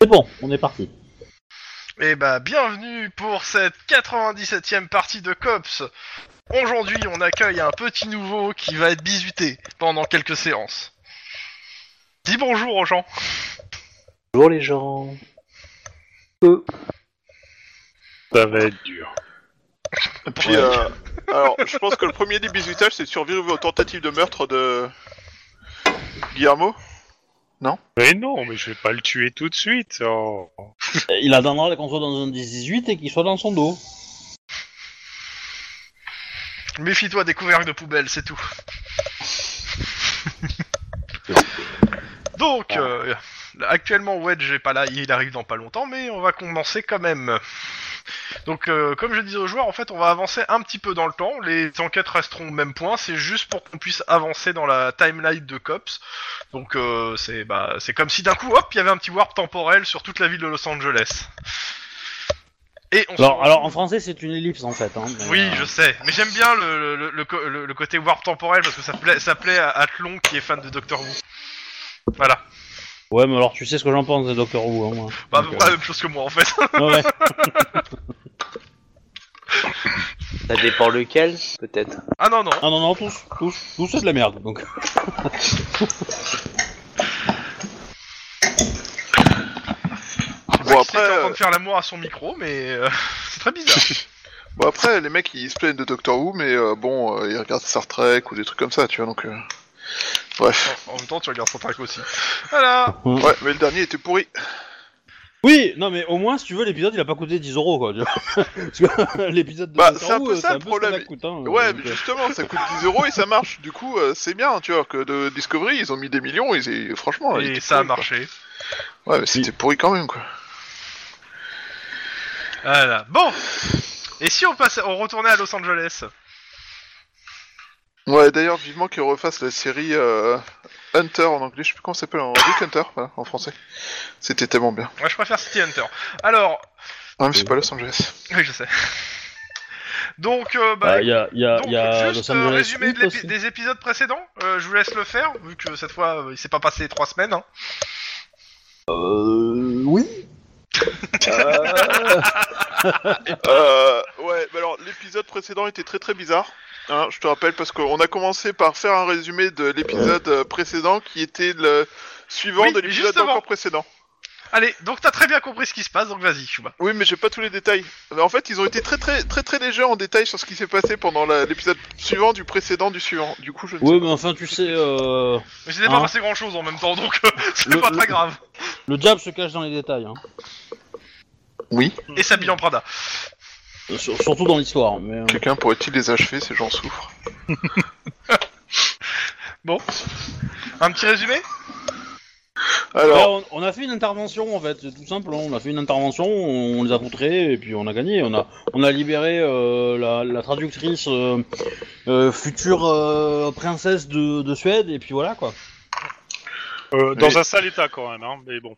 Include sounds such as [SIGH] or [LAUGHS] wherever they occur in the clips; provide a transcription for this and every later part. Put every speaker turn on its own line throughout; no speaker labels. C'est bon, on est parti.
Et bah, bienvenue pour cette 97ème partie de COPS. Aujourd'hui, on accueille un petit nouveau qui va être bisuté pendant quelques séances. Dis bonjour aux gens.
Bonjour les gens.
Ça va être dur.
Puis, euh, alors, je pense que le premier des bisuitages, c'est de survivre aux tentatives de meurtre de Guillermo.
Mais non, mais je vais pas le tuer tout de suite. oh.
Il attendra qu'on soit dans un 18 et qu'il soit dans son dos.
Méfie-toi des couvercles de poubelle, c'est tout. Donc, euh, actuellement, Wedge est pas là, il arrive dans pas longtemps, mais on va commencer quand même. Donc, euh, comme je disais aux joueurs, en fait, on va avancer un petit peu dans le temps. Les enquêtes resteront au même point, c'est juste pour qu'on puisse avancer dans la timeline de Cops. Donc, euh, c'est bah, c'est comme si d'un coup, hop, il y avait un petit warp temporel sur toute la ville de Los Angeles. Et on se
Alors,
rend
alors en français, c'est une ellipse en fait. hein, mais,
oui,
euh,
je sais, mais j'aime bien le, le- le, le co- le- le côté warp temporel parce que ça plaît, ça plaît à Athlon qui est fan de Doctor Who. Voilà,
Ouais, mais alors tu sais ce que j'en pense de Doctor Who, hein, moi.
bah, à
Donc,
peu près la même chose que moi en fait. [LAUGHS]
euh, ouais, ouais.
Ça dépend lequel, peut-être.
ah non, non,
Ah non, non, tous, tous, tous, c'est de la merde. Donc,
Ah, après,
Bon, après,
en train
euh,
de faire l'amour à son micro, mais euh, [LAUGHS] c'est très
[LAUGHS]
bizarre.
Bon, après, les mecs, ils se plaignent de Doctor Who, mais euh, bon, euh, ils regardent Star Trek ou des trucs comme ça, tu vois, donc... euh, Bref.
en, en même temps, tu regardes son track aussi. Voilà,
Ouais, mais le dernier était pourri.
oui, non, mais au moins, si tu veux, l'épisode il a pas coûté 10 euros quoi. tu vois. [LAUGHS] Parce que l'épisode de
Bah,
Doctor
c'est un
Who,
peu
euh,
ça, le
ce que
problème.
ça coûte, hein,
Ouais,
donc,
mais
euh,
justement, ça coûte 10 euros et ça marche. Du coup, euh, c'est bien, tu vois, que de Discovery, ils ont mis des millions, ils et
Oh,
franchement... ils
et
étaient
ça a
pourris, quoi.
marché.
Ouais, mais c'était pourri quand même, quoi.
Voilà. Bon, et si on passe, on retournait à Los Angeles
Ouais, d'ailleurs, vivement qu'ils refassent la série euh, Hunter en anglais, je sais plus comment ça s'appelle, en Rick Hunter, voilà, en français. C'était tellement bien.
Moi, je préfère City Hunter. Alors,
Ah, mais c'est pas Los Angeles.
oui, je sais. [LAUGHS] Donc, euh, bah,
bah, il y a, il y a,
Donc,
il y a
juste
Los
euh,
Angeles
résumé de
Heat
l'épi-
aussi.
des épisodes précédents. Euh, je vous laisse le faire, vu que cette fois, euh, il s'est pas passé trois semaines. hein.
Euh, oui.
[LAUGHS]
Euh, ouais, bah alors l'épisode précédent était très très bizarre. Hein, je te rappelle parce qu'on a commencé par faire un résumé de l'épisode euh, précédent qui était le suivant
Oui,
de
mais
l'épisode
justement.
encore précédent.
Allez, donc t'as très bien compris ce qui se passe, donc vas-y, Chouba.
Oui, mais j'ai pas tous les détails. Mais en fait, ils ont été très très très très légers en détail sur ce qui s'est passé pendant la- l'épisode suivant du précédent du suivant. Du coup, je ne sais
Ouais,
pas.
mais enfin, tu sais, euh,
Mais c'était pas
Hein
passé grand chose en même temps, donc euh, [LAUGHS] c'est
Le-
pas
le-
très grave.
le diable se cache dans les détails. Hein.
Et s'habille en Prada.
Euh, sur- Surtout dans l'histoire. Mais, euh,
Quelqu'un pourrait-il les achever Ces gens souffrent.
Un petit résumé
Alors,
Ouais, on, on a fait une intervention en fait, c'est tout simple. hein. On a fait une intervention, on, on les a poutrés et puis on a gagné. On a, on a libéré euh, la, la traductrice euh, euh, future euh, princesse de, de Suède et puis voilà quoi.
Euh, dans
Mais-
un sale état quand même, hein, mais bon.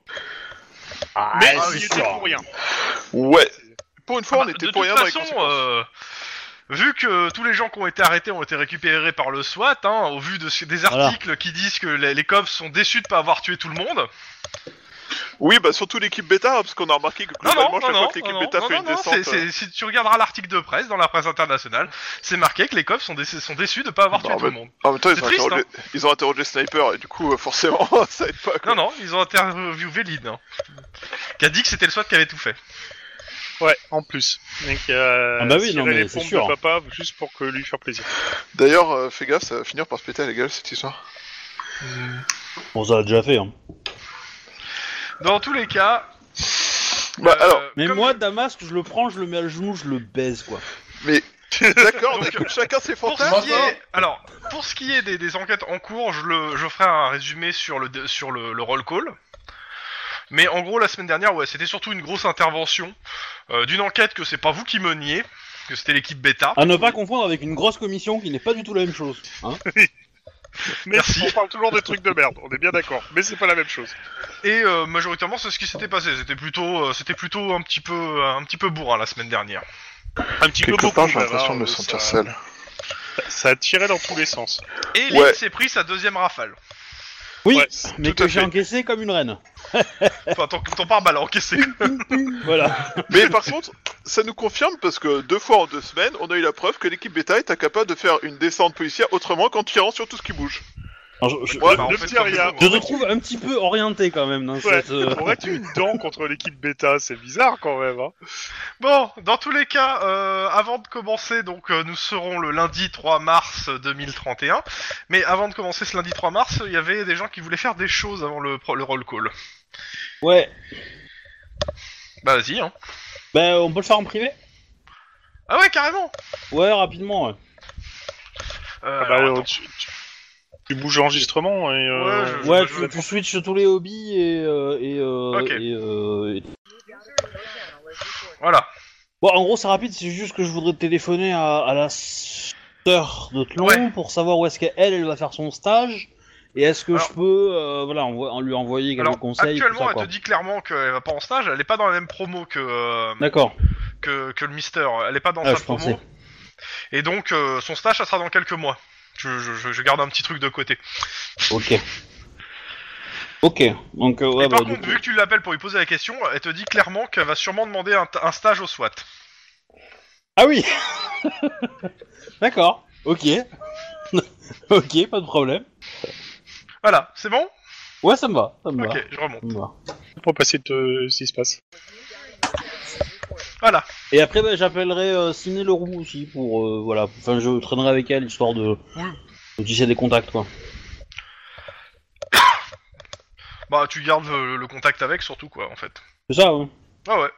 Ah,
mais
c'est
il était
sûr.
pour rien.
ouais. Pour une fois, on
Bah,
était
de
pour
toute
rien dans les
façon,
conséquences.
euh, vu que tous les gens qui ont été arrêtés ont été récupérés par le SWAT, hein, au vu de, ce- des
Voilà.
articles qui disent que les, les cops sont déçus de pas avoir tué tout le monde.
Oui, bah surtout l'équipe bêta, hein, parce qu'on a remarqué que
Non, non,
globalement,
non,
chaque
non,
fois que l'équipe
non,
bêta
non,
fait
non,
une
non,
descente. euh.
c'est- c'est- si tu regarderas l'article de presse dans la presse internationale, c'est marqué que les cops sont, déce- sont déçus de pas avoir
Bah,
tué
en
tout le monde.
En même temps, ils
C'est
ont,
triste, hein.
interrogé... ils ont interrogé Sniper, et du coup, euh, forcément, [LAUGHS] ça aide pas. Quoi.
Non, non, ils ont interviewé Lynn, hein, qui a dit que c'était le SWAT qui avait tout fait.
Ouais, en plus. Donc, euh,
Ah bah oui,
tirer
non, mais
les
c'est
pompes
sûr.
de papa juste pour que lui faire plaisir.
D'ailleurs, euh, fais gaffe, ça va finir par se péter à la gueule cette histoire.
Bon, ça l'a déjà fait. Hein.
Dans tous les cas.
Bah
euh,
alors,
Mais
comme-
moi, Damasque, je le prends, je le mets à genoux, je le baise quoi.
[LAUGHS]
d'accord,
Donc,
d'accord, chacun ses
Pour ce
fantasmes.
qui est, alors, pour ce qui est des, des enquêtes en cours, je, le, je ferai un résumé sur le, sur le, le roll call. Mais en gros, la semaine dernière, ouais, c'était surtout une grosse intervention euh, d'une enquête que c'est pas vous qui meniez, que c'était l'équipe bêta.
À ne pas confondre avec une grosse commission qui n'est pas du tout la même chose. Hein
Mais
Merci.
on parle toujours des trucs de merde, on est bien d'accord. Mais c'est pas la même chose.
Et euh, majoritairement, c'est ce qui s'était passé. C'était plutôt, euh, c'était plutôt un petit peu, un petit peu bourrin la semaine dernière.
Un petit peu
Quelque
beaucoup.
part, j'ai
même,
l'impression
hein,
de
euh,
me sentir
ça-
[LAUGHS]
seul.
Ça a tiré dans tous les sens.
Et
Ouais.
Lynn s'est pris sa deuxième rafale.
[LAUGHS] Oui,
Ouais,
mais
tout à
que j'ai
fait.
encaissé comme une reine.
Enfin, ton, ton pare-balles a hein, encaissé.
Voilà.
Mais par contre, ça nous confirme parce que deux fois en deux semaines, on a eu la preuve que l'équipe bêta est incapable de faire une descente policière autrement qu'en tirant sur tout ce qui bouge.
Alors, je, je-
Ouais,
Bah, en
ne
fait,
dis
comme
rien.
je te trouve un petit peu orienté quand même dans
Ouais,
cette. euh,
Pour être une dent contre l'équipe bêta, c'est bizarre quand même. Hein.
Bon, dans tous les cas, euh, avant de commencer, donc euh, nous serons le lundi 3 mars 2031, mais avant de commencer ce lundi 3 mars, il y avait des gens qui voulaient faire des choses avant le, pro- le roll call.
Ouais.
Bah vas-y, hein.
Ben, on peut le faire en privé
Ah ouais, carrément
Ouais, rapidement. ouais.
Euh,
Ah bah,
alors,
euh,
attends.
tu, tu- tu bouges l'enregistrement et. euh,
Ouais, je-
Ouais, tu,
bah,
tu switches tous les hobbies et. euh, et, euh,
Ok.
et, euh, et-
Voilà.
Bon, en gros, c'est rapide, c'est juste que je voudrais téléphoner à, à la sœur de Tlon
Ouais.
pour savoir où est-ce qu'elle elle va faire son stage. Et est-ce que
Alors-
je peux euh, voilà, envo- lui envoyer quelques
Alors,
conseils tout
actuellement,
ça,
elle
quoi.
te dit clairement qu'elle va pas en stage, elle est pas dans la même promo que, euh,
D'accord.
que, que le Mister, elle est pas dans
Ah,
sa
je
promo.
pensais.
Et donc, euh, son stage, ça sera dans quelques mois. Je, je- je- je garde un petit truc de côté.
Ok. Ok. Donc, euh, ouais,
Et par
bah, du
contre,
coup-
vu que tu l'appelles pour lui poser la question, elle te dit clairement qu'elle va sûrement demander un, t- un stage au SWAT.
Ah oui [LAUGHS] D'accord. Ok. [LAUGHS] ok, pas de problème.
Voilà, c'est bon
Ouais, ça me va. Ça me va.
Ok, je remonte.
ça me va.
Pour passer de ce qui se passe.
Voilà.
Et après, bah, j'appellerai euh, Ciné Leroux aussi pour. euh, voilà. Enfin, je traînerai avec elle histoire de.
Oui.
de tisser des contacts, quoi.
Bah, tu gardes le, le contact avec, surtout, quoi, en fait.
C'est ça, hein. ouais.
Ah ouais.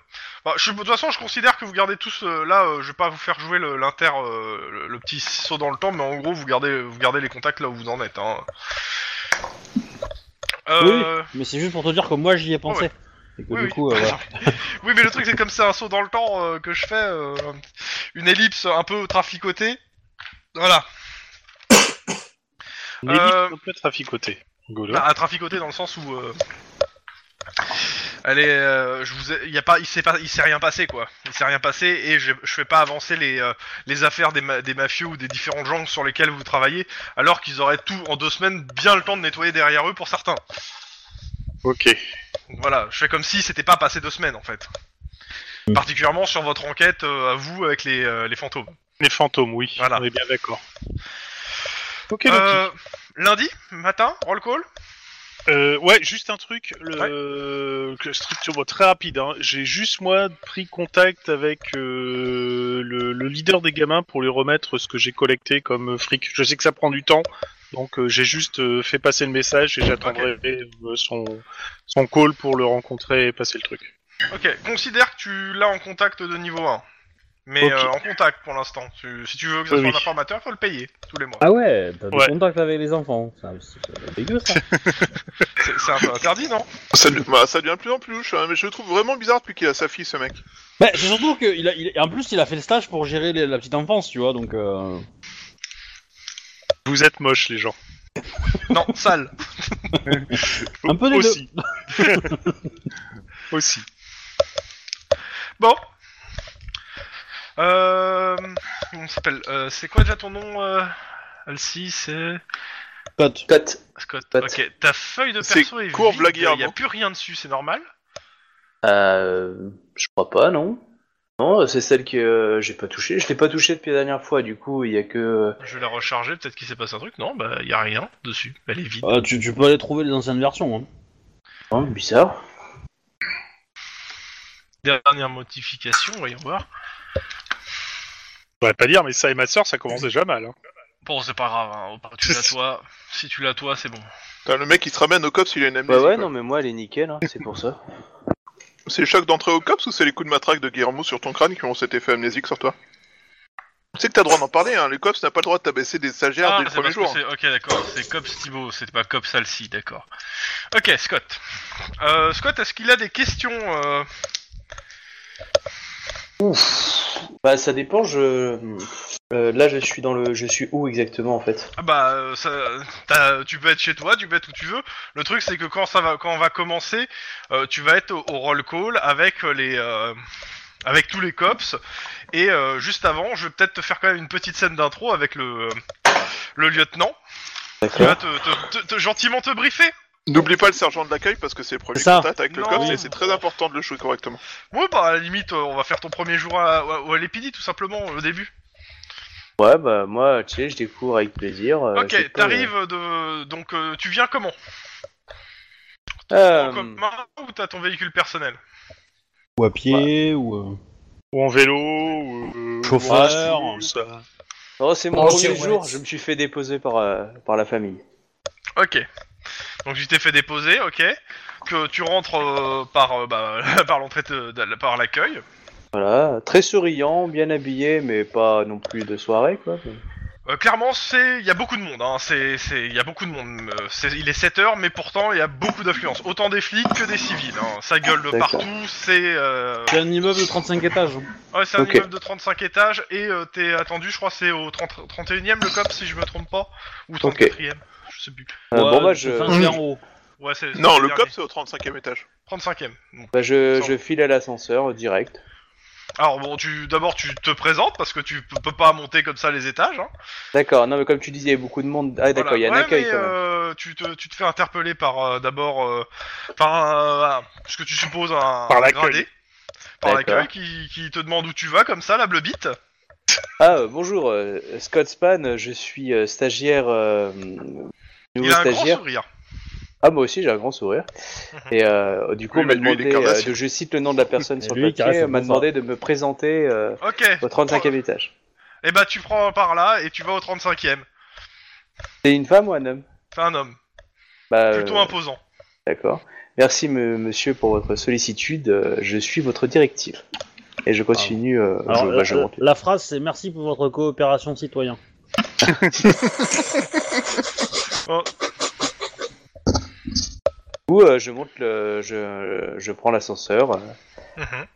Bah, je, de toute façon, je considère que vous gardez tous... euh, là, euh, je vais pas vous faire jouer le- l'inter... euh, le, le petit saut dans le temps, mais en gros, vous gardez, vous gardez les contacts là où vous en êtes, hein. Euh...
Mais c'est juste pour te dire que moi, j'y ai pensé. Et que
Oui,
du
oui.
coup, euh, voilà.
Oui, mais le truc, c'est comme c'est un saut dans le temps euh, que je fais, euh, une ellipse un peu traficotée. Voilà.
Mais
Euh,
peut traficoter. Rigolo.
À traficoter dans le sens où. euh, Elle est, euh, je vous, ai- il y a pas, il s'est pas, il s'est rien passé quoi. Il s'est rien passé et je, je fais pas avancer les, euh, les affaires des, ma- des mafieux ou des différents gens sur lesquels vous travaillez, alors qu'ils auraient tout en deux semaines bien le temps de nettoyer derrière eux pour certains.
Ok.
Donc Voilà, je fais comme si c'était pas passé deux semaines en fait. Particulièrement sur votre enquête euh, à vous avec les, euh, les fantômes.
Les fantômes, oui.
Voilà.
On est bien d'accord. Ok, donc.
Euh, lundi matin, roll call.
Euh, ouais, juste un truc, le que strictement très rapide. hein. J'ai juste moi pris contact avec euh, le, le leader des gamins pour lui remettre ce que j'ai collecté comme fric. Je sais que ça prend du temps, donc euh, j'ai juste euh, fait passer le message et j'attendrai euh, son son call pour le rencontrer et passer le truc.
Ok, considère que tu l'as en contact de niveau 1. Mais
Ok.
euh, en contact pour l'instant. Tu- si tu veux que ça
Oui,
soit
oui.
un informateur, faut le payer tous les mois.
Ah ouais, t'as
Ouais.
des contacts avec les enfants. Ça, C'est dégueu, [LAUGHS] ça.
C'est c'est un peu interdit, non
Ça, de- bah, ça devient de plus en plus louche, hein, mais je le trouve vraiment bizarre depuis qu'il a sa fille, ce mec.
Bah, c'est surtout que il a, il- en plus il a fait le stage pour gérer les- la petite enfance, tu vois, donc. Euh...
Vous êtes moches les gens.
Non, sale.
Un peu les deux. [LAUGHS]
aussi. aussi.
Bon. Euh. On s'appelle. euh, c'est quoi déjà ton nom euh... Alcy, c'est.
Scott.
Cote.
Scott.
Scott.
Ok, ta feuille de
C'est
perso est,
court,
vide,
blague,
il n'y a
Guillermo.
plus rien dessus, c'est normal.
Euh, je crois pas, non. Non, c'est celle que euh, j'ai pas touchée. Je l'ai pas touchée depuis la dernière fois, du coup, il y a que.
Je vais la recharger, peut-être qu'il s'est passé un truc. Non, bah, il n'y a rien dessus. Elle est vide.
Euh, tu, tu peux aller trouver les anciennes versions. Hein.
Hein, bizarre.
Dernière modification, voyons voir.
On va pas dire, mais ça et ma sœur, ça commence déjà mal. hein.
Bon, c'est pas grave, hein. tu l'as toi. Si tu l'as toi, c'est bon.
Putain, le mec, il se ramène au COPS, il a une
Bah
amnésie.
ouais,
quoi.
non, mais moi, elle est nickel, hein, c'est pour ça.
C'est le choc d'entrée au COPS ou c'est les coups de matraque de Guillermo sur ton crâne qui ont cet effet amnésique sur toi Tu sais que t'as le droit d'en parler, hein, le COPS n'a pas le droit de t'abaisser des stagiaires
Ah,
dès le
c'est
premier
parce que
jour.
c'est- Ok, d'accord, c'est Cops Thibaut, c'est pas Cops Alcy, d'accord. Ok, Scott. Euh, Scott, est-ce qu'il a des questions euh,
[LAUGHS] Bah, ça dépend, je. euh, là, je suis dans le. Je suis où exactement, en fait
Ah bah, euh, ça, t'as- tu peux être chez toi, tu peux être où tu veux. Le truc, c'est que quand ça va, quand on va commencer, euh, tu vas être au, au roll call avec euh, les, euh, avec tous les cops. Et euh, juste avant, je vais peut-être te faire quand même une petite scène d'intro avec le, le lieutenant qui va
D'accord.
te, te- te- te- gentiment te briefer
N'oublie pas le sergent de l'accueil parce que c'est le premier
C'est ça.
contact avec le
Non.
cops et c'est très important de le jouer correctement.
Ouais, bah à la limite, euh, on va faire ton premier jour à, à, à l'épidie, tout simplement, euh, au début.
Ouais, bah moi, tu sais, je découvre avec plaisir. euh,
ok,
c'est cool.
t'arrives de. Donc, euh, tu viens comment
Euh,
En commun ou t'as ton véhicule personnel
Ou à pied, ou... euh,
Ou en vélo, ou... euh,
Chauffeur.
ou en bus, ça.
oh, c'est mon
Oh,
premier
c'est
jour,
ouais.
je me suis fait déposer par, euh, par la famille.
Ok. Donc, tu t'es fait déposer, ok. Que tu rentres euh, par, euh, bah, [LAUGHS] par l'entrée, de- de- par l'accueil.
Voilà, très souriant, bien habillé, mais pas non plus de soirée, quoi.
Euh, clairement, c'est il y a beaucoup de monde. Hein. C'est c'est il y a beaucoup de monde. Euh, c'est- il est 7 heures, mais pourtant il y a beaucoup d'affluence. Autant des flics que des civils. Hein. Ça gueule de
D'accord.
partout. C'est euh...
C'est un immeuble de 35 étages.
ouais, c'est un
Ok.
immeuble de 35 étages et euh, t'es attendu. Je crois que c'est au 30 31e le cop si je me trompe pas ou 34e. Je sais plus.
Euh,
Ouais,
bon, bah
tu
je,
fais un verre en haut.
Ouais, c'est c'est
Non, le
dernier.
cop c'est au 35e étage.
35e. Donc,
bah, je, je file à l'ascenseur euh, direct.
Alors bon, tu d'abord tu te présentes parce que tu peux peux pas monter comme ça les étages. Hein.
D'accord, non, mais comme tu disais, il y a beaucoup de monde. Ah, d'accord, il y a un
Voilà. Ouais,
accueil
mais,
quand même.
euh, tu, te, tu te fais interpeller par euh, d'abord, euh, par euh, un- ce que tu supposes un,
Par
un
l'accueil.
gradé. Par
D'accord.
l'accueil qui, qui te demande où tu vas, comme ça, la blebite.
Ah, euh, bonjour, euh, Scott Span, je suis euh, stagiaire. euh, nouveau
Il a un grand
stagiaire.
sourire.
Ah, moi aussi, j'ai un grand
[LAUGHS]
sourire. Et euh, du coup,
Lui,
on m'a
mais lui, il
demandé,
est cardassien.
euh, de, je cite le nom de la personne sur
Lui,
le
il caresse
papier,
le
on m'a
bonsoir.
demandé de me présenter euh,
Ok.
au 35e étage.
Et bah, tu prends par là et tu vas au 35ème.
C'est une femme ou un homme
C'est un homme.
bah, euh,
Plutôt imposant.
D'accord. Merci, me- monsieur, pour votre sollicitude. euh, Je suis votre directive. Et je continue. euh, je-
Alors,
bah,
la-
je
la,
monte.
la phrase, c'est merci pour votre coopération citoyen.
Du coup, euh, je monte le, je, je prends l'ascenseur. euh.
Mhm.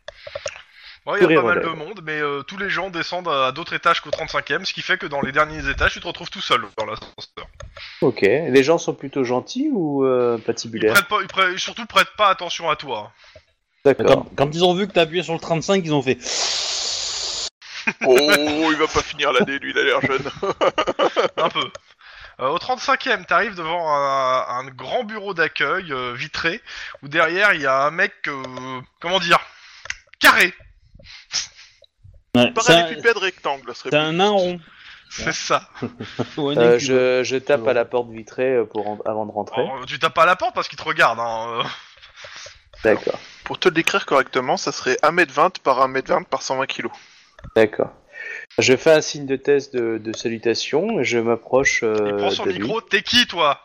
Bon, il y a
Sourire
pas mal
aux
de
lèvres.
monde, mais euh, tous les gens descendent à d'autres étages qu'au 35ème, ce qui fait que dans les derniers étages, tu te retrouves tout seul dans l'ascenseur.
Ok. Les gens sont plutôt gentils ou euh,
Ils,
patibulaires
prêtent pas, ils prêtent- surtout prêtent pas attention à toi. hein.
Quand,
D'accord.
quand ils ont vu que t'as appuyé sur le 35, ils ont fait.
Oh, il va pas finir l'année, lui il a l'air jeune.
un peu. [LAUGHS] Euh, au 35ème, t'arrives devant un, un grand bureau d'accueil euh, vitré, où derrière il y a un mec, euh, comment dire, carré,
Ouais, C'est un,
Parallépipède rectangle, ce serait
c'est un nain
[LAUGHS]
rond.
c'est ça.
Ou un
Euh,
nain cube.
je, je tape
Alors.
à la porte vitrée euh, pour en- avant de rentrer.
Alors, tu tapes pas à la porte parce qu'il te regarde. Hein. euh.
D'accord.
Pour te le décrire correctement, ça serait 1m20 par 1m20 par 120 kg.
D'accord. Je fais un signe de thèse de, de salutation et je m'approche euh,
Il prend son
de lui.
micro, t'es qui toi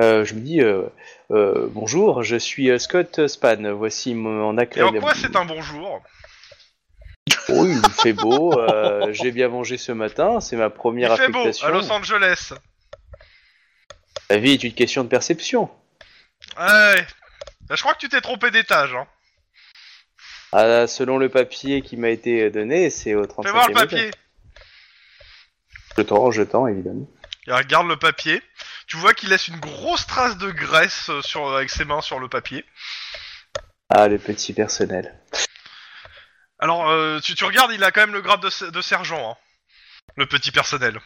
Euh, je me dis euh, euh, bonjour, je suis euh, Scott Span. Voici mon
Et
accueil.
en quoi c'est un bonjour
Oh, il fait beau, euh, j'ai bien mangé ce matin, c'est ma première
Il fait beau
affectation.
à Los Angeles.
La vie est une question de perception.
Ouais. Bah, je crois que tu t'es trompé d'étage. Hein.
Ah, selon le papier qui m'a été donné, c'est au 35
Fais voir le papier.
Je tends, je tends, évidemment.
Il regarde le papier. Tu vois qu'il laisse une grosse trace de graisse euh, sur, avec ses mains sur le papier.
Ah, le petit personnel.
Alors, euh, tu, tu regardes, il a quand même le grade de, se- de sergent, hein. le petit personnel.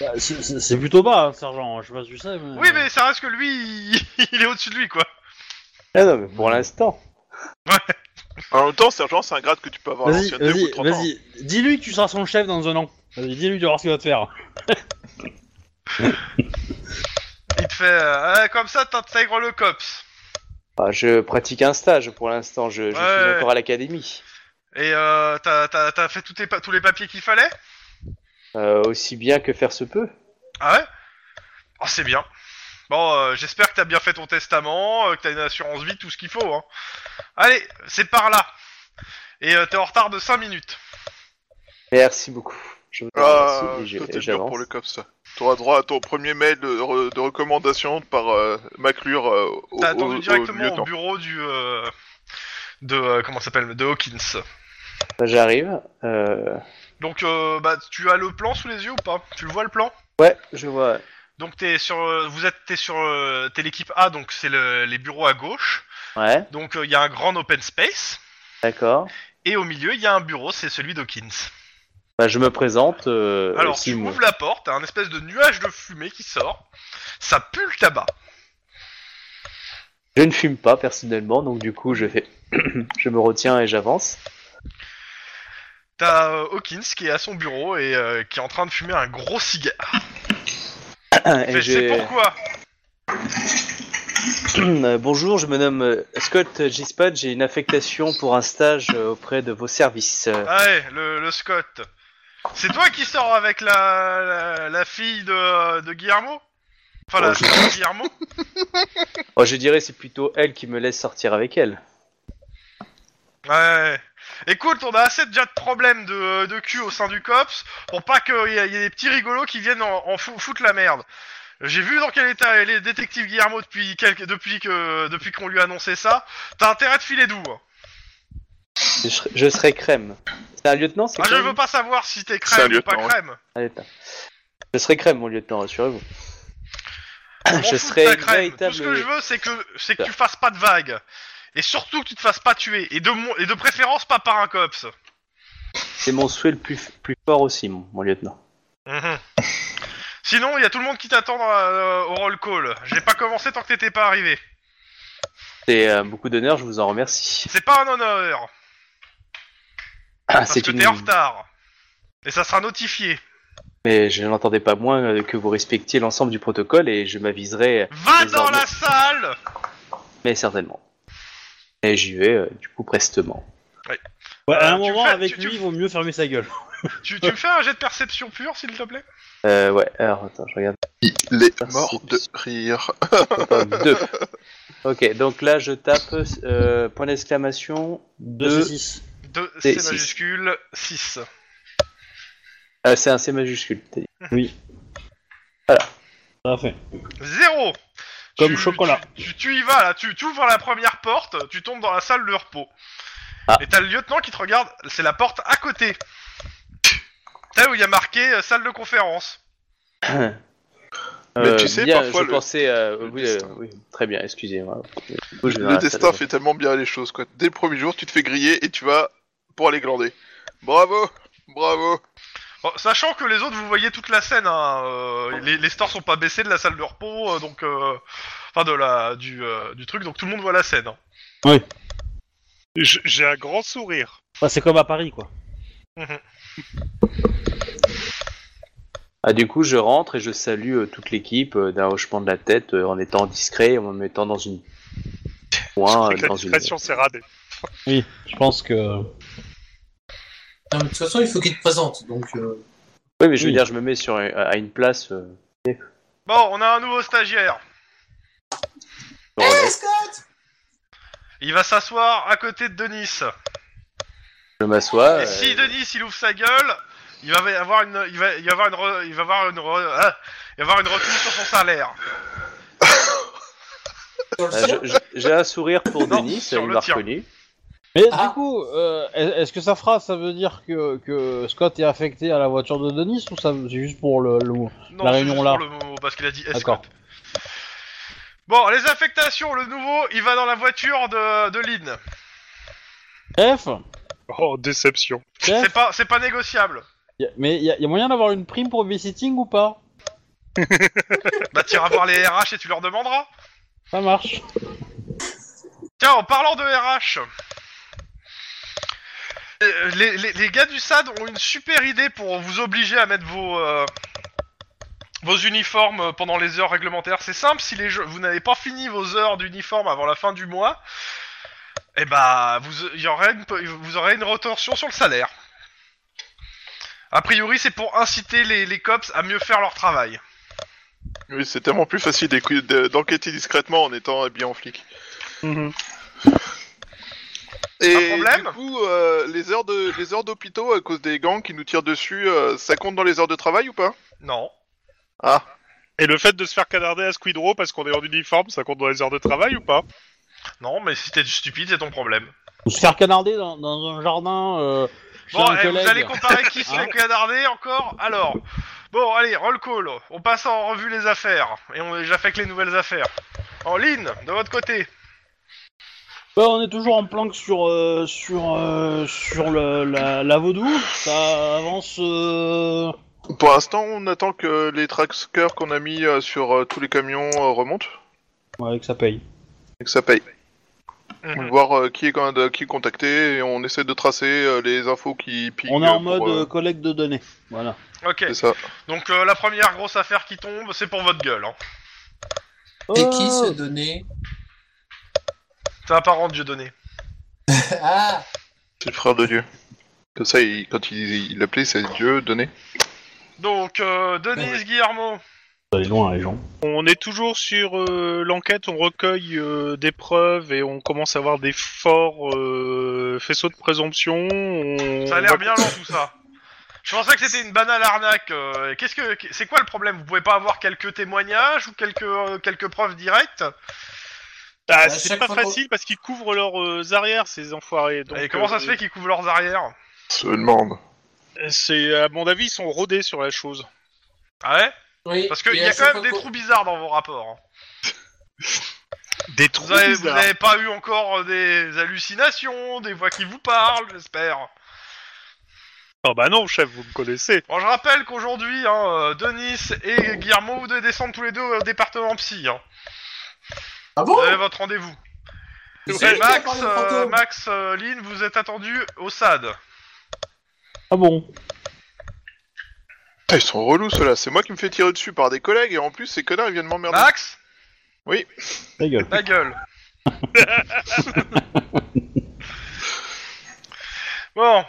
Bah, c'est- C'est c'est plutôt bas, hein, sergent. Je sais pas si tu sais. Mais...
Oui, mais ça reste que lui, [LAUGHS] il, il est au-dessus de lui, quoi.
Ah non, mais pour l'instant.
En même temps, sergent, c'est un grade que tu peux avoir
Oh,
à
Vas-y,
l'ancienneté au bout de
vas-y,
30 ans.
vas-y. Dis-lui que tu seras son chef dans un an. Vas-y, dis-lui de voir ce qu'il va te faire.
Il te fait, euh, Ah, comme ça, t'intègres le COPS.
Ah, je pratique un stage pour l'instant, je, je
Ouais.
suis encore à l'académie.
Et euh, t'as, t'as- t'as fait tous, tes pa- tous les papiers qu'il fallait
Euh, aussi bien que faire se peut.
Ah ouais Oh, c'est bien. Bon, euh, j'espère que t'as bien fait ton testament, euh, que t'as une assurance vie, tout ce qu'il faut. Hein. Allez, c'est par là. Et euh, t'es en retard de 5 minutes.
Merci beaucoup. Je vous remercie
Ah,
Bah, et je-
ça,
et
c'est dur
j'avance.
pour le cops. Tu auras droit à ton premier mail de, re- de recommandation par euh, Maclure euh, au,
T'as
au-
attendu
au
directement au,
lieutenant.
bureau du... euh, de... euh, comment ça s'appelle De Hawkins.
Bah, J'arrive. euh,
Donc, euh, bah, tu as le plan sous les yeux ou pas Tu le vois le plan
Ouais, je vois.
Donc, t'es sur, euh, vous êtes, t'es sur, euh, t'es l'équipe A, donc c'est le- les bureaux à gauche.
Ouais,
Donc, euh, il y a un grand open space
d'accord.
et au milieu, il y a un bureau, c'est celui d'Hawkins.
Bah, je me présente. euh,
Alors, tu
Simon.
ouvres la porte, t'as un espèce de nuage de fumée qui sort. Ça pue le tabac.
Je ne fume pas personnellement, donc du coup, je fais, [CLEARS THROAT] je me retiens et j'avance.
T'as euh, Hawkins qui est à son bureau et euh, qui est en train de fumer un gros cigare.
Et
Fait, C'est
je-
pourquoi
Euh, Bonjour, je me nomme euh, Scott G. Spud, J'ai une affectation pour un stage euh, auprès de vos services. Euh,
Ah ouais, le, le Scott. C'est toi qui sors avec la, la, la fille de, euh, de Guillermo Enfin, la
Oh,
fille de Guillermo
oh, je dirais c'est plutôt elle qui me laisse sortir avec elle.
Ouais. Écoute, on a assez déjà de problèmes de, de cul au sein du COPS pour pas qu'il y, ait- y ait des petits rigolos qui viennent en, en fou- foutre la merde. J'ai vu dans quel état est le détective Guillermo depuis, quelques, depuis que depuis qu'on lui a annoncé ça. T'as intérêt de filer doux. hein.
Je, serai- je serai crème. C'est un lieutenant, c'est
Ah, je
crème
veux pas savoir si t'es
C'est un
crème ou pas
lieutenant,
crème.
Ah, attends. Je serai crème, mon lieutenant, rassurez-vous.
Je m'en
je
fous de
serai
ta
une
crème.
véritable-
Tout ce que je veux, c'est que c'est que tu fasses pas de vagues. Et surtout que tu te fasses pas tuer. Et de, mon- et de préférence pas par un COPS.
C'est mon souhait le plus, plus fort aussi, mon, mon lieutenant.
Mhm. Sinon, il y a tout le monde qui t'attend dans la- euh, au roll call. J'ai pas commencé tant que t'étais pas arrivé.
C'est euh, beaucoup d'honneur, je vous en remercie. [CLEARS THROAT]
C'est pas un honneur,
Ah,
parce
c'est
que
une.
t'es en retard. Et ça sera notifié.
Mais je n'entendais pas moins euh, que vous respectiez l'ensemble du protocole et je m'aviserai, euh,
Va
Les
dans
ordres.
la salle
mais certainement. Et j'y vais, euh, du coup, prestement.
Ouais, à un
Euh, tu
moment,
fais-
avec
tu- tu-
lui, il vaut mieux fermer sa gueule.
tu,
[LAUGHS]
tu me fais un jet de perception pure, s'il te plaît
Euh, ouais, alors attends, je regarde.
Il
Ah,
est mort de rire.
Enfin, deux. Ok, donc là je tape euh, point d'exclamation.
2
Deux.
6
2,
C'est
C
six.
majuscule, 6.
Ah, c'est un C majuscule. t'as dit.
Ça fait.
0
Comme chocolat.
Tu, tu- tu y vas, là, tu, tu ouvres la première porte, tu tombes dans la salle de repos.
Ah.
Et t'as le lieutenant qui te regarde, c'est la porte à côté. T'as où il y a marqué euh, salle de conférence.
Mais
Euh,
tu sais,
bien,
parfois,
je
le-
pensais. euh, oui, euh,
destin.
oui, très bien, excusez-moi.
Le destin fait tellement bien les choses, quoi. Dès le premier jour, tu te fais griller et tu vas pour aller glander. Bravo Bravo
Bon, sachant que les autres, vous voyez toute la scène. Hein, euh, les, les stores sont pas baissés de la salle de repos, euh, donc euh, enfin de la du, euh, du truc, donc tout le monde voit la scène. hein.
J- J'ai un grand sourire.
Bah, c'est comme à Paris, quoi.
Ah, du coup, je rentre et je salue euh, toute l'équipe euh, d'un hochement de la tête euh, en étant discret, en me mettant dans une. Point,
Je crois
euh,
que
dans
la
une.
discrétion s'est radée.
Oui, je pense que.
Non, mais de toute façon, il faut qu'il te présente, donc... euh,
Oui, mais je veux
Oui.
dire, je me mets sur, un- à une place. euh,
Bon, on a un nouveau stagiaire.
je me relève,
Il va s'asseoir à côté de Denis.
je m'assois.
Et si
euh,
Denis il ouvre sa gueule, il va y avoir une il va il va y avoir une re- il va avoir une re- ah, il va avoir une retenue sur son salaire.
sur le
euh,
sien.
je- je- J'ai un sourire pour
Non,
Denis,
sur
il
le
m'a
tien.
reconnu.
Mais
Ah.
du coup, euh, est- est-ce que sa phrase, ça veut dire que, que Scott est affecté à la voiture de Denis ou ça c'est juste pour le, le-
Non,
La
c'est
réunion
juste
là.
pour le mot, parce qu'il a dit
D'accord.
escorte. Bon, les affectations, le nouveau, il va dans la voiture de, de Lynn.
F
Oh, déception.
F
C'est pas, c'est pas négociable.
Y a- Mais il y, a- y a moyen d'avoir une prime pour babysitting ou pas
Bah t'iras voir les RH et tu leur demanderas.
Ça marche.
Tiens, en parlant de RH, euh, les, les- les gars du SAD ont une super idée pour vous obliger à mettre vos, euh, vos uniformes pendant les heures réglementaires. C'est simple, si les jeux- vous n'avez pas fini vos heures d'uniforme avant la fin du mois, eh bah vous, il y aurait une, pe- vous aurez une retorsion sur le salaire. A priori, c'est pour inciter les, les cops à mieux faire leur travail.
Oui, c'est tellement plus facile d'écou- de- d'enquêter discrètement en étant habillé en flic. Et
Mhm. Un problème
du coup, euh, les heures de les heures d'hôpitaux à cause des gangs qui nous tirent dessus, euh, ça compte dans les heures de travail ou pas
Non.
Ah,
Et le fait de se faire canarder à Squidrow parce qu'on est en uniforme, ça compte dans les heures de travail ou pas
Non, mais si t'es stupide, c'est ton problème.
Ou se faire canarder dans, dans un jardin euh, chez
Bon,
un
eh, vous
collègue.
allez comparer qui se
Hein
fait canarder encore Alors, bon, allez, roll call. On passe en revue les affaires. Et on est déjà fait que les nouvelles affaires. En ligne, de votre côté.
Bah, on est toujours en planque sur euh, sur euh, sur le- la, la vaudou. Ça avance. euh,
Pour l'instant, on attend que les trackers qu'on a mis euh, sur euh, tous les camions euh, remontent.
Ouais, que ça paye.
et que ça paye.
Mhm.
Voir euh, qui, est, quand- euh, qui est contacté et on essaie de tracer euh, les infos qui piquent.
On est en
euh,
mode
pour, euh,
euh, collecte de données. Voilà.
Ok,
c'est ça.
donc euh, la première grosse affaire qui tombe, c'est pour votre gueule. Hein.
Et qui
Oh.
se donnait
C'est un parent de Dieudonné.
Ah
C'est le frère de Dieu. Comme ça, il- quand il il l'appelait, c'est Dieu donné.
Donc, euh, Denise
Ouais.
Guillermo.
Ça allait loin, les gens.
On est toujours sur euh, l'enquête, on recueille euh, des preuves et on commence à avoir des forts euh, faisceaux de présomption. on-
Ça a
on va-
l'air bien lent tout ça. Je pensais que c'était une banale arnaque. euh, Qu'est-ce que c'est quoi le problème Vous pouvez pas avoir quelques témoignages ou quelques euh, quelques preuves directes
Ah,
À
c'est
chaque
pas
fois qu'on-
facile parce qu'ils couvrent leurs euh, arrières, ces enfoirés. donc,
Et comment ça se
euh,
fait qu'ils couvrent leurs arrières
Se demande.
C'est à mon avis, ils sont rodés sur la chose.
Ah ouais
Oui,
Parce qu'il
et
y
à
a
chaque
quand
fois
même des
qu'on-
trous bizarres dans vos rapports. hein.
Des
Vous avez, vous avez pas eu encore euh, des hallucinations, des voix qui vous parlent, j'espère.
Oh bah non, chef, vous me connaissez.
Bon, je rappelle qu'aujourd'hui, hein, euh, Denis et Guillermo, vous devez descendre tous les deux au département psy. hein.
Ah bon
Vous avez votre rendez-vous.
Vous
Et
avez déjà
Max,
parlé au
euh,
fantôme
Max, euh, Lynn, vous êtes attendu au SAD.
Ah bon
Putain, ils sont relous ceux-là. C'est moi qui me fais tirer dessus par des collègues et en plus, ces connards ils viennent m'emmerder.
Max,
Ta gueule.
ta gueule. bon.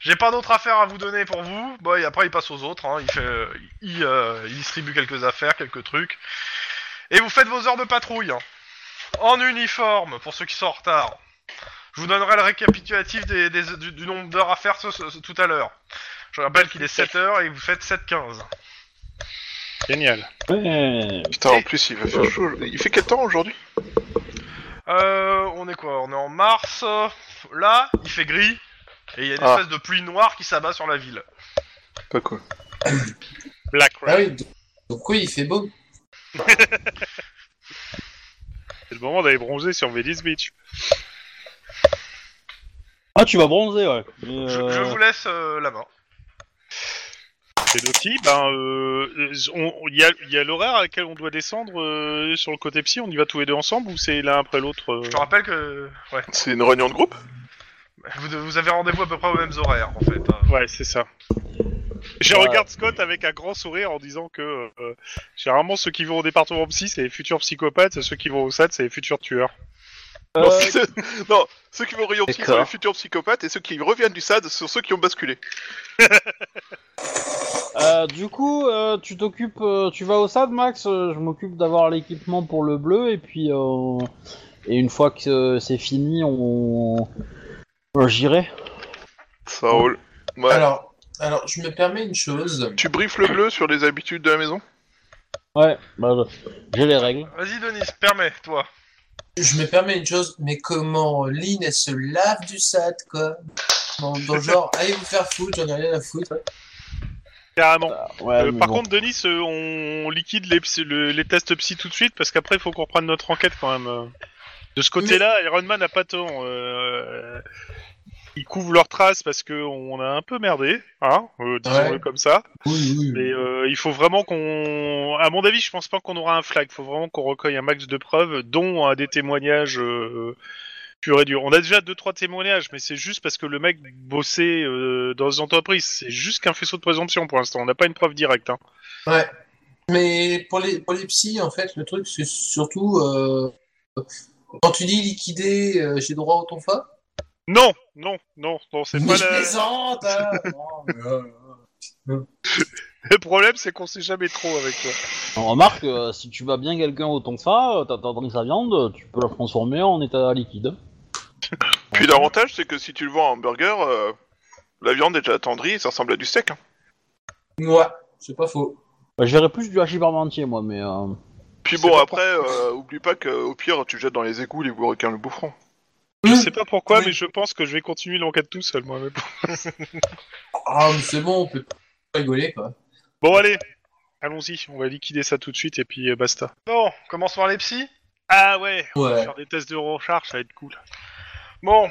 J'ai pas d'autres affaires à vous donner pour vous. Bon, et après, il passe aux autres. hein. Il, fait, il, euh, il distribue quelques affaires, quelques trucs. Et vous faites vos heures de patrouille. hein. En uniforme, pour ceux qui sont en retard. Je vous donnerai le récapitulatif des- des- du, du nombre d'heures à faire ce- ce- ce- tout à l'heure. Je rappelle qu'il est 7h et vous faites 7h15.
Génial.
Ouais.
Putain, en plus, il va faire chaud. Il fait quel temps aujourd'hui
Euh, on est quoi On est en mars. euh, Là, il fait gris. Et il y a une
Ah.
espèce de pluie noire qui s'abat sur la ville.
Pas cool.
Black
Ah
Rat.
oui, donc- donc oui, il fait beau.
C'est le moment d'aller bronzer sur Venice Beach.
Ah, tu vas bronzer, ouais. Mais,
Je,
euh,
je vous laisse euh, la main.
Et Doty, ben, euh, on- il y a, il y a l'horaire à laquelle on doit descendre euh, sur le côté psy. On y va tous les deux ensemble ou c'est l'un après l'autre euh
Je te rappelle que. Ouais.
C'est une réunion de groupe
Vous, de- vous avez rendez-vous à peu près aux mêmes horaires, en fait. euh.
Ouais, c'est ça. Je
Ouais.
regarde Scott avec un grand sourire en disant que euh, généralement ceux qui vont au département psy, c'est les futurs psychopathes, ceux qui vont au SAD, c'est les futurs tueurs.
non,
euh,
c'est- non, ceux qui vont au rayon psy sont
D'accord.
les futurs psychopathes et ceux qui reviennent du SAD sont ceux qui ont basculé.
euh, du coup, euh, tu t'occupes, euh, tu vas au SAD, Max. euh, je m'occupe d'avoir l'équipement pour le bleu et puis euh, et une fois que euh, c'est fini, on euh, j'irai.
Ça roule. Ouais.
Alors, alors, je me permets une chose.
Tu briefes le bleu sur les habitudes de la maison
Ouais. bah, je- J'ai les
Euh,
règles.
Vas-y, Denis, permets, toi.
Je me permets une chose, mais comment Lynn, elle se lave du sat, quoi Dans, dans le genre, allez vous faire foutre, j'en ai rien à foutre.
Carrément.
Ouais.
Euh,
mais
par
bon.
contre, Denis, euh, on liquide les, psy- le- les tests psy tout de suite parce qu'après, il faut qu'on reprenne notre enquête quand même. euh. De ce côté-là, Iron Man n'a pas tort. euh, Ils couvrent leurs traces parce que on a un peu merdé, hein, euh, disons-le
Ouais.
comme ça.
Oui, oui.
Mais euh, il faut vraiment qu'on. À mon avis, je pense pas qu'on aura un flag. Il faut vraiment qu'on recueille un max de preuves, dont euh, des témoignages. euh, purs et durs. On a déjà deux trois témoignages, mais c'est juste parce que le mec bossait euh, dans des entreprises. C'est juste qu'un faisceau de présomption pour l'instant. On n'a pas une preuve directe. hein.
Ouais. Mais pour les, pour les psys, en fait, le truc, c'est surtout euh, quand tu dis liquider, euh, j'ai droit au tonfa.
Non, non, non, non, c'est
Mais
pas
je
la- [LAUGHS]
plaisante, hein Oh, mais, euh,
le problème, c'est qu'on sait jamais trop avec toi.
On remarque, euh, si tu vas bien quelqu'un au tonfa, euh, t'attendris sa viande, tu peux la transformer en état liquide.
Puis l'avantage, c'est que si tu le vends en burger, euh, la viande est déjà attendrie et ça ressemble à du steak. hein.
Ouais, c'est pas faux.
Bah, je verrais plus du hachis parmentier, moi, mais. euh,
Puis
C'est
bon,
pas
après, euh, oublie pas qu'au pire, tu jettes dans les égouts les requins le bouffon.
Hum.
Je sais pas pourquoi,
Oui.
mais je pense que je vais continuer l'enquête tout seul moi.
Ah, mais c'est bon, on peut pas rigoler, quoi.
Bon, allez, allons-y, on va liquider ça tout de suite et puis euh, basta.
Bon, commence par les psys.
Ah ouais, on va
Ouais.
faire des tests de recharge, ça va être cool.
Bon.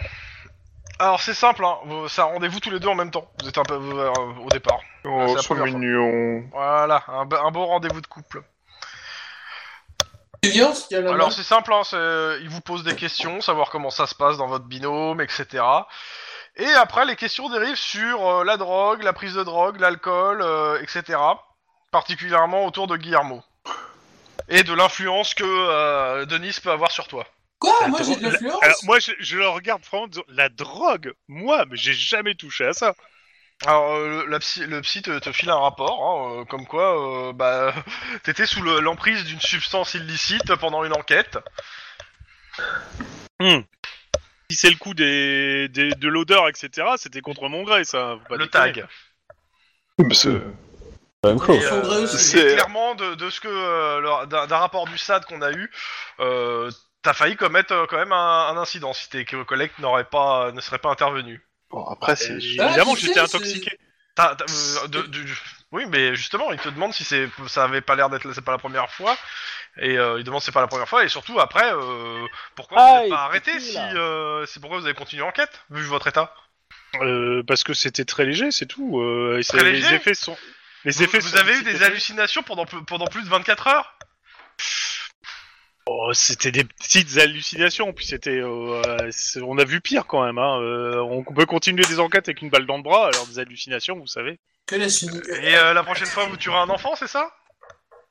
Alors, c'est simple, hein. Vous- ça rendez-vous tous les deux en même temps. Vous êtes un peu euh, au départ.
Oh,
c'est la
c'est
première fois.
mignon.
Voilà, un, be- un beau rendez-vous de couple.
Déviance, il y a la
Alors c'est simple, hein, c'est- ils vous posent des questions, savoir comment ça se passe dans votre binôme, etc. Et après, les questions dérivent sur euh, la drogue, la prise de drogue, l'alcool, euh, etc. Particulièrement autour de Guillermo. Et de l'influence que euh, Denis peut avoir sur toi.
Quoi Moi j'ai de l'influence
Alors moi, je, je le regarde vraiment en disant, la drogue, moi, mais j'ai jamais touché à ça.
Alors, euh, la psy- le psy te, te file un rapport, hein, euh, comme quoi euh, bah, [LAUGHS] t'étais sous le- l'emprise d'une substance illicite pendant une enquête.
Si c'est le coup des, des- de l'odeur, etc., c'était contre mon gré, ça. faut pas
le
déconner.
tag.
la même chose.
Et, euh,
Faudrait aussi.
c'est
C'est-
clairement de, de ce que euh, leur- d'un d'un rapport du SAD qu'on a eu, euh, t'as failli commettre euh, quand même un, un incident si tes collègues n'auraient pas ne seraient pas intervenus.
Bon, après,
Et
c'est.
Évidemment,
Ah, tu
j'étais
sais,
intoxiqué.
T'as- t'as- euh, de- du- oui, mais justement, il te demande si c'est ça avait pas l'air d'être c'est pas la première fois, et euh, il demande si c'est pas la première fois, et surtout après euh, pourquoi
Ah,
vous n'êtes
il
pas
te
arrêté
pue,
si
là.
euh, c'est pourquoi vous avez continué l'enquête vu votre état.
Euh, parce que c'était très léger, c'est tout. euh, et c'est-
Très
les
léger
effets sont. Les
Vous,
effets
vous
sont-
avez eu
c'était
des
très-
hallucinations pendant pe- pendant plus de 24 heures.
Oh, c'était des petites hallucinations, puis c'était. euh, euh, c'est- on a vu pire quand même. Hein. euh, on peut continuer des enquêtes avec une balle dans le bras, alors des hallucinations, vous savez.
Que la Sunny.
Et euh, la prochaine fois, vous tuerez un enfant, c'est ça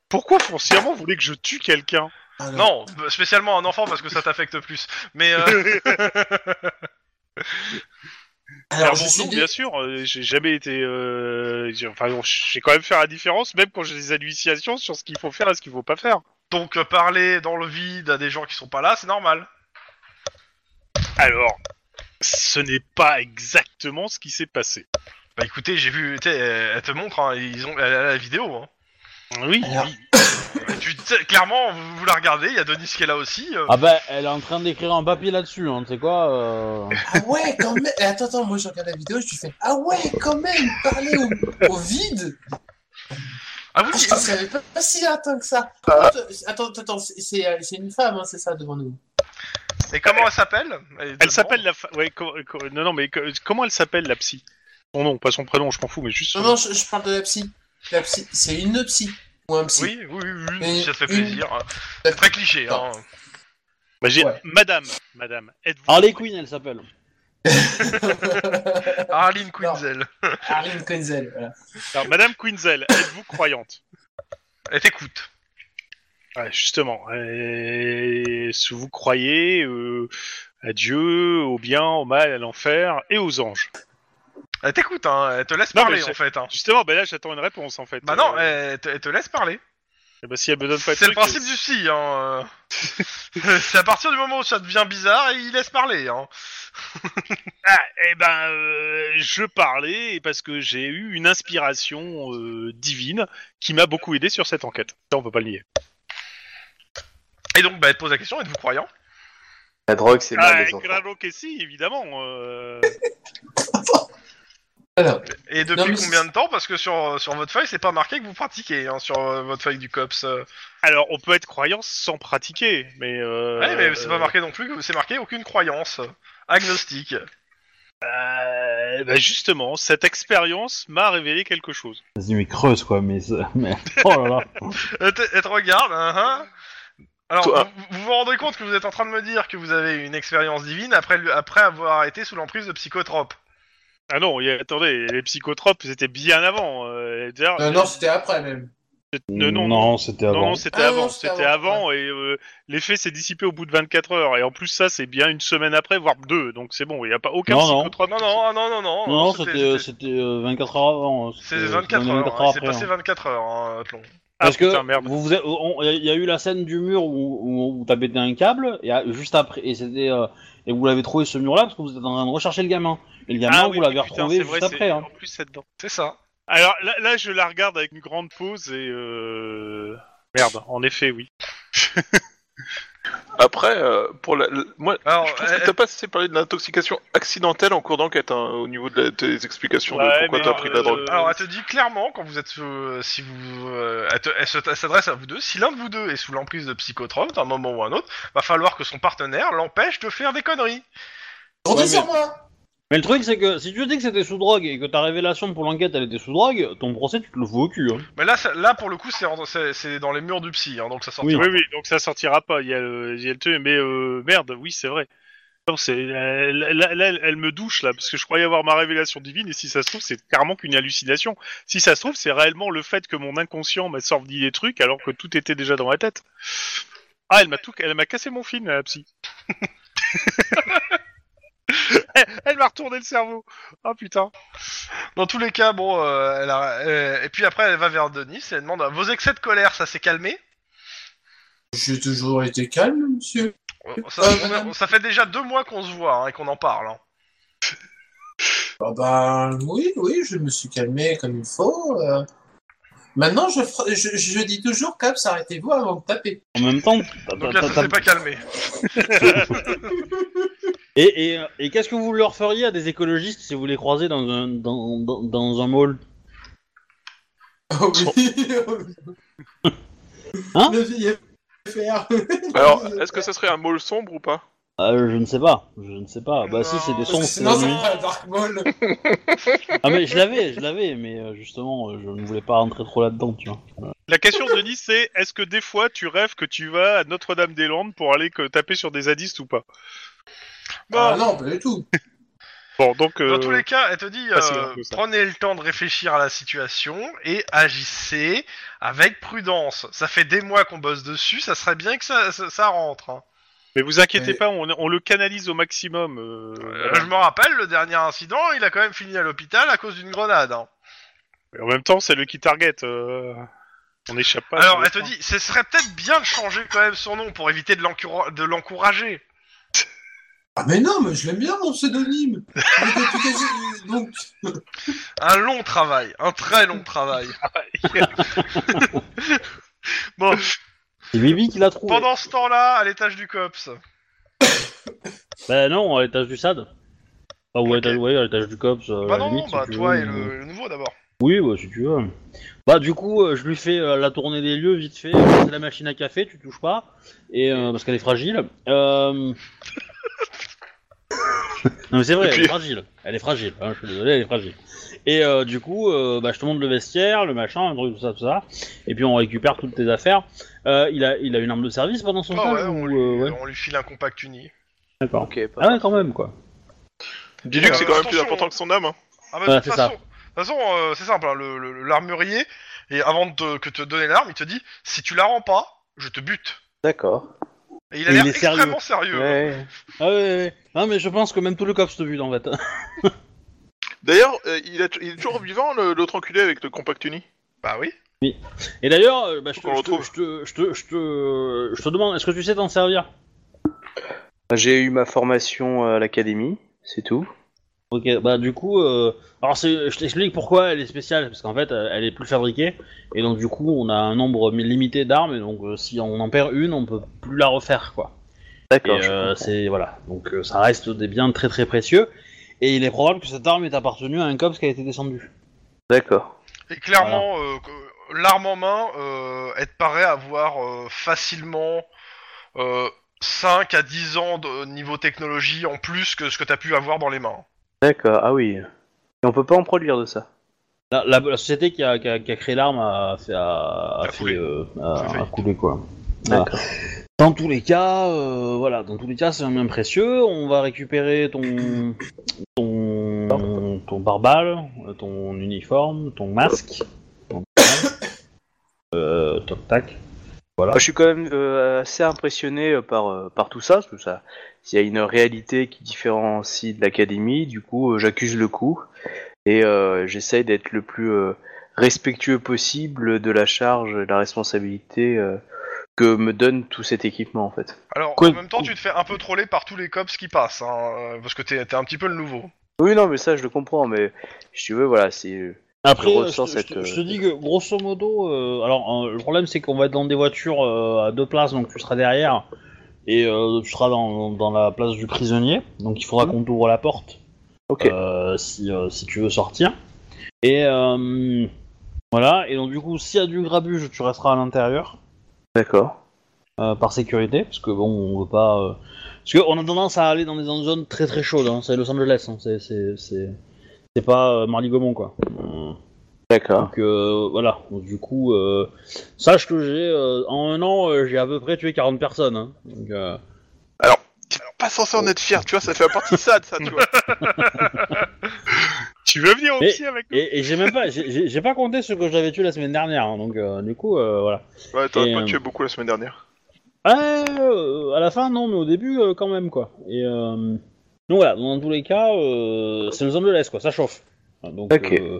Pourquoi foncièrement vous voulez que je tue quelqu'un
Alors,
Non, bah, spécialement un enfant parce que ça t'affecte plus. Mais euh,
[LAUGHS]
alors,
Clairement
je
non,
suis
bien sûr. euh, J'ai jamais été. euh, j'ai- enfin, bon, j'ai quand même fait la différence, même quand j'ai des hallucinations sur ce qu'il faut faire et ce qu'il faut pas faire.
donc euh, parler dans le vide à des gens qui sont pas là, c'est normal.
Alors, ce n'est pas exactement ce qui s'est passé.
Bah écoutez, j'ai vu, tu sais, euh, elle te montre, hein, ils ont elle a la vidéo. hein.
Oui.
Alors-
oui.
Bah, tu- tu sais, clairement, vous, vous la regardez, il y a Denis qui est là aussi. euh.
Ah bah, elle est en train d'écrire un papier là-dessus, hein, tu sais quoi euh,
Ah ouais, quand même. Et Attends, attends, moi je regarde la vidéo, je lui fais Ah ouais, quand même, parler au, au vide.
Ah oui,
Ah, je ne savais pas pas si attends que ça.
Ah.
Attends, attends, c'est- c'est euh, c'est une femme, hein, c'est ça devant nous.
et comment elle s'appelle
Ah. Elle s'appelle la. fa- Ouais, co- co- non, non, mais co- comment elle s'appelle la psy Son nom, pas son prénom, je m'en fous, mais juste. son
Non,
nom.
non, je, je parle de la psy. La psy, c'est une psy ou un psy.
Oui, oui, oui, oui,
Et
si ça te fait
une-
plaisir. hein. C'est très cliché. Hein.
Bah, j'ai-
Ouais.
Madame, madame, êtes-vous.
Ah.
Harley Quinn, elle s'appelle.
Arlene Quinzel.
[LAUGHS] Arlene Quenzel. Voilà.
Alors, madame Quinzel, êtes-vous croyante
Elle t'écoute.
[LAUGHS] Ouais, Justement. euh, si vous croyez euh, à Dieu, au bien, au mal, à l'enfer et aux anges.
Elle t'écoute, hein. elle te laisse
Non, mais
parler
c'est-
en fait. Hein.
Justement, bah là, j'attends une réponse en fait.
Bah non,
Euh,
elle te, elle te laisse parler.
eh ben, si elle me donne pas
C'est le
truc,
principe du psy, hein. euh. [LAUGHS] c'est à partir du moment où ça devient bizarre, il laisse parler, hein.
Ah, eh ben, euh, je parlais parce que j'ai eu une inspiration euh, divine qui m'a beaucoup aidé sur cette enquête. Ça, on peut pas le nier.
Et donc, bah, elle te pose la question, êtes-vous croyant
La drogue, c'est mal,
Ah,
les enfants.
claro que si, évidemment. euh.
Alors,
Et
Non,
depuis
mais
combien
c'est-
de temps Parce que sur, sur votre feuille, c'est pas marqué que vous pratiquez, hein, sur euh, votre feuille du COPS. euh.
Alors, on peut être croyant sans pratiquer, mais. euh,
Ouais, mais c'est pas marqué non plus, que- c'est marqué aucune croyance. euh, Agnostique.
Euh, bah, justement, cette expérience m'a révélé quelque chose.
Vas-y, mais creuse, quoi, mais... mais... Oh là là
Elle Euh, te, elle te regarde, hein, hein. Alors,
Toi-
vous, vous vous rendez compte que vous êtes en train de me dire que vous avez une expérience divine après, lui- après avoir été sous l'emprise de psychotropes.
Ah non, y a- attendez, les psychotropes, c'était bien avant. euh, d'ailleurs,
euh, non, c'était après même.
euh, non, non,
Non, c'était
non,
avant.
non, c'était
Ah,
avant,
non, c'était
c'était
avant,
avant, et euh, l'effet s'est dissipé au bout de 24 heures. Et en plus, ça, c'est bien une semaine après, voire deux, donc c'est bon, il n'y a pas aucun
Non, non.
Oh,
psychotrope.
non, non, ah, non, non, non.
Non, non, c'était euh, c'était, euh, 24 heures avant. euh,
C'est
c'était-
24
c'était
heures, hein, il s'est
après,
passé
hein.
24 heures, hein, Tlon.
Ah,
Parce
putain,
que
merde.
vous vous êtes- on- il y a eu la scène du mur où, où, où t'as pété un câble et ah, juste après et c'était euh, et vous l'avez trouvé ce mur-là parce que vous êtes en train de rechercher le gamin. Et le gamin
Ah
vous
oui,
l'avez
putain,
retrouvé
c'est
juste
vrai, c'est-
après. Hein.
En plus, c'est dedans.
C'est ça.
Alors là, là, je la regarde avec une grande pause et. euh, Merde, en effet, oui.
Après, euh, pour la... la- moi,
Alors,
je trouve
elle-
que t'as pas assez parlé de l'intoxication accidentelle en cours d'enquête, hein, au niveau de la- des explications
Ouais,
de pourquoi
mais
t'as
alors,
pris de la
euh,
drogue.
Alors, elle te dit clairement, quand vous êtes sous, euh, si vous, euh, elle, te- elle se- elle s'adresse à vous deux, si l'un de vous deux est sous l'emprise de psychotrope, à un moment ou à un autre, va falloir que son partenaire l'empêche de faire des conneries.
Tournez
Ouais,
sur moi
Mais le truc, c'est que si tu dis que c'était sous drogue et que ta révélation pour l'enquête elle était sous drogue, ton procès tu te le fous au cul. hein.
Mais là, ça- là pour le coup, c'est en- c'est c'est dans les murs du psy, hein, donc ça sortira.
Oui.
Oui, oui, donc ça sortira pas. Il y a le, il y a le truc, mais euh, merde, oui, c'est vrai. Non, c'est, euh, là, là, là, elle me douche là, parce que je croyais avoir ma révélation divine, et si ça se trouve, c'est carrément qu'une hallucination. Si ça se trouve, c'est réellement le fait que mon inconscient m'a sorti des trucs alors que tout était déjà dans ma tête. Ah, elle m'a tout, elle m'a cassé mon film, la psy. [LAUGHS] elle elle m'a retourné le cerveau. Ah putain.
Dans tous les cas, bon, euh, elle a- euh, et puis après, elle va vers Denis et elle demande Vos excès de colère, ça s'est calmé
J'ai toujours été calme, monsieur.
ça,
Euh,
on-
madame.
ça fait déjà deux mois qu'on se voit hein, et qu'on en parle. hein.
Ah ben oui, oui, je me suis calmé comme il faut. euh. Maintenant, je, fr- je, je dis toujours, Caps, arrêtez-vous avant de taper. [LAUGHS]
En même temps, t'as- Bah,
Donc
t'as-
là, ça
t'as-
s'est pas calmé.
Et, et, euh, et qu'est-ce que vous leur feriez à des écologistes si vous les croisez dans un, dans, dans, dans un mall
Oh oui.
Hein
Le vieil faire.
Alors, est-ce que ça serait un mall sombre ou pas
Euh, Je ne sais pas, je ne sais pas. Bah si, c'est des
Parce
sons,
que
c'est
sinon,
la
ça
nuit.
fera un Dark Maul.
Ah mais je l'avais, je l'avais, mais euh, justement, euh, je ne voulais pas rentrer trop là-dedans, tu vois.
La question de Denis, c'est est-ce que des fois tu rêves que tu vas à Notre-Dame-des-Landes pour aller que, taper sur des zadistes ou pas
Ah non, pas du tout.
Bon, donc.
Dans
euh,
tous les cas, elle te dit
pas si
euh,
grave que ça.
Prenez le temps de réfléchir à la situation et agissez avec prudence. Ça fait des mois qu'on bosse dessus, ça serait bien que ça, ça, ça rentre. hein.
Mais vous inquiétez
Mais-
pas, on, on le canalise au maximum.
Euh,
euh, voilà.
je me rappelle, le dernier incident, il a quand même fini à l'hôpital à cause d'une grenade. hein.
Mais En même temps, c'est le qui target. euh, On n'échappe pas. Euh,
Alors,
je
elle te dit, ce serait peut-être bien de changer quand même son nom pour éviter de l'encoura- de l'encourager.
Ah mais non, mais je l'aime bien
[LAUGHS]
mon pseudonyme. Il était tout caché, euh, Donc,
Un long travail, un très long travail. bon,
C'est Bibi qui l'a trouvé.
pendant ce temps-là, à l'étage du COPS.
Euh,
Bah non, à l'étage du SAD. Ah ouais, à l'étage- ouais, à l'étage du COPS. euh, à
Bah
la
non,
limite,
non,
si
bah
tu
toi
veux,
et
mais-
le, le nouveau d'abord.
Oui, bah, si tu veux. Bah, du coup, euh, je lui fais euh, la tournée des lieux vite fait. euh, C'est la machine à café, tu touches pas. Et, euh, parce qu'elle est fragile. Euh... [LAUGHS] non, mais c'est vrai,
Et puis-
elle est fragile. Elle est fragile. hein, je suis désolé, elle est fragile. Et euh, du coup, euh, bah, je te montre le vestiaire, le machin, un truc, tout ça, tout ça. Et puis, on récupère toutes tes affaires. Euh, il, a, il a une arme de service pendant son
Ah
stage
ouais, on
ou,
lui,
euh, ouais
on lui file un compact uni.
D'accord.
Ok, pas-
Ah ouais, quand même, quoi.
Dis-lui que c'est quand même plus
Attention.
important que son âme. hein.
Ah bah,
Voilà,
de
c'est
toute
ça.
façon, de toute façon, euh, c'est simple, hein, le- le- l'armurier, et avant de te- que te donner l'arme, il te dit, si tu la rends pas, je te bute.
D'accord.
Et il a
Et
l'air
il est sérieux.
extrêmement sérieux.
Ouais.
Ah ouais, ouais, ouais. Non, mais je pense que même tout le cops te bute, en fait.
D'ailleurs, euh, il, a- il est toujours vivant, le- l'autre enculé avec le compact uni.
Bah oui.
Et d'ailleurs, euh, bah, je, te,
Qu'on le
je, te,
retrouve.
je, te, je, te, je te- je te demande, est-ce que tu sais t'en servir
J'ai eu ma formation à l'académie, c'est tout.
Ok, bah du coup, euh, alors c'est, je t'explique pourquoi elle est spéciale, parce qu'en fait, euh, elle est plus fabriquée, et donc du coup, on a un nombre limité d'armes, et donc euh, si on en perd une, on peut plus la refaire, quoi. Et,
D'accord. je
euh,
comprends.
c'est voilà, donc euh, ça reste des biens très très précieux, et il est probable que cette arme ait appartenu à un cops qui a été descendu.
D'accord.
Et clairement, euh, que- l'arme en main, euh, elle te paraît avoir euh, facilement euh, 5 à 10 ans de niveau technologie en plus que ce que t'as pu avoir dans les mains.
D'accord. Ah oui. Et on peut pas en produire de ça.
La, la- la société qui a, qui a- qui a créé l'arme a, fait- a, a
A coulé.
fait, euh, a-
Fait
a
faillite.
coulé, quoi. Voilà.
D'accord.
Dans tous les cas, euh, voilà, dans tous les cas, c'est un bien précieux. On va récupérer ton ton ton pare-balles, euh, ton uniforme, ton masque. ton- [COUGHS] Euh, toc tac.
Moi, Ah, je suis quand même euh, assez impressionné euh, par, euh, par tout ça, parce que ça, il y a une réalité qui différencie de l'académie, du coup, euh, j'accuse le coup, et euh, j'essaye d'être le plus euh, respectueux possible de la charge et de la responsabilité euh, que me donne tout cet équipement, en fait.
Alors,
Quoi-
en même temps, tu te fais un peu troller par tous les cops qui passent, hein, euh, parce que t'es t'es un petit peu le nouveau.
Oui, non, mais ça, je le comprends, mais si tu veux, voilà, c'est...
Après,
Je
euh, je,
ressens
te-
cette,
je te- je te
euh,
dis que grosso modo, euh, alors euh, le problème c'est qu'on va être dans des voitures euh, à deux places, donc tu seras derrière et euh, tu seras dans, dans la place du prisonnier. Donc il faudra
Mhm.
qu'on t'ouvre la porte.
Ok.
euh, si, euh, si tu veux sortir. Et euh, voilà, et donc du coup, s'il y a du grabuge, tu resteras à l'intérieur.
D'accord.
euh, par sécurité, parce que bon, on veut pas. euh, Parce qu'on a tendance à aller dans des zones très très chaudes, hein, c'est Los Angeles, hein, c'est- c'est c'est- c'est pas euh, Marly Gaumont quoi. Euh,
D'accord.
donc euh, voilà, Donc, du coup, euh, sache que j'ai euh, en un an, euh, j'ai à peu près tué 40 personnes. hein. Donc, euh,
T'es pas censé en être fier, tu vois, ça fait partie de ça, de ça, tu vois.
Tu veux venir
Mais-
aussi avec nous
et et j'ai même pas, j'ai- j'ai j'ai pas compté ce que j'avais tué la semaine dernière, hein, donc euh, du coup, euh, voilà.
Ouais, t'en
Et,
as pas
euh,
tué beaucoup la semaine dernière.
Ah, euh, à la fin, non, mais au début, euh, quand même, quoi. Et euh, donc voilà, dans tous les cas, euh, c'est Los Angeles, quoi, ça chauffe. Enfin, Donc,
Ok.
euh,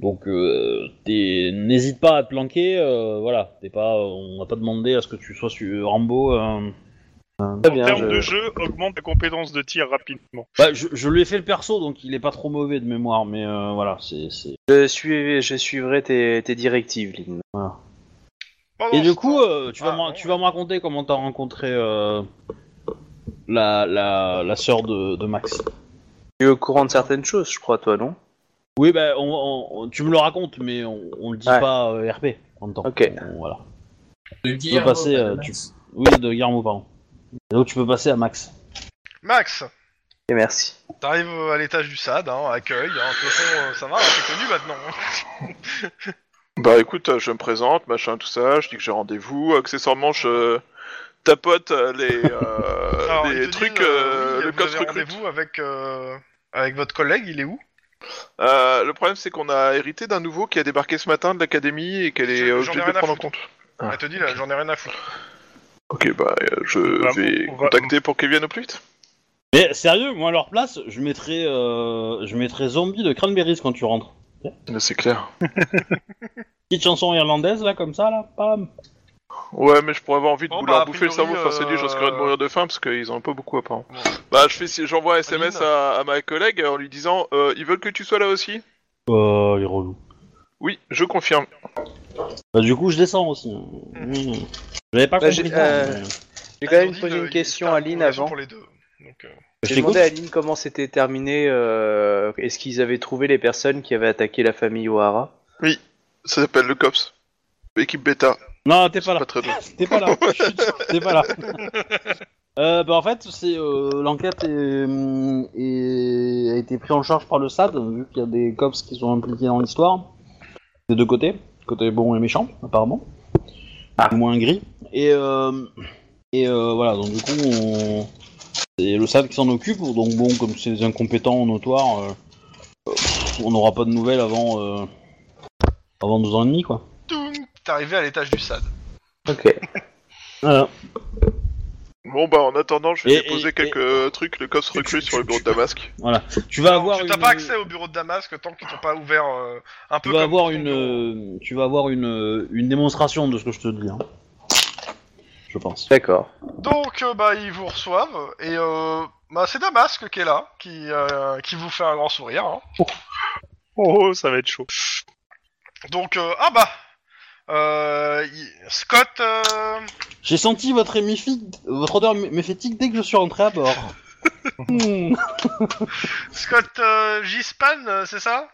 donc euh, t'es- n'hésite pas à te planquer, euh, voilà. T'es pas, on va pas demander à ce que tu sois sur Rambo. euh.
Très
En
bien.
termes
je-
de jeu, augmente la compétence de tir rapidement.
Bah, je, je lui ai fait le perso, donc il est pas trop mauvais de mémoire, mais euh, voilà, c'est. c'est-
Je, suis, je suivrai tes, tes directives, Lynn.
Pendant
Et du
ce
coup,
temps-
euh, tu, vas
Ah,
me-
bon,
tu vas me raconter comment t'as rencontré euh, la, la, la sœur de, de Max.
Tu es au courant de certaines choses, je crois, toi, non
Oui, bah, on, on- on- tu me le racontes, mais on, on le dit
Ouais.
pas euh, RP en même temps.
Ok.
On- voilà.
De
peux
Guillermo
passer, euh, tu-
Palamas.
Oui, de Guillermo, pardon. Et donc tu peux passer à Max.
Max,
Et merci.
t'arrives euh, à l'étage du SAD, hein, accueil, hein, de toute façon, euh, ça va, hein, t'es connu maintenant.
Bah écoute, euh, je me présente, machin, tout ça, je dis que j'ai rendez-vous, accessoirement, je tapote euh, les,
[LAUGHS]
euh,
Alors, il
les
te
trucs,
dit,
euh,
euh, oui,
le
vous
cops
avez
recrute.
rendez-vous avec, euh, avec votre collègue, il est où
Euh, le problème, c'est qu'on a hérité d'un nouveau qui a débarqué ce matin de l'académie et qu'elle
Je-
est
j'en ai
obligée de
rien à
prendre en
foutre.
compte.
Elle te dit, là, j'en ai rien à foutre.
Ok, bah euh, je
Bah,
vais
on va-
contacter pour qu'elle vienne au plus vite.
Mais sérieux, moi à leur place, je mettrais, euh, je mettrais Zombie de Cranberries quand tu rentres.
Mais Bah, c'est clair.
Petite chanson irlandaise là, comme ça, là, pam.
Ouais, mais je pourrais avoir envie de
Bon,
vouloir
bah, a
bouffer le
priori,
cerveau. Enfin, c'est dit, je risquerais de
euh,
mourir de faim parce qu'ils en ont pas beaucoup apparemment.
Bon.
Bah, je fais, si- j'envoie un SMS
Pauline.
à, à ma collègue en lui disant, euh, ils veulent que tu sois là aussi.
Euh, il est relou.
Oui, je confirme.
Bah, du coup, je descends aussi. hein. Mmh. J'avais pas
Bah,
compris.
j'ai-
ça,
euh,
mais-
J'ai
Ils
quand
ont
même
dit
posé
de-
une
ils-
question
t'as
à
euh, une
Lynn
relation
avant.
Pour les deux. Donc, euh,
Je
J'ai
t'écoute.
demandé à Lynn comment c'était terminé, euh, est-ce qu'ils avaient trouvé les personnes qui avaient attaqué la famille O'Hara
Ça s'appelle le COPS. Équipe bêta.
Non, t'es pas
C'est
là.
pas très bien.
T'es pas là. Chut, T'es pas là. Euh, bah, en fait, c'est euh, l'enquête est, hum, est- a été prise en charge par le SAD, vu qu'il y a des cops qui sont impliqués dans l'histoire, des deux côtés, côté bon et méchant, apparemment, Ou moins gris. Et, euh, et euh, voilà, donc du coup, on- c'est le SAD qui s'en occupe, donc bon, comme c'est des incompétents notoires, euh, euh, on n'aura pas de nouvelles avant, euh, avant deux ans et demi, quoi.
toum, t'es arrivé à l'étage du SAD.
Ok.
Voilà.
Bon, bah, en attendant, je vais
Et-
déposer
et-
quelques euh, trucs, le COPS recrute sur le bureau de Damasque.
Tu vas
Non,
avoir
tu
une-
t'as pas accès au bureau de Damasque tant qu'ils t'ont pas ouvert euh, un peu
Tu vas
comme
avoir
ton
une,
bureau.
euh, tu vas avoir une, euh, une démonstration de ce que je te dis. hein. Je pense.
D'accord.
Donc, euh, bah, ils vous reçoivent, et euh, bah, c'est Damasque qui est là, qui, euh, qui vous fait un grand sourire. hein.
Oh, ça va être chaud.
Donc, euh, ah bah, euh, y- Scott, euh,
J'ai senti votre hémiphite- votre odeur mé- méphétique dès que je suis rentré à bord. Hmm.
Scott euh, Gispan, euh, c'est ça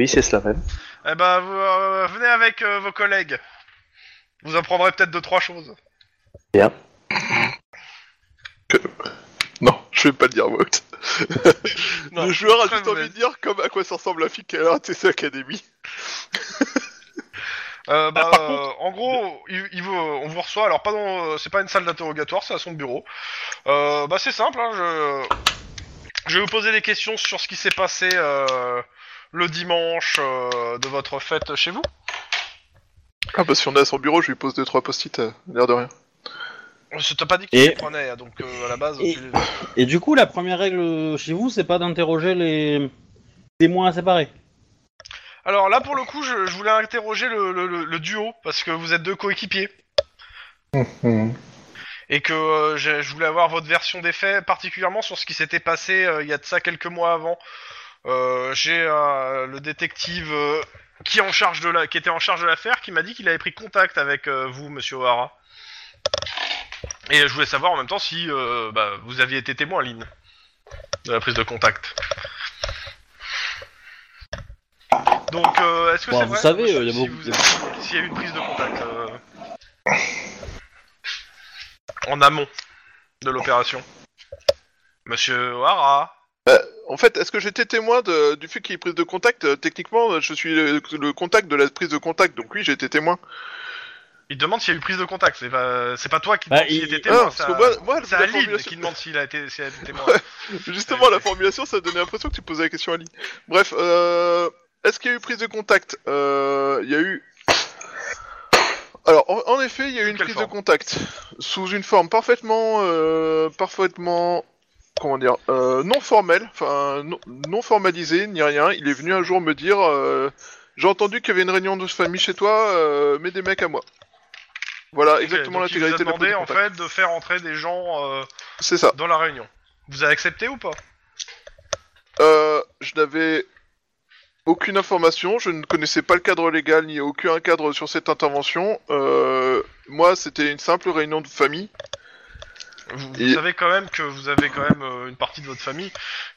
Oui, c'est cela même.
Eh ben, vous, euh, venez avec euh, vos collègues. Vous apprendrez peut-être deux, trois choses.
Non, je vais pas le dire, moi.
Non,
le joueur a
très
juste envie
mauvais.
de dire comme à quoi ça ressemble la fille qu'elle a à académie.
Euh, bah,
Ah, par
euh, en gros, il, il vous- on vous reçoit. Alors, pas dans- euh, c'est pas une salle d'interrogatoire, c'est à son bureau. Euh, bah, c'est simple. hein, je... je vais vous poser des questions sur ce qui s'est passé euh, le dimanche euh, de votre fête chez vous.
Ah, bah, si on est à son bureau, je lui pose 2-3 post-it, euh, l'air de rien.
Euh, Je t'ai pas dit que
Et-
tu les prenais, donc euh, à la base.
Et-
tu les-
Et du coup, la première règle chez vous, c'est pas d'interroger les témoins à séparer.
Alors là, pour le coup, je, je voulais interroger le, le- le- le duo parce que vous êtes deux coéquipiers. Et que euh, je, je voulais avoir votre version des faits, particulièrement sur ce qui s'était passé euh, il y a de ça quelques mois avant. Euh, J'ai euh, le détective euh, qui, est en charge de la, qui était en charge de l'affaire qui m'a dit qu'il avait pris contact avec euh, vous, monsieur O'Hara. Et je voulais savoir en même temps si euh, bah, vous aviez été témoin, Lynn, de la prise de contact. Donc, euh, est-ce que
Bah,
c'est
vous
vrai
savez,
si
euh, il y a
vous
beaucoup-
avez- S'il y a eu une prise de contact. euh, en amont de l'opération. Monsieur O'Hara
En fait, est-ce que j'étais témoin de- du fait qu'il y ait prise de contact Euh, Techniquement, je suis le, le contact de la prise de contact, donc oui, j'ai été témoin.
il demande s'il y a eu prise de contact. C'est pas, c'est pas toi qui
Bah,
demande
il-
s'il était
Ah,
témoin.
parce
ça-
que moi- moi,
C'est
la
Aline
formulation-
qui demande s'il a été, s'il a
[LAUGHS]
été témoin.
Justement, la formulation, ça donnait l'impression que tu posais la question à Ali. Bref, euh, est-ce qu'il y a eu prise de contact Euh, Il y a eu. [COUGHS] Alors, en, en effet, il y a eu une
Quelle
prise
forme
de contact sous une forme parfaitement, euh, parfaitement, comment dire, euh, non formelle, enfin non, non formalisée ni rien. Il est venu un jour me dire, euh, j'ai entendu qu'il y avait une réunion de famille chez toi, euh, mets des mecs à moi. Voilà, exactement
Ok, donc il vous a
l'intégralité de la
demandé
prise de
en
contact. Ah.
fait de faire entrer des gens euh,
C'est ça.
dans la réunion. Vous avez accepté ou pas
Euh, je n'avais aucune information, je ne connaissais pas le cadre légal ni aucun cadre sur cette intervention. Euh, moi, c'était une simple réunion de famille.
Vous, vous
Et-
savez quand même que vous avez quand même euh, une partie de votre famille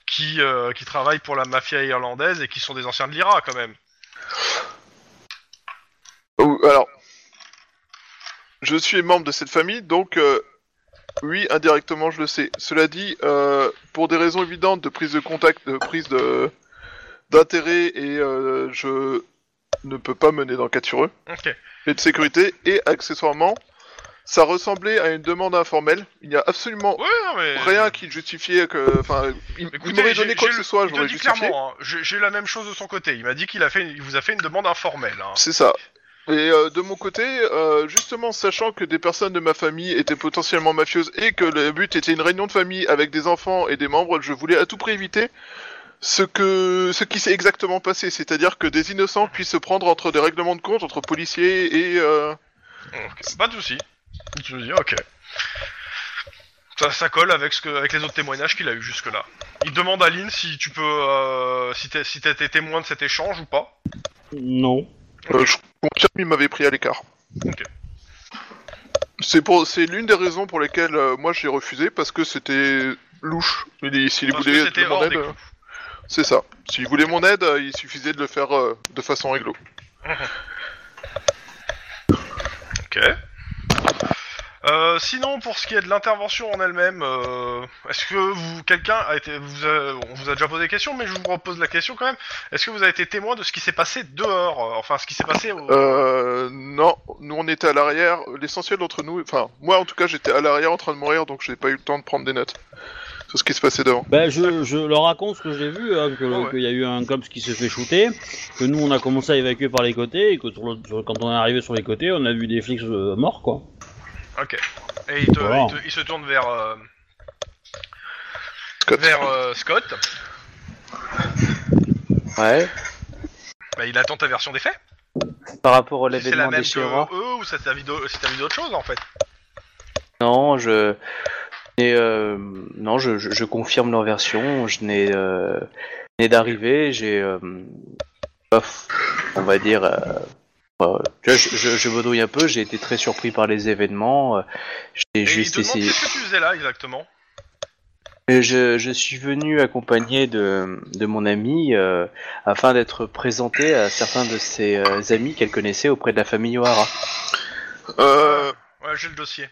qui euh, qui travaille pour la mafia irlandaise et qui sont des anciens de l'IRA quand même.
Ou- Alors, je suis membre de cette famille, donc euh, oui, indirectement, je le sais. Cela dit, euh, pour des raisons évidentes de prise de contact, de prise de d'intérêt, et euh, je ne peux pas mener d'enquête sur eux.
Ok.
et de sécurité, et accessoirement, ça ressemblait à une demande informelle. Il n'y a absolument
Ouais, non mais.
rien qui justifiait que. Enfin, il, il
Écoutez,
m'aurait
j'ai-
donné
j'ai
quoi que ce
le-
soit,
il te
j'aurais
dit
justifié.
clairement, hein, j'ai j'ai eu la même chose de son côté. Il m'a dit qu'il a fait, une- il vous a fait une demande informelle. hein.
C'est ça. Et euh, de mon côté, euh, justement, sachant que des personnes de ma famille étaient potentiellement mafieuses et que le but était une réunion de famille avec des enfants et des membres, je voulais à tout prix éviter ce que ce qui s'est exactement passé, c'est-à-dire que des innocents puissent se prendre entre des règlements de compte entre policiers et euh,
Ok, Pas de souci. Je me dis ok. Ça, ça colle avec ce que, avec les autres témoignages qu'il a eu jusque là. Il demande à Lynn si tu peux, euh, si t'es, si t'étais témoin de cet échange ou pas.
Non.
Euh, je confirme, il m'avait pris à l'écart.
Ok.
C'est pour, c'est l'une des raisons pour lesquelles euh, moi j'ai refusé parce que c'était louche. Il- S'il
Parce
voulait
que c'était
de mon
hors
aide,
des
euh, c'est ça. S'il voulait mon aide, euh, il suffisait de le faire euh, de façon réglo.
Ok. Euh, sinon, pour ce qui est de l'intervention en elle-même, euh, est-ce que vous, quelqu'un a été, vous a- on vous a déjà posé des questions, mais je vous repose la question quand même. Est-ce que vous avez été témoin de ce qui s'est passé dehors, euh, enfin ce qui s'est passé au,
Euh, non, nous on était à l'arrière. L'essentiel d'entre nous, enfin moi en tout cas, j'étais à l'arrière en train de mourir, donc j'ai pas eu le temps de prendre des notes sur ce qui se passait devant.
Ben, je, je leur raconte ce que j'ai vu, hein, que- qu'il
Ah ouais.
y a eu un cops qui s'est fait shooter, que nous on a commencé à évacuer par les côtés, et que sur le- sur- quand on est arrivé sur les côtés, on a vu des flics euh, morts, quoi.
Ok. Et il, te-
Voilà.
il te- il se tourne vers euh,
Scott.
vers euh, Scott.
Ouais.
Bah, il attend ta version des faits.
Par rapport au
Si c'est la
l'événement
même
des
que
Chihuahuas.
eux ou c'est ta vidéo, c'est ta vidéo d'autre chose en fait.
Non, je. Et euh, non, je, je- je confirme leur version. Je n'ai euh, je n'ai d'arrivée. J'ai, euh, bof, on va dire, euh, euh, tu vois, je, je, je bredouille un peu. J'ai été très surpris par les événements. euh, J'ai
Et il
juste
te demande
essayé.
qu'est-ce que tu faisais là exactement.
Et Je, je suis venu accompagné de, de mon ami euh, afin d'être présenté à certains de ses euh, amis qu'elle connaissait auprès de la famille O'Hara.
Euh,
Ouais, j'ai le dossier.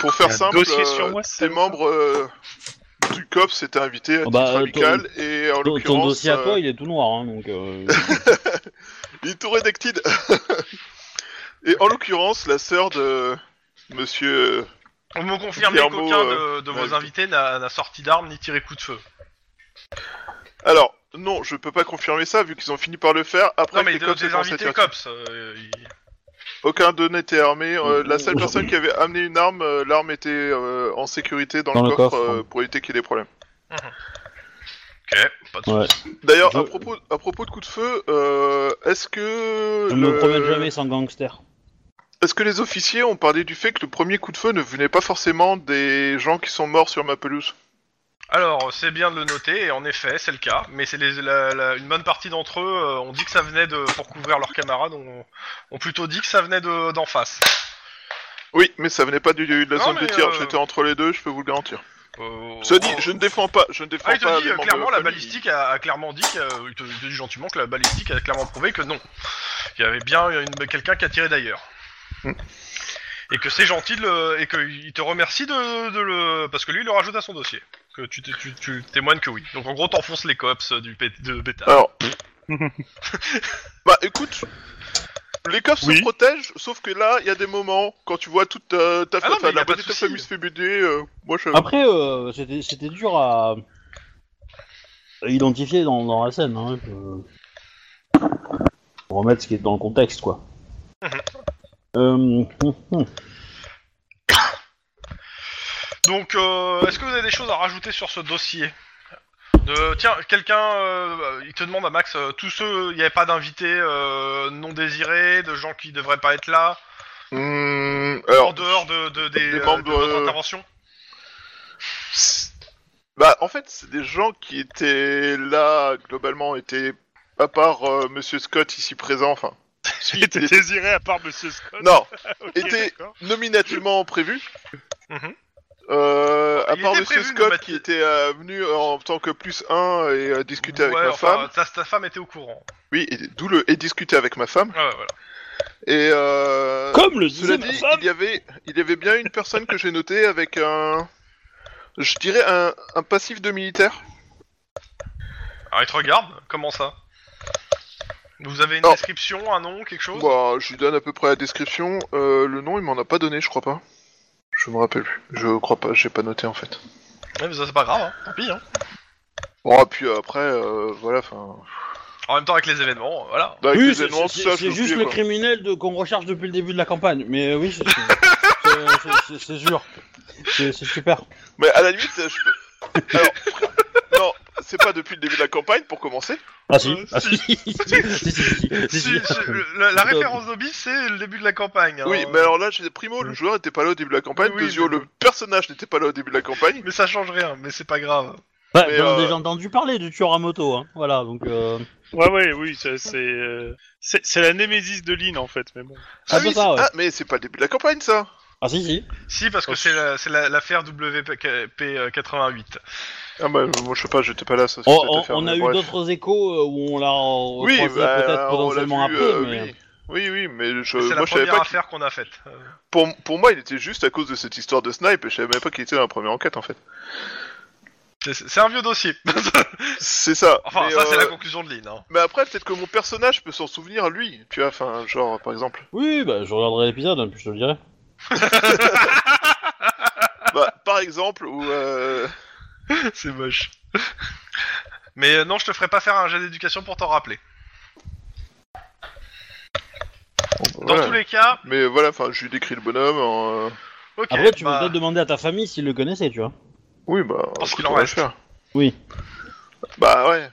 pour faire
Il y a un
simple,
dossier sur
euh,
moi,
des
c'est
membres euh, du COPS étaient invités à
Ah
titre
bah, euh,
amical et en
Ton, ton
l'occurrence.
dossier à
euh,
toi, il est tout noir, hein, donc.
[LAUGHS]
euh,
Il est tout rédactide. [LAUGHS] Et en l'occurrence, la sœur de Monsieur. euh,
On me confirme
Guillermo,
qu'aucun
euh,
de, de
ouais,
vos
ok.
invités n'a n'a sorti d'arme ni tiré coup de feu.
Alors non, je peux pas confirmer ça vu qu'ils ont fini par le faire après
Non mais
que
de-
les cops aient
des
commencé à
invités
tirer
cops.
dessus.
euh, ils-
Aucun d'eux n'était armé. euh, la seule
Mmh.
personne qui avait amené une arme, euh, l'arme était euh, en sécurité dans, le coffre, euh, pour éviter qu'il y ait des problèmes.
Ok, pas de
Ouais.
soucis.
D'ailleurs,
Je-
à propos à propos de coup de feu, euh, est-ce que
Je me
le-
promène jamais sans gangster.
Est-ce que les officiers ont parlé du fait que le premier coup de feu ne venait pas forcément des gens qui sont morts sur ma pelouse
Alors c'est bien de le noter et en effet c'est le cas, mais c'est les- la- la- une bonne partie d'entre eux euh, ont dit que ça venait de pour couvrir leurs camarades, ont, ont plutôt dit que ça venait de d'en face.
Oui, mais ça venait pas du, de la
Non,
zone de
mais,
tir.
euh,
J'étais entre les deux, je peux vous le garantir.
Euh,
Ça dit,
on-
je ne défends pas, je ne défends
Ah, il
pas.
te dit
les
euh,
membres
clairement,
de
la
famille.
balistique a, a clairement dit, que, euh, il, te, il te dit gentiment que la balistique a clairement prouvé que non. Il y avait bien une- quelqu'un qui a tiré d'ailleurs. et que c'est gentil de le- et qu'il te remercie de, de le parce que lui il le rajoute à son dossier. Que tu, t- tu, tu témoignes que oui. Donc en gros t'enfonces les cops euh, du pét- de bêta.
Alors.
[LAUGHS]
bah écoute, les cops
Oui.
se protègent, sauf que là, il y a des moments, quand tu vois toute ta, ta
Ah non, mais
enfin,
y a
la
pas
moitié
de
de ta
souci.
famille se fait BD, euh, moi je.
Après, euh, c'était c'était dur à... à identifier dans, dans la scène. Hein, euh, Pour remettre ce qui est dans le contexte, quoi. Mhm. Euh, hum, hum.
Donc euh, est-ce que vous avez des choses à rajouter sur ce dossier de, tiens, quelqu'un, euh, il te demande à Max, euh, tous ceux, il n'y avait pas d'invités euh, non désirés, de gens qui devraient pas être là,
Hmm,
en
alors,
dehors de, de- des,
des
euh,
membres,
de votre
euh,
intervention
bah en fait, c'est des gens qui étaient là, globalement, étaient. À part euh, Monsieur Scott ici présent, enfin,
[LAUGHS]
Il était désiré à part Monsieur Scott.
non,
Ok,
était-
d'accord.
nominativement prévu.
Mhm.
Euh, à
Il
part
était
Monsieur
prévu de
Scott
mettre-
qui était euh, venu en tant que plus un et euh, discuter avec
Ouais,
ma
enfin,
femme.
Ta, ta femme était au courant.
Oui, et- d'où le et discuter avec ma femme.
Ouais, ouais, voilà.
Et euh,
Comme le disait
cela
ma
dit,
femme,
il y avait, il y avait bien une personne que j'ai notée avec un, je dirais un, un passif de militaire.
Alors, il te regarde, comment ça Vous avez une
Non.
description, un nom, quelque chose
Bah, je lui donne à peu près la description. Euh, le nom, il m'en a pas donné, je crois pas. Je me rappelle plus. Je crois pas, j'ai pas noté en fait.
Ouais, mais ça c'est pas grave, hein. tant pis. Hein.
Bon, puis euh, après, euh, voilà, enfin. bah,
En même temps, avec les événements, euh, voilà.
Avec
Oui,
les
c'est-
événements,
c'est
tout Ah, ça,
c'est- c'est
je l'ai
juste
oublié,
le
quoi.
criminel de- qu'on recherche depuis le début de la campagne. Mais euh, oui, c'est- c'est- c'est c'est- c'est sûr. C'est c'est super.
Mais à la limite, je peux. Alors, [LAUGHS] non, c'est pas depuis le début de la campagne pour commencer.
Ah si,
Euh,
ah, si. [LAUGHS] si, si, si, si, si, si.
Si- si- la, la référence d'Obi, c'est le début de la campagne. hein.
oui, mais alors là, j'ai primo, le joueur n'était pas là au début de la campagne.
Oui,
Deuxio,
mais-
le personnage n'était pas là au début de la campagne.
Mais ça change rien, mais c'est pas grave.
Ouais,
mais,
j'en ai
euh,
déjà entendu parler du tueur à moto, hein. voilà, donc... Euh...
Ouais, ouais, oui, ça, c'est euh, c'est c'est la némésis de Lynn en fait, mais bon.
Ah, c'est
oui,
ça,
c'est-
ouais.
ah, mais c'est pas le début de la campagne, ça.
Ah si, si.
Si, parce
Oh,
que c'est la- c'est la- l'affaire euh, WP88.
Ah bah, moi je sais pas, j'étais pas là. Ça,
On,
cette
on-
affaire,
on a
mais
eu
bref.
d'autres échos euh, où on l'a euh,
Oui,
croisé
bah,
peut-être
on l'a
potentiellement
vu,
après,
euh,
mais...
oui. Oui, oui, mais je,
C'est
Euh, moi
la
je
première
savais pas. qu'il-
affaire qu'on a faite. Euh,
Pour, pour moi, il était juste à cause de cette histoire de snipe et je savais même pas qu'il était dans la première enquête en fait.
c'est- C'est un vieux dossier.
C'est ça.
enfin,
mais,
ça, c'est
euh,
la conclusion de Lynn. hein.
mais après, peut-être que mon personnage peut s'en souvenir lui. Tu vois, enfin, genre par exemple.
[LAUGHS]
Oui, bah, je regarderai l'épisode, hein, puis je te le dirai.
bah, par exemple, ou. Euh...
c'est moche. mais euh, non, je te ferai pas faire un jet d'éducation pour t'en rappeler. Dans
voilà.
tous les cas,
Mais voilà, enfin, je lui décris le bonhomme. en, euh,
ok.
Après, tu
bah,
peux peut-être demander à ta famille s'ils le connaissaient, tu vois.
Oui, bah.
Parce
écoute,
qu'il en
on va le
reste.
faire.
Oui.
Bah ouais.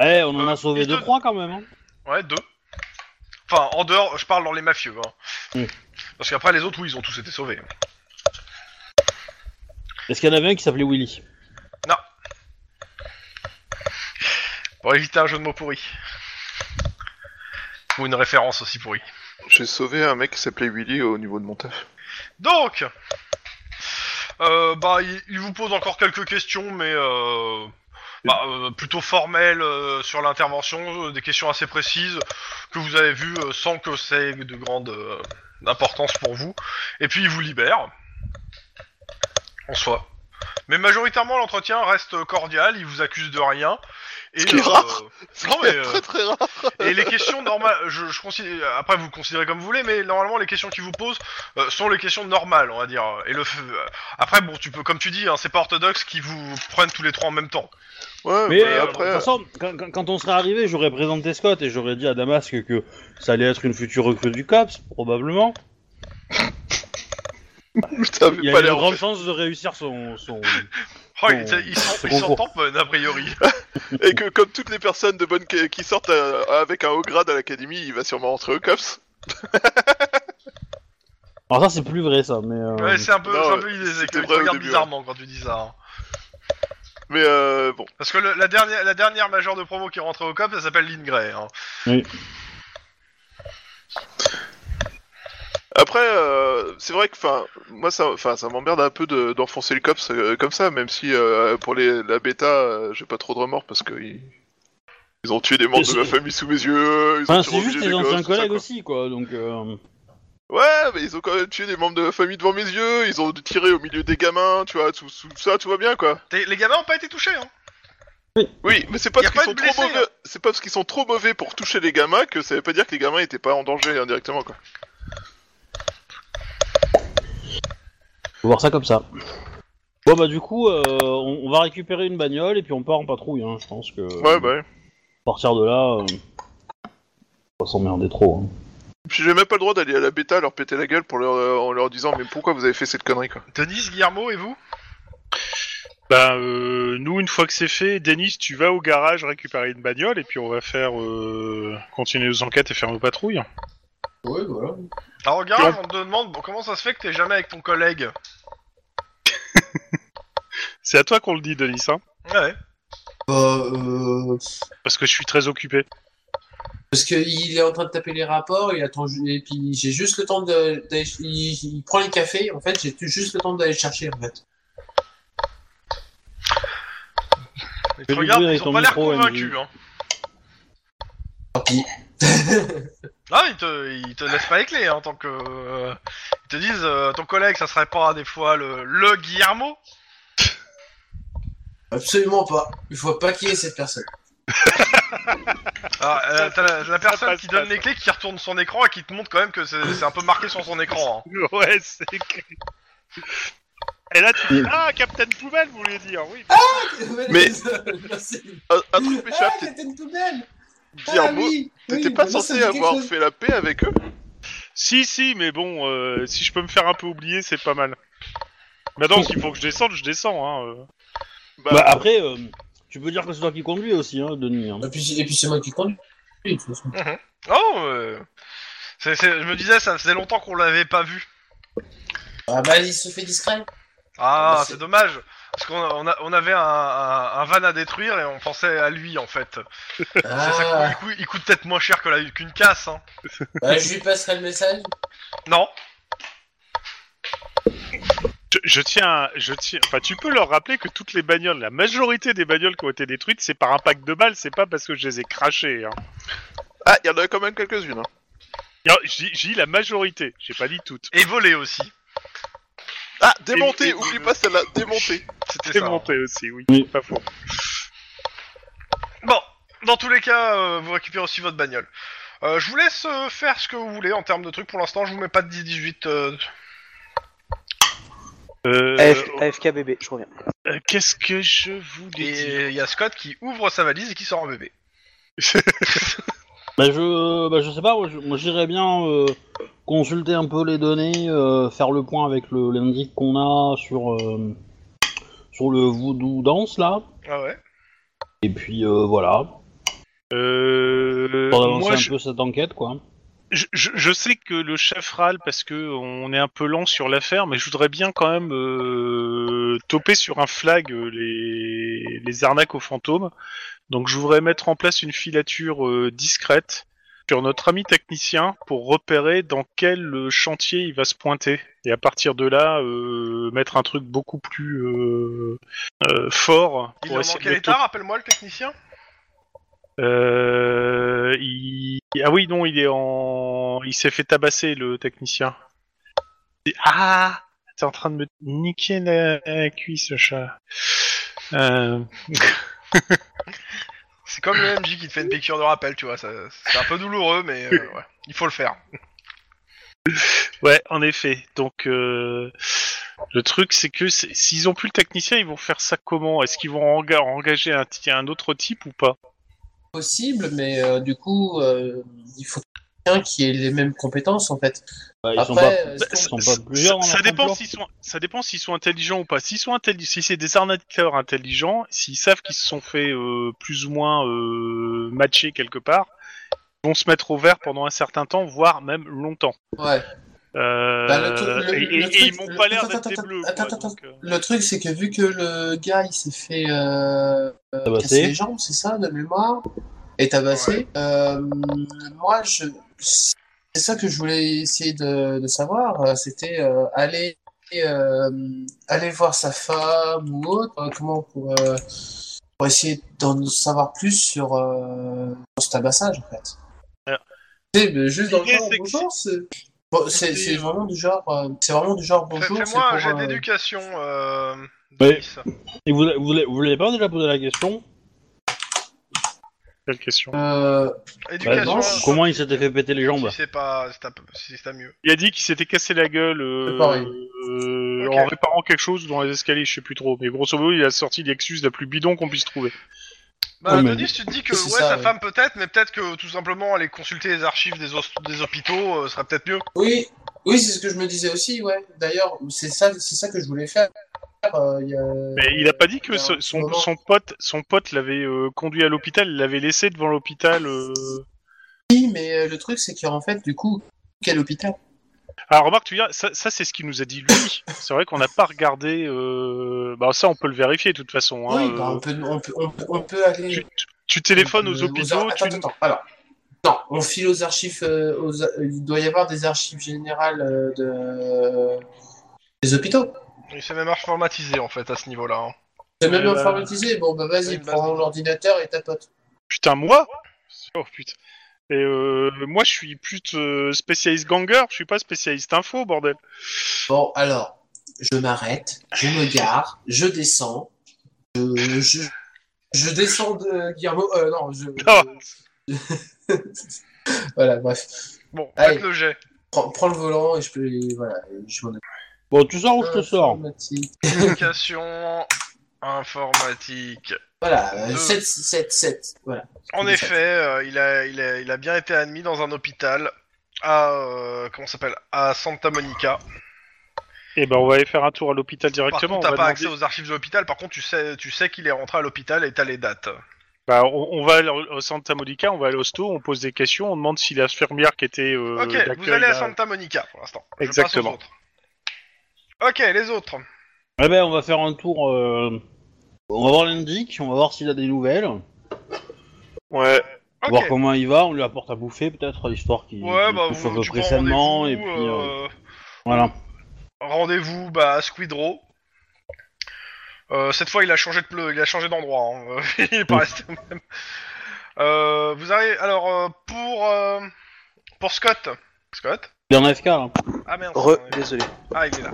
Eh, on en
Euh,
a sauvé
il te-
deux, trois, quand même, hein.
Ouais, deux. Enfin, en dehors, je parle dans les mafieux. Hein.
Mm.
Parce qu'après, les autres, oui, ils ont tous été sauvés.
Est-ce qu'il y en avait un qui s'appelait Willy
Pour éviter un jeu de mots pourri. Ou une référence aussi pourrie.
J'ai sauvé un mec qui s'appelait Willy au niveau de mon taf.
Donc euh, Bah, il, il vous pose encore quelques questions, mais... Euh... Bah, euh, plutôt formelles euh, sur l'intervention, euh, des questions assez précises que vous avez vues euh, sans que c'est de grande euh, importance pour vous. Et puis il vous libère, en soi. Mais majoritairement l'entretien reste cordial, il vous accuse de rien. Et,
Ce qui est rare.
Non,
[LAUGHS]
mais, euh,
très très rare.
Et les questions normales, je, je considère, après vous le considérez comme vous voulez, mais normalement les questions qu'ils vous posent euh, sont les questions normales, on va dire. Et le, f- euh, après bon, tu peux, comme tu dis, hein, c'est pas orthodoxe qui vous prennent tous les trois en même temps.
Ouais, mais,
Mais euh,
bah, après.
de
[LAUGHS]
toute façon, quand, quand- quand on serait arrivé, j'aurais présenté Scott et j'aurais dit à Damasque que ça allait être une future recrue du COPS, probablement.
Putain, mais
Il y
pas
a une
l'air. en
grande
fait.
chance de réussir son... son... Bon,
Oh, ils il, il s'en-
c'est
il s'en
bon.
tamponne, a priori.
Et que, comme toutes les personnes de bonne qui qui sortent euh, avec un haut grade à l'académie, il va sûrement rentrer au COPS.
Alors ça, c'est plus vrai, ça, mais... euh,
Ouais, c'est un peu,
Non,
c'est un peu l'idée,
c'était
c'est qu'ils te
vrai au
regardent
début,
bizarrement quand tu dis ça. hein.
Mais euh, bon.
Parce que le- la dernière, la dernière majeure de promo qui est rentrée au COP, elle s'appelle Lynn Gray. hein.
Après, euh, c'est vrai que, enfin, moi, ça, enfin, ça m'emmerde un peu de- d'enfoncer le COPS euh, comme ça, même si euh, pour les, la bêta, euh, j'ai pas trop de remords parce que ils, ils ont tué des membres de
C'est-
ma famille sous mes yeux. Ils ont
enfin,
tué
c'est juste
des
les
gosses,
anciens
tout ça,
collègues
quoi.
aussi, quoi, donc... euh,
Ouais, mais ils ont quand même tué des membres de la famille devant mes yeux, ils ont tiré au milieu des gamins, tu vois, tout, tout ça, tout va bien quoi.
T'es- Les gamins ont pas été touchés, hein
Oui, mais c'est pas
Y a
parce qu'ils
pas de
sont
blessés, hein.
trop mauvais, c'est pas parce qu'ils sont trop mauvais pour toucher les gamins que ça veut pas dire que les gamins étaient pas en danger indirectement quoi.
Faut voir ça comme ça. Bon bah du coup, euh, on, on va récupérer une bagnole et puis on part en patrouille. Hein. Je pense que
Ouais, bah. ouais.
à partir de là, euh, on va s'emmerder trop. hein.
Puis j'ai même pas le droit d'aller à la bêta leur péter la gueule pour leur, euh, en leur disant mais pourquoi vous avez fait cette connerie quoi.
Denise, Guillermo et vous
Ben, euh, nous, une fois que c'est fait, Denis, tu vas au garage récupérer une bagnole et puis on va faire euh, continuer nos enquêtes et faire nos patrouilles.
Oui, voilà.
Alors, regarde, on te demande bon, comment ça se fait que t'es jamais avec ton collègue
C'est à toi qu'on le dit, Denis, hein
Ouais.
Bah, euh,
parce que je suis très occupé.
parce qu'il est en train de taper les rapports, il attend, ju- et puis j'ai juste le temps de- d'aller. Il, il prend les cafés, en fait, j'ai tout- juste le temps d'aller le chercher, en fait.
Mais
Fais
tu
du
regardes,
bruit avec
ils ont
ton
pas l'air
micro,
convaincus,
MJ.
hein.
Tant pis. [LAUGHS]
Ah, ils te, ils te laissent pas les clés, hein, tant que. euh, ils te disent, euh, ton collègue, ça serait pas des fois le, le Guillermo
Absolument pas. Il faut pas qui est cette personne.
Ah, euh, t'as la, la personne
passe
qui donne
pas,
les clés, qui retourne son écran et qui te montre quand même que c'est c'est un peu marqué sur son écran. hein.
[LAUGHS] ouais, c'est écrit. Et là, tu dis, ah, Captain Poubelle, vous voulez dire, oui.
Mais-
[LAUGHS] Merci.
Un, un truc
Ah,
m'échappe, t'es-
t'étais une poubelle Ah
Guillermo,
oui
t'étais
oui,
pas
bah, ça me
censé
dit quelque
avoir
chose.
fait la paix avec eux
Si, si, mais bon, euh, si je peux me faire un peu oublier, c'est pas mal. Maintenant qu'il faut que je descende, je descends. Hein, euh.
Bah,
Bah après, euh, tu peux dire que c'est toi qui conduis aussi, hein, Denis. hein.
Et puis, et puis c'est moi qui conduis. de toute façon.
Oh, euh, c'est- c'est- je me disais, ça faisait longtemps qu'on l'avait pas vu.
Ah bah il se
[LAUGHS]
fait discret.
Ah,
Bah,
c'est
c'est-
dommage. Parce qu'on on a- on avait un, un, un van à détruire et on pensait à lui en fait. Ça, ça coûte-
Ah,
il, coûte, il coûte peut-être moins cher que la- qu'une casse. Hein.
bah, je lui passerai le message.
Non
Je, je tiens, à- je tiens. Enfin, tu peux leur rappeler que toutes les bagnoles, la majorité des bagnoles qui ont été détruites, c'est par un pack de balles, c'est pas parce que je les ai crachées. Hein.
Ah, il y en a quand même quelques-unes. Hein.
Alors, J'ai j'ai dit la majorité, j'ai pas dit toutes.
Et voler aussi.
Ah, démonté,
Et- et-
oublie pas celle-là, démonté.
C'était
C'est
ça.
monté aussi, oui.
Oui.
Pas faux.
Bon, dans tous les cas, euh, vous récupérez aussi votre bagnole. Euh, je vous laisse euh, faire ce que vous voulez en termes de trucs. Pour l'instant, je vous mets pas de 10-18. euh,
Euh,
AF- AFKBB, je reviens.
euh, Qu'est-ce que je voulais dire
et il y a Scott qui ouvre sa valise et qui sort un bébé.
Bah je, bah je sais pas, moi, je- moi j'irais bien euh, consulter un peu les données, euh, faire le point avec le l'indic qu'on a sur euh, sur le voodoo dance là,
Ah ouais
et puis euh, voilà,
Euh,
pour avancer
moi,
un
je,
peu cette enquête quoi.
je, je- je sais que le chef râle parce que on est un peu lent sur l'affaire, mais je voudrais bien quand même euh, toper sur un flag euh, les, les arnaques aux fantômes. Donc je voudrais mettre en place une filature euh, discrète sur notre ami technicien pour repérer dans quel euh, chantier il va se pointer. Et à partir de là, euh, mettre un truc beaucoup plus euh, euh, fort.
Il
pour
est
essayer
en
de
quel
le
état Rappelle-moi le technicien.
euh, il... Ah oui, non, il est en. Il s'est fait tabasser, le technicien. Et- Ah T'es en train de me niquer la, la cuisse, le chat. Euh,
C'est comme le MJ qui te fait une piqûre de rappel, tu vois. ça- C'est un peu douloureux, mais euh,
[LAUGHS]
ouais, il faut le faire.
Ouais, en effet. Donc, euh, le truc, c'est que c'est- s'ils ont plus le technicien, ils vont faire ça comment Est-ce qu'ils vont enga- engager un, ti- un autre type ou pas
Possible, mais euh, du coup, euh, il faut quelqu'un qui ait les mêmes compétences en fait.
Bah, ils sont
Après,
pas-
euh,
ils
si
sont
on-
pas plusieurs.
ça,
en
ça dépend
complot.
s'ils sont, ça dépend s'ils sont intelligents ou pas. S'ils sont intelli- si c'est des arnaqueurs intelligents, s'ils savent qu'ils se sont fait euh, plus ou moins euh, matcher quelque part, ils vont se mettre au vert pendant un certain temps, voire même longtemps.
ouais.
Euh,
Bah, le truc- le-
et,
le
et- et
truc-
ils m'ont
le-
pas l'air
attends,
d'être des
attends,
bleus.
attends,
quoi,
attends.
donc, euh,
Le truc, c'est que vu que le gars il s'est fait euh, euh,
Tabassé.
casser les jambes, c'est ça, de mémoire, et tabassé, euh, moi, je... c'est ça que je voulais essayer de, de savoir, euh, c'était euh, aller, euh, aller voir sa femme ou autre, euh, comment pour, euh, pour essayer d'en savoir plus sur, euh, sur ce tabassage en fait.
Alors,
Tu sais, mais juste dans le
l'idée,
genre,
c'est que
bonjour, c'est- Bon, c'est c'est vraiment du genre, euh, c'est vraiment du genre bonjour. c'est
Fais-moi un
pour,
jet
euh,
d'éducation, euh,
Ouais.
Denis.
Et vous, vous, l'avez- vous l'avez pas déjà posé la question
Quelle question
euh,
Éducation.
non,
euh,
Bah, Comment il s'était fait péter les jambes
Si c'est pas, c'est un peu- si c'est pas mieux.
Il a dit qu'il s'était cassé la gueule euh,
C'est pareil.
euh,
Ok.
en réparant quelque chose dans les escaliers, je sais plus trop. Mais grosso modo, il a sorti l'Exus la plus bidon qu'on puisse trouver.
Bah,
Ouais, mais-
Denis, tu te dis que ouais,
Ah, C'est ça,
sa
ouais.
femme peut-être, mais peut-être que tout simplement aller consulter les archives des, os- des hôpitaux euh, serait peut-être mieux.
Oui, oui, c'est ce que je me disais aussi, ouais. D'ailleurs, c'est ça, c'est ça que je voulais faire. euh, il y a-
Mais il a pas dit que
il y a
ce-
un petit
son,
moment.
son pote, son pote l'avait euh, conduit à l'hôpital, il l'avait laissé devant l'hôpital. euh.
Oui, mais euh, le truc, c'est qu'en fait, du coup, quel hôpital
Ah remarque, tu veux dire, ça, ça, c'est ce qu'il nous a dit lui. c'est vrai qu'on n'a pas regardé. euh, Bah ça, on peut le vérifier de toute façon. hein,
Oui,
euh.
bah, on, peut, on, peut, on, peut, on peut aller.
tu, tu- tu téléphones
Euh,
aux hôpitaux.
attends,
tu...
attends, attends. Alors, non, on file aux archives. euh, aux- euh, il doit y avoir des archives générales euh, de... des hôpitaux.
Il s'est même informatisé en fait à ce niveau-là. hein.
C'est même
Ouais, bah.
informatisé. Bon, bah
Ouais,
vas-y,
une base
prends
de-
l'ordinateur et tapote.
Putain, moi Oh putain. Et euh, moi, je suis plus euh, spécialiste ganger, je suis pas spécialiste info, bordel.
Bon, alors, je m'arrête, je me gare, je descends. Je, je, je descends de Guillermo. euh, non,
[LAUGHS]
je.
Non.
[LAUGHS] voilà, bref.
Bon,
Allez.
faites le jet.
Prends, prends le volant et je peux. Voilà, je m'en occupe.
Bon, tu sors ou je te sors
Informatique.
Communication [LAUGHS] informatique.
Voilà,
Euh.
Deux.
7, 7, 7. Voilà.
En
C'est
effet, euh, il, a, il, a, il a bien été admis dans un hôpital à euh, comment ça s'appelle à Santa Monica.
Eh ben, on va aller faire un tour à l'hôpital
Par
directement.
contre,
on,
t'as
va
pas accès
demander-
aux archives de l'hôpital. Par contre, tu sais, tu sais qu'il est rentré à l'hôpital et t'as les dates.
Bah, on, on va aller au Santa Monica, on va à l'hosto, on pose des questions, on demande si l'infirmière qui était. euh,
Ok, vous
d'accueil,
allez à
là-
Santa Monica pour l'instant. Je passe aux
Exactement.
autres. Ok, les autres.
Eh ben, on va faire un tour. euh, On va voir l'indic, on va voir s'il a des nouvelles,
Ouais.
Ok.
voir comment il va, on lui apporte à bouffer peut-être, histoire qu'il
Ouais,
qu'il
bah
bouffe à
vous,
peu
tu
près
prends
sainement,
rendez-vous.
et puis euh,
euh,
voilà.
Rendez-vous bah, à Squidrow. Euh, cette fois, il a changé de pleu, il a changé d'endroit. hein. [LAUGHS] il est pas resté au même. Euh, vous arrivez alors euh, pour euh, pour Scott. Scott.
Il est en AFK là.
Ah merde.
Re,
on est-
désolé.
Ah, il est là.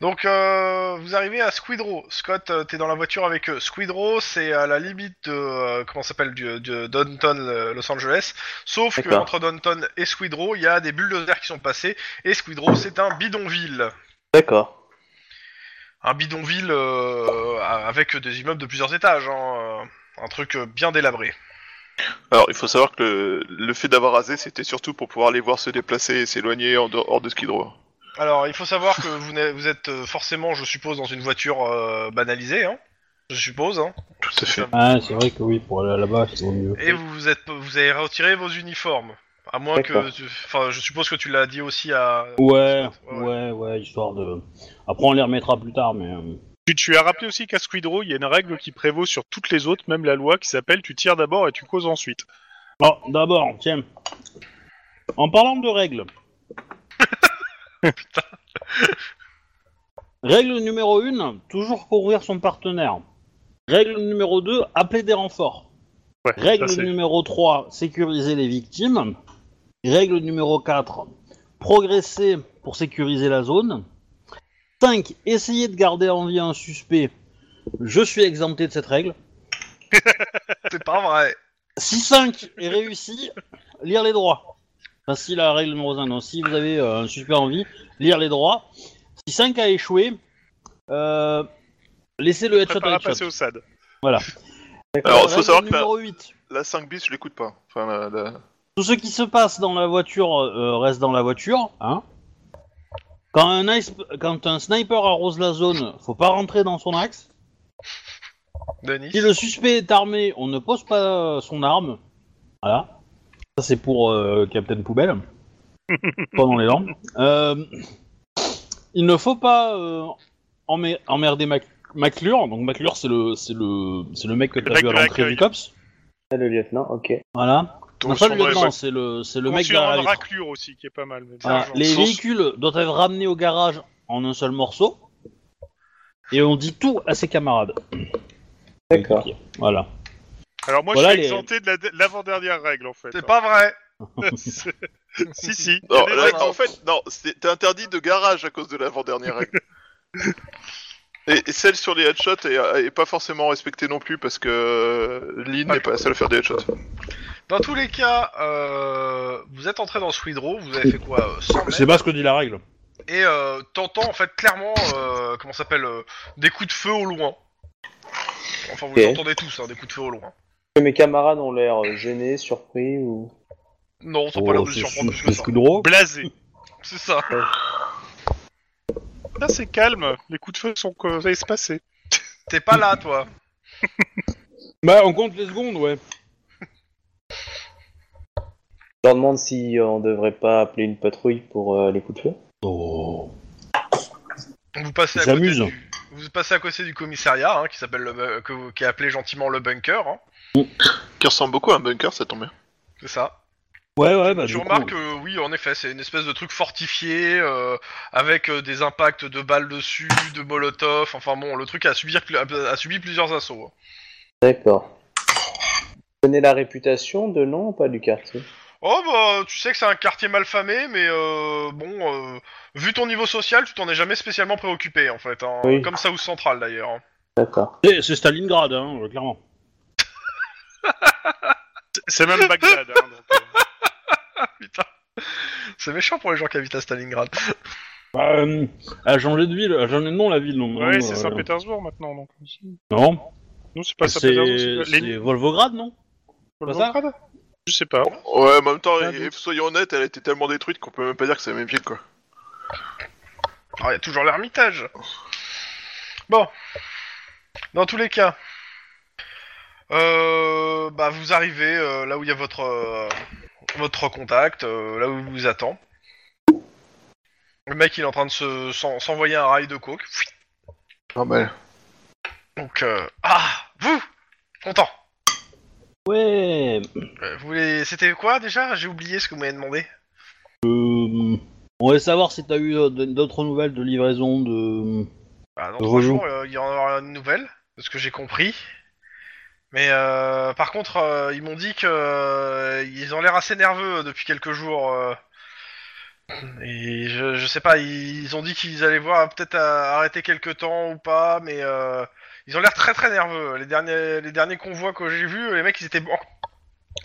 Donc, euh, vous arrivez à Squidrow. Scott, euh, t'es dans la voiture avec eux. Squidrow, c'est à la limite de. euh, comment ça s'appelle du, du- Downton, euh, Los Angeles. Sauf que
D'accord.
entre Downton et Squidrow, il y a des bulldozers qui sont passés. Et Squidrow, c'est un bidonville.
D'accord.
Un bidonville euh, avec des immeubles de plusieurs étages. hein, euh, Un truc euh, bien délabré.
Alors, il faut savoir que le, le fait d'avoir rasé, c'était surtout pour pouvoir les voir se déplacer et s'éloigner en dehors hors de Skid Row.
Alors, il faut savoir que vous, n'êtes- vous êtes euh, forcément, je suppose, dans une voiture euh, banalisée. Hein, je suppose. Hein.
Tout à fait.
Ah, c'est vrai que oui, pour aller là-bas, c'est vaut mieux.
Et vous vous êtes vous avez retiré vos uniformes. À moins que
D'accord.
tu- enfin je suppose que tu l'as dit aussi à
Ouais,
Ouais, ouais.
ouais, ouais, histoire de. Après, on les remettra plus tard, mais. euh,
Tu, tu as rappelé aussi qu'à Squidrow, il y a une règle qui prévaut sur toutes les autres, même la loi, qui s'appelle tu tires d'abord et tu causes ensuite.
Oh, d'abord, tiens. En parlant de
[LAUGHS]
règles. Règle numéro 1, toujours courir son partenaire. Règle numéro 2, appeler des renforts.
Ouais,
Règle
ça, c'est-
numéro 3, sécuriser les victimes. Règle numéro 4, progresser pour sécuriser la zone. 5, essayer de garder en vie un suspect. Je suis exempté de cette règle.
C'est pas vrai.
Si 5 est réussi, lire les droits. Enfin, si la règle numéro 1, non. Si vous avez euh, un suspect en vie, lire les droits. Si 5 a échoué, euh, laissez le headshot
Prépare
à
à passer
headshot.
au SAD.
Alors, faut
règle
savoir que la-
numéro 8.
La 5 bis, je l'écoute pas. Enfin, la, la-
Tout ce qui se passe dans la voiture euh, reste dans la voiture. Hein quand, un ice- quand un sniper arrose la zone, faut pas rentrer dans son axe.
Denis.
Si le suspect est armé, on ne pose pas euh, son arme. Voilà. Ça, c'est pour euh, Captain [LAUGHS] Poubelle. Pendant les dents. Euh, il ne faut pas euh, emmer- emmerder Mac- McClure. Donc, McClure, c'est le, c'est le, c'est le mec que t'as
mec
vu à
de
l'entrée
l'accueil.
du COPS.
Ah, Le lieutenant, ok.
Voilà.
Ton
Non, pas le
son-
lieutenant, c'est le, c'est le mec
Conçu en
derrière la vitre.
raclure aussi, qui est pas mal. mais-
Voilà.
Sergent.
Les
Source.
véhicules doivent être ramenés au garage en un seul morceau. Et on dit tout à ses camarades.
D'accord.
Voilà.
Alors moi,
Voilà
je
les-
suis exempté de la- de l'avant-dernière règle, en fait.
C'est pas vrai.
si, si.
Non,
Mais ouais,
la règle- Eh ben, en fait, non, c'est- t'es interdit de garage à cause de l'avant-dernière [LAUGHS] règle. Et, et celle sur les headshots est, est pas forcément respectée non plus parce que euh, Lynn n'est pas la seule à faire des headshots.
Dans tous les cas, euh, vous êtes entré dans ce withdraw, vous avez fait quoi euh, 100 mètres
C'est pas ce que dit la règle.
Et euh, t'entends en fait clairement, euh, comment ça s'appelle, euh, des coups de feu au loin. Enfin, vous
Ok.
les entendez tous, hein, des coups de feu au loin.
Que mes camarades ont l'air euh, gênés, surpris ou.
Non, on sent pas l'air
Oh,
de se
c'est
surprendre plus
c'est-
que
c'est
ça.
ce coup de gros.
Blasé.
C'est ça.
Là, c'est calme. Les coups de feu sont co- ça va se passer.
T'es pas là, toi.
Bah, on compte les secondes, ouais.
Je leur demande si euh, on devrait pas appeler une patrouille pour euh, les coups de feu.
Oh.
Vous passez
Ils
à côté
s'amusent.
du, vous passez à côté du commissariat, hein, qui s'appelle le bu- que vous- qui est appelé gentiment le bunker. hein,
Qui ressemble beaucoup à un bunker, ça tombe bien.
c'est ça.
Ouais, ouais, bah,
Je
du coup,
remarque, euh, oui, en effet, c'est une espèce de truc fortifié, euh, avec euh, des impacts de balles dessus, de molotov, enfin bon, le truc a subi, a subi plusieurs assauts. hein.
D'accord. Vous connaissez la réputation de nom ou pas du quartier
Oh bah, tu sais que c'est un quartier mal famé, mais euh, bon, euh, vu ton niveau social, tu t'en es jamais spécialement préoccupé, en fait, hein,
Oui.
comme South Central, d'ailleurs. hein.
D'accord.
C'est c'est Stalingrad, hein, euh, clairement.
C'est même Bagdad. hein, donc, euh.
Putain. C'est méchant pour les gens qui habitent à Stalingrad.
Bah, euh, elle a changé de ville, elle a changé de nom la ville, non
[LAUGHS] Ouais,
non,
c'est
euh,
Saint-Pétersbourg maintenant. Donc.
Non,
Nous, c'est pas
c'est
Saint-Pétersbourg. c'est
c'est
Lénine-
Volvograd, non
Volgograd Je sais pas.
Ouais, en même temps,
Ah,
et- et soyons honnêtes, elle a été tellement détruite qu'on peut même pas dire que c'est la même ville quoi.
Ah, il y a toujours l'ermitage. Bon. Dans tous les cas. Euh, bah, vous arrivez euh, là où il y a votre, euh, votre contact, euh, là où il vous attend. Le mec, il est en train de se, s'en- s'envoyer un rail de coke.
Normal.
Donc, euh, ah, vous Content
Ouais.
Euh, Vous voulez... C'était quoi déjà J'ai oublié ce que vous m'avez demandé.
Euh, on va savoir si t'as eu euh, d'autres nouvelles de livraison de.
Bah, dans
Bonjour.
trois jours, euh, il y en aura une nouvelle, de ce que j'ai compris. Mais euh, par contre, euh, ils m'ont dit que euh, ils ont l'air assez nerveux depuis quelques jours. euh. et je, je sais pas, ils ont dit qu'ils allaient voir peut-être à- arrêter quelques temps ou pas, mais euh, ils ont l'air très très nerveux. Les derniers, les derniers convois que j'ai vus, les mecs, ils étaient,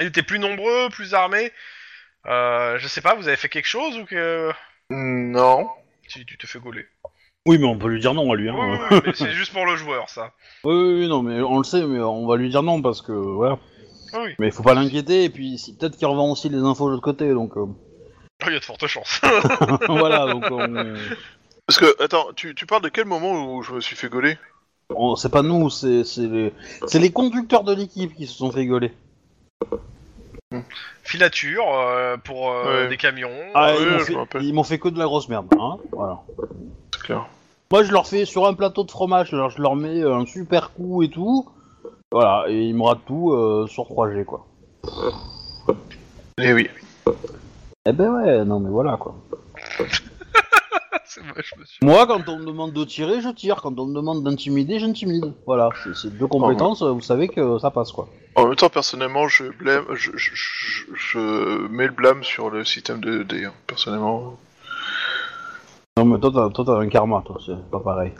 ils étaient plus nombreux, plus armés. Euh, je sais pas, vous avez fait quelque chose ou que
Non.
tu, tu te fais gauler
Oui, mais on peut lui dire non à lui. Hein.
Oui, oui, oui, mais c'est juste pour le joueur, ça.
Oui, oui, oui, non, mais on le sait, mais on va lui dire non parce que voilà.
Oui.
Mais faut pas l'inquiéter et puis si- peut-être qu'il revend aussi les infos de l'autre côté, donc euh, [LAUGHS]
Oh, il y a de fortes chances. [LAUGHS]
voilà. Donc on-
Parce que, attends, tu, tu parles de quel moment où je me suis fait gauler
on- c'est pas nous, c'est c'est les, c'est les conducteurs de l'équipe qui se sont fait gauler.
Filature euh, pour euh,
Ouais.
des camions.
Ah,
oui,
ils m'ont
je
fait-
me rappelle.
ils m'ont fait que de la grosse merde. Hein voilà.
C'est clair.
Moi, je leur fais sur un plateau de fromage, alors je leur mets un super coup et tout. Voilà, et ils me ratent tout euh, sur 3G, quoi.
Eh oui.
Eh ben ouais, non mais voilà, quoi.
[LAUGHS] C'est vrai, je me suis-
Moi, quand on me demande de tirer, je tire. Quand on me demande d'intimider, j'intimide. Voilà, c'est- c'est deux compétences, euh, vous savez que ça passe, quoi.
En même temps, personnellement, je blâme, je, je, je- je mets le blâme sur le système de D. hein, Personnellement,
Non mais toi, t'as- toi, t'as un karma, toi, c'est pas pareil.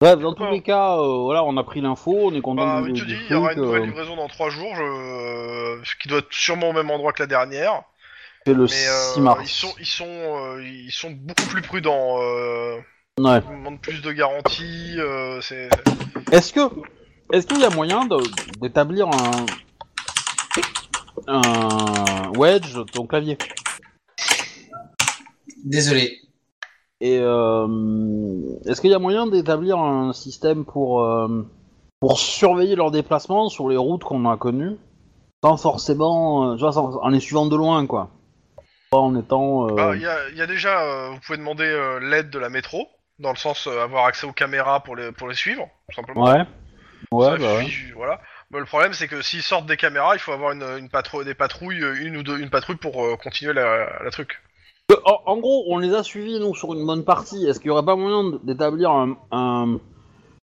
Bref, dans tous
Ouais.
les cas, euh, voilà, on a pris l'info, on est content
Bah,
du,
oui, tu
du
dis, il y
truc,
aura une nouvelle
euh,
livraison dans trois jours, je... euh, ce qui doit être sûrement au même endroit que la dernière.
c'est le
Mais euh,
6 mars.
ils sont, ils sont, euh, ils sont beaucoup plus prudents. Euh,
Ouais.
ils demandent plus de garanties. euh, c'est
Est-ce que est-ce qu'il y a moyen de- d'établir un un wedge de ton clavier
Désolé.
et euh, est-ce qu'il y a moyen d'établir un système pour euh, pour surveiller leurs déplacements sur les routes qu'on a connues sans forcément euh, tu vois, sans- en les suivant de loin quoi pas en étant euh,
Bah, il y, a- il y a déjà, euh, vous pouvez demander euh, l'aide de la métro, dans le sens euh, avoir accès aux caméras pour les, pour les suivre, tout simplement.
ouais
Ça
ouais, bah ouais.
suffit, voilà. Bah, le problème, c'est que s'ils sortent des caméras, il faut avoir une, une patrou- des patrouilles, euh, une ou deux, une patrouille pour euh, continuer la, la truc.
Euh, En, en gros, on les a suivis, nous, sur une bonne partie. Est-ce qu'il y aurait pas moyen d'établir un, un-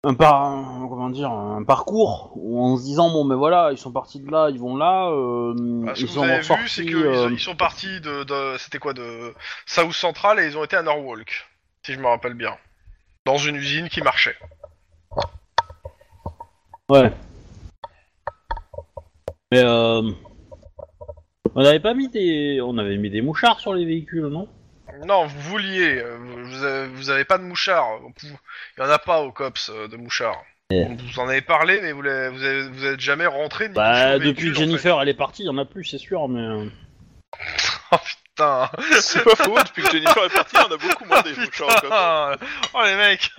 un, par- un- comment dire, un parcours où en se disant bon mais voilà ils sont partis de là ils vont là euh,
Bah, ce
ils
que
sont
vous avez vu,
ressortis,
c'est qu'ils
euh,
ils sont partis de, de- c'était quoi, de South Central et ils ont été à Norwalk, si je me rappelle bien, dans une usine qui marchait.
ouais mais euh, on n'avait pas mis des on avait mis des mouchards sur les véhicules non
Non, vous vouliez, euh, vous avez, vous avez pas de mouchard. on pou- Il y en a pas au cops euh, de mouchard.
Ouais.
On Vous en avez parlé, mais vous l'avez- vous, avez- vous êtes jamais rentré. Ni touché
bah
au
depuis que
véhicule, en fait.
Jennifer elle est partie il y en a plus c'est sûr mais euh,
Putain.
[LAUGHS] C'est pas faux, depuis que Jennifer est partie, on a beaucoup moins des mouchards au cops.
Ah, oh les mecs.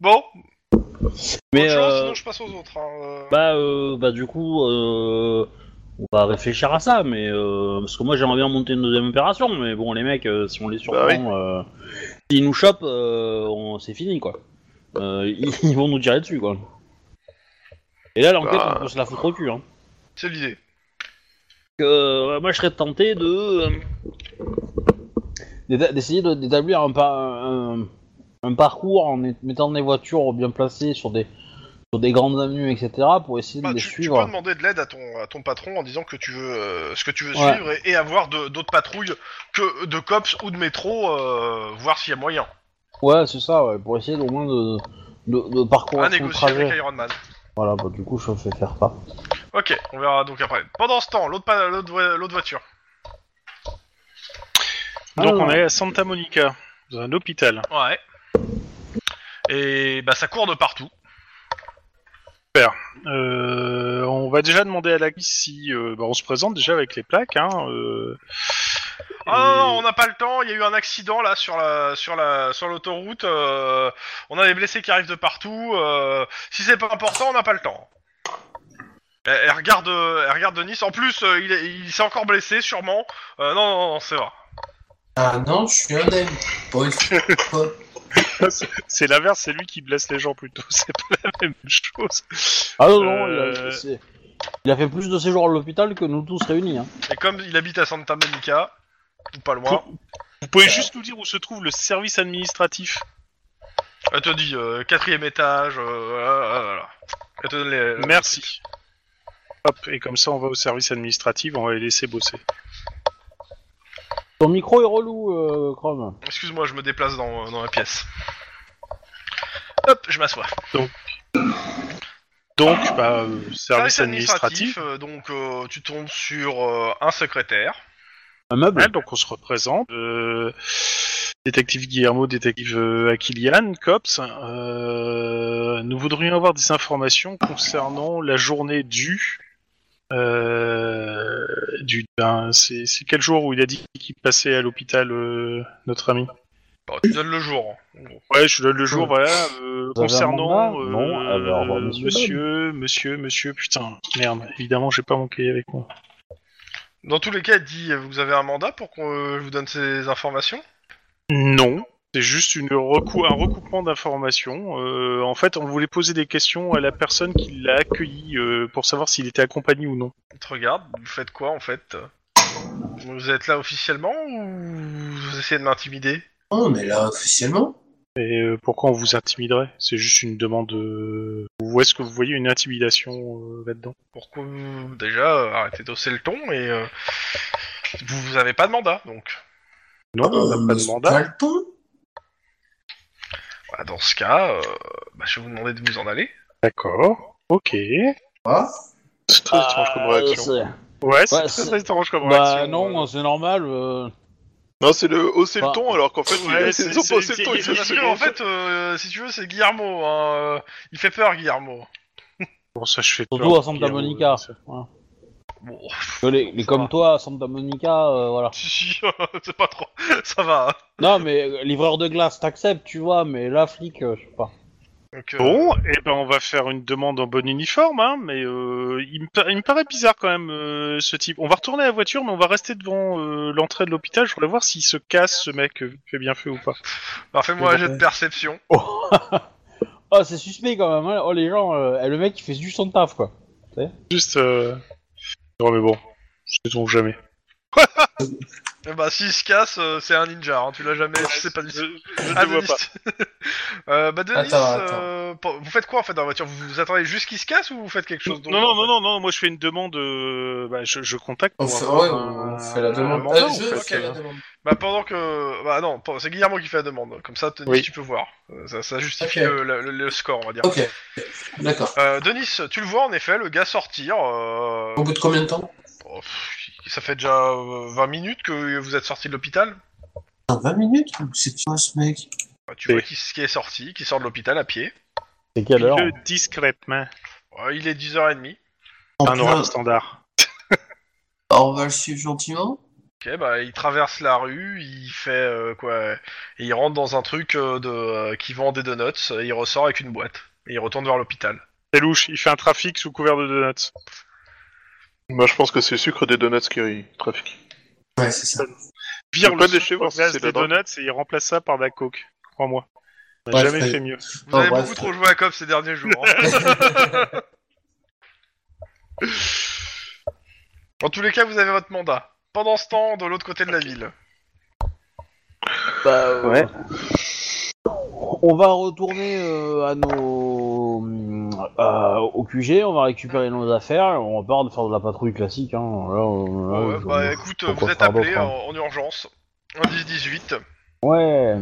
bon.
mais
autre chose,
euh,
sinon je passe aux autres. hein, euh.
Bah, euh, bah du coup, euh, on va réfléchir à ça, mais euh, parce que moi j'aimerais bien monter une deuxième opération, mais bon les mecs, euh, si on les surprend,
Bah
euh, s'ils nous chopent, euh, on- c'est fini quoi. Euh, [LAUGHS] ils, ils vont nous tirer dessus quoi. Et là l'enquête,
Bah.
on peut se la foutre au cul. Hein.
C'est l'idée.
Donc, euh, moi je serais tenté de euh, d'éta- d'essayer de- d'établir un, par- un, un parcours en é- mettant des voitures bien placées sur des sur des grandes avenues, etc., pour essayer
Bah,
de les
tu, tu
suivre.
peux demander de l'aide à ton, à ton patron en disant que tu veux euh, ce que tu veux
Ouais.
suivre et, et avoir de- d'autres patrouilles que de cops ou de métro, euh, voir s'il y a moyen.
Ouais, c'est ça, ouais, pour essayer au moins de, de, de parcourir
à
tout le
négocier avec
trajet.
Iron Man.
Voilà, bah du coup, je fais faire ça.
Ok, on verra donc après. Pendant ce temps, l'autre pa- l'autre vo- l'autre voiture.
Donc
Ah.
on est à Santa Monica, dans un hôpital.
Ouais. Et bah ça court de partout.
Euh, on va déjà demander à la si euh, bah, on se présente déjà avec les plaques. Hein, euh,
Ah
et-
non, on n'a pas le temps, il y a eu un accident là sur la sur la sur l'autoroute, euh, on a des blessés qui arrivent de partout, euh, si c'est pas important, on n'a pas le temps. Elle, elle regarde euh, elle regarde Denis, en plus euh, il, est- il s'est encore blessé sûrement. Euh, non non non, c'est vrai.
Ah non, je suis indemne. Bon, une
[LAUGHS]
fois.
C'est l'inverse, c'est lui qui blesse les gens plutôt. [LAUGHS] C'est pas la même chose.
Ah non, non,
Euh,
il, a, c'est- il a fait plus de séjours à l'hôpital que nous tous réunis. Hein.
Et comme il habite à Santa Monica, ou pas loin,
Pour- Vous pouvez juste nous dire où se trouve le service administratif.
elle te dit euh, quatrième étage, euh, voilà, voilà. Elle te donne les-
Euh, Merci. Hop, et comme ça on va au service administratif, on va les laisser bosser.
Ton micro est relou, euh, Chrome.
Excuse-moi, je me déplace dans, dans la pièce. Hop, je m'assois.
Donc, bah, euh, service
Service
administratif.
euh, donc euh, tu tombes sur euh, un secrétaire.
Un meuble
Ouais, Hein, donc on se représente. Euh, détective Guillermo, détective euh, Aquilian, COPS. euh, nous voudrions avoir des informations concernant la journée du... euh, du ben, c'est c'est quel jour où il a dit qu'il passait à l'hôpital, euh, notre ami
Bon, Bah, tu donnes le jour. hein, en gros.
Ouais, je donne le jour, voilà. euh,
Vous avez un
concernant
mandat
euh,
Non, ah bah, au revoir, monsieur
monsieur, monsieur, monsieur, putain, merde, évidemment, j'ai pas mon cahier avec moi.
Dans tous les cas, elle te dit euh, vous avez un mandat pour que euh, je vous donne ces informations.
Non, c'est juste une recou- un recoupement d'informations. Euh, en fait, on voulait poser des questions à la personne qui l'a accueilli euh, pour savoir s'il était accompagné ou non.
Elle te regarde. Vous faites quoi en fait euh Vous êtes là officiellement ou vous essayez de m'intimider
Oh, mais là, officiellement.
Et euh, pourquoi on vous intimiderait C'est juste une demande. euh, Ou est-ce que vous voyez une intimidation euh, là-dedans
Pourquoi vous- déjà euh, arrêtez d'hausser le ton et euh, vous, vous avez pas de mandat donc.
Non, on n'a Ah pas de mandat.
euh, Pas le ton.
Bah, dans ce cas, euh, bah, je vais vous demander de vous en aller.
D'accord. Ok.
Ah.
C'est très étrange comme réaction.
c'est-
Ouais, c'est
Euh, Ouais,
très,
c'est-
très étrange comme
Bah
réaction.
non, c'est normal. euh,
Non, c'est le hausser le
Bah.
ton, alors qu'en fait,
Ouais,
ils-
c'est-
ils ont
c'est-
pas haussé le
c'est-
ton,
c'est-
ils ont
Parce
haussé
que,
le
en
ton.
fait, euh, si tu veux, c'est Guillermo. hein, euh, Il fait peur, Guillermo.
Bon, ça, je fais
Surtout
peur,
à Santa
Guillaume,
Monica.
ça.
Voilà.
Bon,
Que les, les comme toi, à Santa Monica, euh, voilà.
si, si, [LAUGHS] c'est pas trop. Ça va. hein.
Non, mais euh, livreur de glace, t'acceptes, tu vois, mais là, flic, euh, je sais pas.
Donc, euh,
Bon, eh ben on va faire une demande en bon uniforme, hein, mais euh, il, me par- il me paraît bizarre quand même euh, ce type. On va retourner à la voiture, mais on va rester devant euh, l'entrée de l'hôpital. Je voudrais voir s'il se casse, ce mec, euh, fait bien fait ou pas.
bah, fais-moi un
Bon,
jet de
ouais.
perception.
Oh, c'est suspect quand même, hein. Oh, les gens, euh, eh, le mec, il fait juste son taf, quoi.
Juste. Euh... Non mais bon, sait-on jamais.
Eh bah, s'il se casse, euh, c'est un ninja, hein, tu l'as jamais, c'est pas
Je, je
Ah,
ne vois
Denis.
pas.
[LAUGHS] Euh, bah, Denis,
Attends, attends.
euh, pour- vous faites quoi en fait dans la voiture vous, vous attendez juste qu'il se casse ou vous faites quelque chose d'autre
Non, non, non, non, non, moi je fais une demande, euh, bah, je, je contacte.
On
pour
fait,
avoir
ouais,
un-
on fait la
un
demande.
mandat,
Euh,
en
je
fait.
fais la
ok.
demande.
Bah, pendant que. Bah, non, pendant- c'est Guillermo qui fait la demande, comme ça, Denis,
Oui.
tu peux voir. Euh, Ça, ça justifie
Ok.
le, le- le- le score, on va dire.
Ok, d'accord.
Euh, Denis, tu le vois en effet, le gars sortir. euh,
Au bout de combien de temps
oh, pff, ça fait déjà euh, 20 minutes que vous êtes sorti de l'hôpital
Dans 20 minutes C'est quoi ce mec
Bah, Tu
Oui.
vois qui, qui est sorti, qui sort de l'hôpital à pied.
C'est quelle heure
Fais-le discrètement.
Euh, il est 10h30.
En
Un
plein-
horaire standard.
Alors, On va le suivre gentiment.
Ok, bah il traverse la rue, il fait euh, quoi et Il rentre dans un truc euh, de euh, qui vend des donuts, et il ressort avec une boîte. Et il retourne vers l'hôpital.
C'est louche, il fait un trafic sous couvert de donuts.
Moi, je pense que c'est le sucre des donuts qui trafique.
Ouais, c'est [LAUGHS] ça.
Faut
Vire
pas
Oh, le
déchirer,
sucre
voir
au
si
glace
c'est de
des
la drogue.
donuts et il remplace ça par de la coke. Crois-moi. On
Ouais,
n'a jamais
c'est-
fait mieux.
Ah,
Vous
Bon,
bah,
avez
bref.
beaucoup trop joué à COP ces derniers
[LAUGHS]
jours. hein. Dans tous les cas, vous avez votre mandat. Pendant ce temps, de l'autre côté de la ville.
Bah, euh,
Ouais. On va retourner euh, à nos à- au QG, on va récupérer nos affaires, on va pas faire de la patrouille classique. Hein. Là, on- là,
Ouais,
Ah, je-
bah écoute,
faut
vous
qu'on
êtes
se radote,
appelé
hein.
en, en urgence. En 10-18.
Ouais,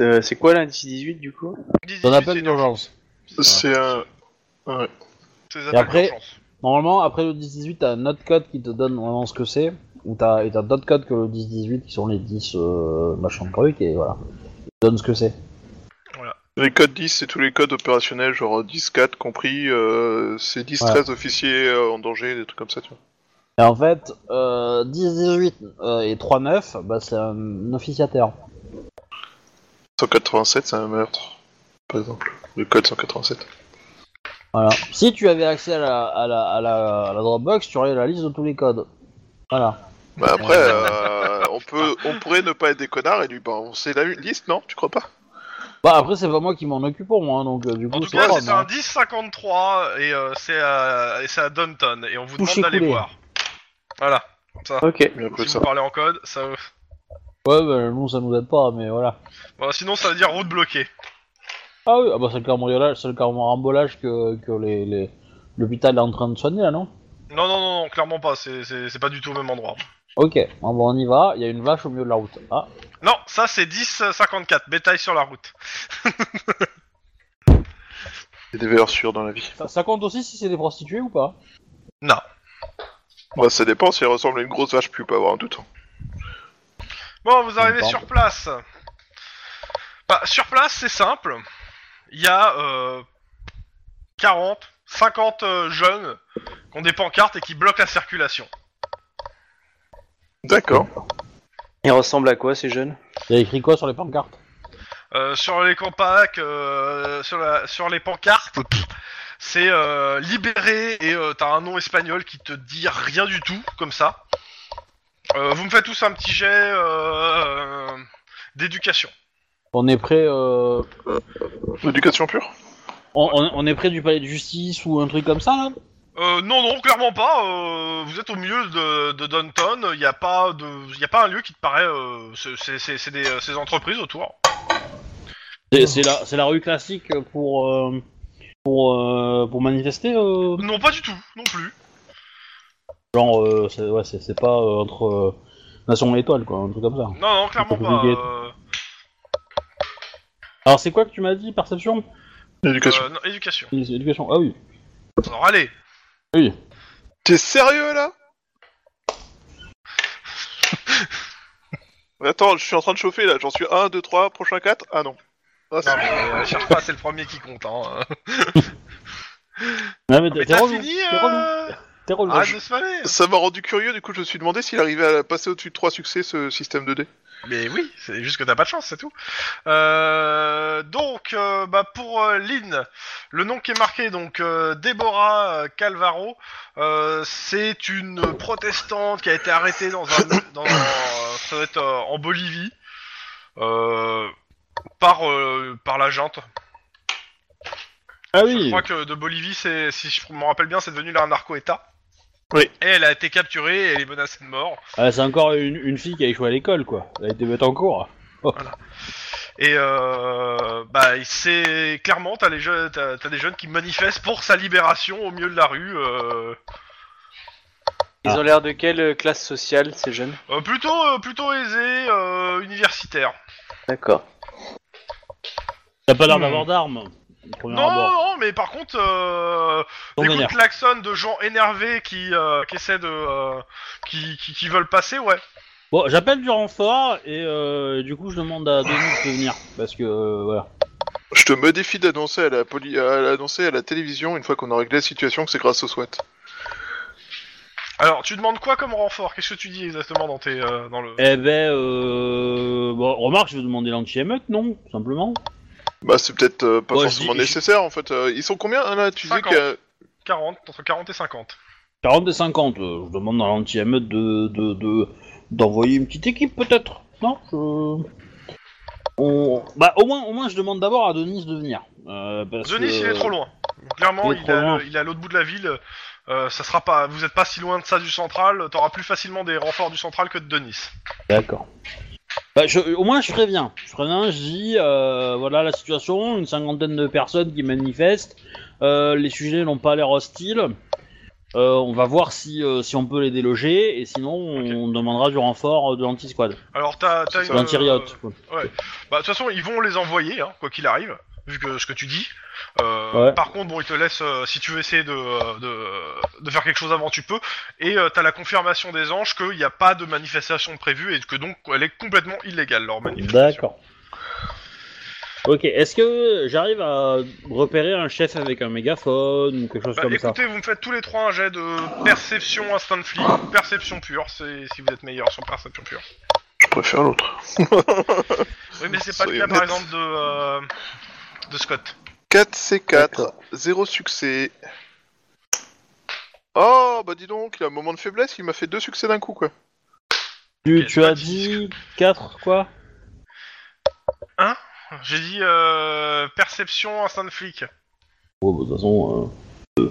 euh, c'est quoi l'indice 18 du coup
10-18,
on
c'est
appelle
une
l'urgence.
C'est un. Ouais.
C'est des appels
après-
d'urgence.
Normalement, après le 10-18, t'as un autre code qui te donne vraiment ce que c'est, ou t'as et t'as d'autres codes que le 10-18 qui sont les 10 euh, machin truc, et voilà. Ils te donnent ce que c'est.
Les codes 10, c'est tous les codes opérationnels, genre 10-4 compris, euh, c'est 10-13 officiers euh, en danger, des trucs comme ça, tu vois.
Et en fait, euh, 10-18 euh, et 3-9, bah, c'est un officiataire.
187, c'est un meurtre, par exemple. Le code 187.
Voilà. Si tu avais accès à la, à la, à la, à la Dropbox, tu aurais la liste de tous les codes. Voilà.
Bah après, euh, on, peut, on pourrait ne pas être des connards et lui balancer la liste, non Tu crois pas
Bah après, c'est pas moi qui m'en occupe, moi, hein, donc euh, du
En
coup,
tout cas,
pas
c'est
moi.
un 10-53 et euh, c'est à, et c'est à Downton. Et on vous demande
Touché
d'aller
coulé.
voir. Voilà. Comme ça.
Ok.
Il y a un peu
Si
de
vous
ça.
parlez en code, ça.
Ouais, bah, nous, ça nous aide pas, mais voilà.
Bon, sinon, ça veut dire route bloquée.
Ah oui, ah bah, c'est le carambolage, c'est le carambolage que, que les, les- l'hôpital est en train de soigner, là, non
Non, non, non, non, clairement pas. C'est- C'est c'est pas du tout au même endroit.
Ok, bon, bah, on y va, il y a une vache au milieu de la route. Ah,
Non, ça c'est 10-54. Bétail sur la route.
Il y a des valeurs sûres dans la vie.
ça, ça compte aussi si c'est des prostituées ou pas
Bah ça dépend, si elle ressemble à une grosse vache, tu peux avoir un doute.
Bon, vous arrivez
Pardon.
sur place. Bah, sur place, c'est simple. Il y a euh, 40, 50 euh, jeunes qui ont des pancartes et qui bloquent la circulation.
D'accord.
Ils ressemblent à quoi ces jeunes
Il y a écrit quoi sur les pancartes
Euh, sur les campagnes, euh, sur, la- sur les pancartes, pff, c'est euh, libéré et euh, t'as un nom espagnol qui te dit rien du tout, comme ça. Euh, vous me faites tous un petit jet euh, euh, d'éducation.
On est près, euh,
L'éducation pure
on, on- on est près du palais de justice ou un truc comme ça, là
Euh, non, non, clairement pas. euh, vous êtes au milieu de, de Downton. Il n'y a pas de, il a pas un lieu qui te paraît. euh, c'est- c'est c'est- c'est des, euh, ces entreprises autour.
C'est c'est la, c'est la rue classique pour, euh, pour, euh, pour manifester euh,
Non, pas du tout, non plus.
Genre, euh, c'est ouais, c'est- c'est pas euh, entre euh, Nation et Étoile, quoi, un truc comme ça.
Non, non, clairement
Pour
pas.
Brigade.
euh,
Alors, c'est quoi que tu m'as dit, perception
L'éducation.
euh, non, éducation.
Éducation, ah oui.
Alors allez.
T'es sérieux là Attends, je suis en train de chauffer là, j'en suis 1, 2, 3, prochain 4 Ah non. Ah, c'est-
Non, mais, euh, cherche pas, c'est le premier qui compte. Hein.
Ah,
Ouais, mais
Ah, Mais
t'es- t'es
t'as
relou,
fini
t'es relou,
euh...
t'es relou.
Arrête de se faner
Ça m'a rendu curieux, du coup je me suis demandé s'il arrivait à passer au-dessus de 3 succès ce système de dés.
Mais oui, c'est juste que t'as pas de chance, c'est tout. Euh, donc, euh, bah pour euh, Lynn, le nom qui est marqué, donc euh, Déborah euh, Calvaro, euh, c'est une protestante qui a été arrêtée dans un... dans, euh, ça doit être euh, en Bolivie, euh, par, euh, par la junte.
Ah
Je
oui,
Ah
crois que de Bolivie, c'est si je me rappelle bien, c'est devenu là un narco-état. Et elle a été capturée et elle est menacée de mort.
Ah, c'est encore une, une fille qui a échoué à l'école, quoi. Elle a été bête en cours.
Et euh, bah, c'est clairement, t'as les jeunes, t'as, t'as des jeunes qui manifestent pour sa libération au milieu de la rue. euh,
Ils ont l'air de quelle euh, classe sociale ces jeunes
euh, plutôt, euh, plutôt aisés, euh, universitaires.
D'accord.
T'as pas l'air d'avoir d'armes. au premier
Hmm. Non,
abord.
non, mais par contre, euh,
Ah, Ton
des coups
vénère.
de klaxon de gens énervés qui, euh, qui essaient de, euh, qui, qui, qui veulent passer, ouais.
Bon, j'appelle du renfort et euh, du coup je demande à Denis de venir parce que euh, voilà.
Je te modifie d'annoncer à la poli- à l'annoncer à la télévision une fois qu'on a réglé la situation que c'est grâce au SWAT.
Alors, tu demandes quoi comme renfort Qu'est-ce que tu dis exactement dans tes, euh, dans le
Eh ben, euh, bon, remarque, je vais demander l'anti-émeute, non Tout Simplement.
Bah c'est peut-être euh, pas
Moi, je
forcément
dis-
nécessaire en fait. Euh, ils sont combien hein, là Tu disais
50.
qu'il y a-
40, entre 40 et 50
40 et 50, euh, je demande à l'anti-émeute de, de, de- d'envoyer une petite équipe peut-être Non je- On... Bah au moins, au moins je demande d'abord à Denis de venir. Euh, parce
Denis,
que-
il est trop loin. Clairement,
il est
il,
trop
a-
loin.
il est à l'autre bout de la ville. Euh, ça sera pas, vous êtes pas si loin de ça du central. T'auras plus facilement des renforts du central que de Denis.
D'accord. Bah, je, au moins, je préviens. Je préviens, je dis, euh, voilà la situation, une cinquantaine de personnes qui manifestent, euh, les sujets n'ont pas l'air hostiles, Euh, on va voir si, euh, si on peut les déloger, et sinon, on,
Ok.
demandera du renfort euh, de l'anti-squad,
Alors t'as, t'as
de
une- euh,
l'anti-riot. quoi.
Bah, de toute façon, ils vont les envoyer, hein, quoi qu'il arrive, vu que ce que tu dis. Euh,
Ouais.
Par contre, bon, ils te laissent, euh, si tu veux essayer de, euh, de, de faire quelque chose avant, tu peux. Et euh, t'as la confirmation des anges qu'il n'y a pas de manifestation de prévue et que donc elle est complètement illégale, leur manifestation.
D'accord. Ok, est-ce que j'arrive à repérer un chef avec un mégaphone ou quelque chose
Bah,
comme ça
écoutez, vous me faites tous les trois un jet de perception instant de flic, perception pure, c'est si vous êtes meilleur sur perception pure.
Je préfère l'autre.
Oui, mais c'est pas le
Soyez
cas par
honnête.
exemple de, euh, de Scott.
4 C4, 0 succès. Oh bah dis donc, il a un moment de faiblesse, il m'a fait deux succès d'un coup quoi.
tu,
ok,
tu
bah,
as
pas
dit 4 quoi
J'ai dit euh, perception instant de flic.
Oh, bah, de toute façon. euh,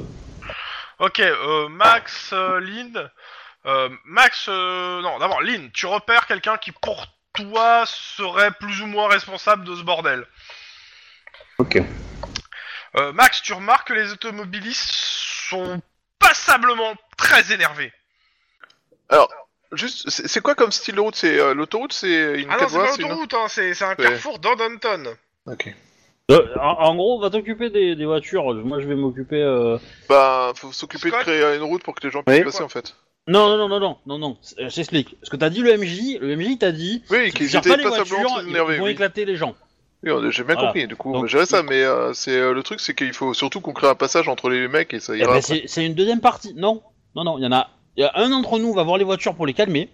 Ok, euh, Max, euh, Lynn. euh, Max, euh, non, d'abord, Lynn, tu repères quelqu'un qui, pour toi, serait plus ou moins responsable de ce bordel.
Ok.
Euh, Max, tu remarques que les automobilistes sont passablement très énervés.
Juste, c'est c'est quoi comme style de route C'est euh, l'autoroute, c'est une
Ah non,
quatre
c'est
voies,
pas
c'est une-
l'autoroute, hein, c'est c'est un
Ouais.
carrefour dans Downton.
Ok.
Euh, en, en gros, va t'occuper des, des voitures. Moi, je vais m'occuper. euh,
Bah faut s'occuper de
Scott
créer une route pour que les gens puissent
Oui.
passer en fait.
Non, non, non, non, non, non, non. c'est- euh, J'explique. Ce que t'as dit, le MJ, le MJ t'a dit.
Oui,
si tu
qu'ils
gères
étaient
pas les
passablement
voitures,
très
ils
énervés.
vont
oui.
éclater les gens.
Oui, on- j'ai bien
Voilà.
compris, du coup,
Donc-
on gérait ça, mais euh, c'est euh, le truc, c'est qu'il faut surtout qu'on crée un passage entre les mecs et ça
Eh
ira.
ben,
après.
c'est c'est une deuxième partie. Non, non, non. Il y en a. Il y a un d'entre nous va voir les voitures pour les calmer.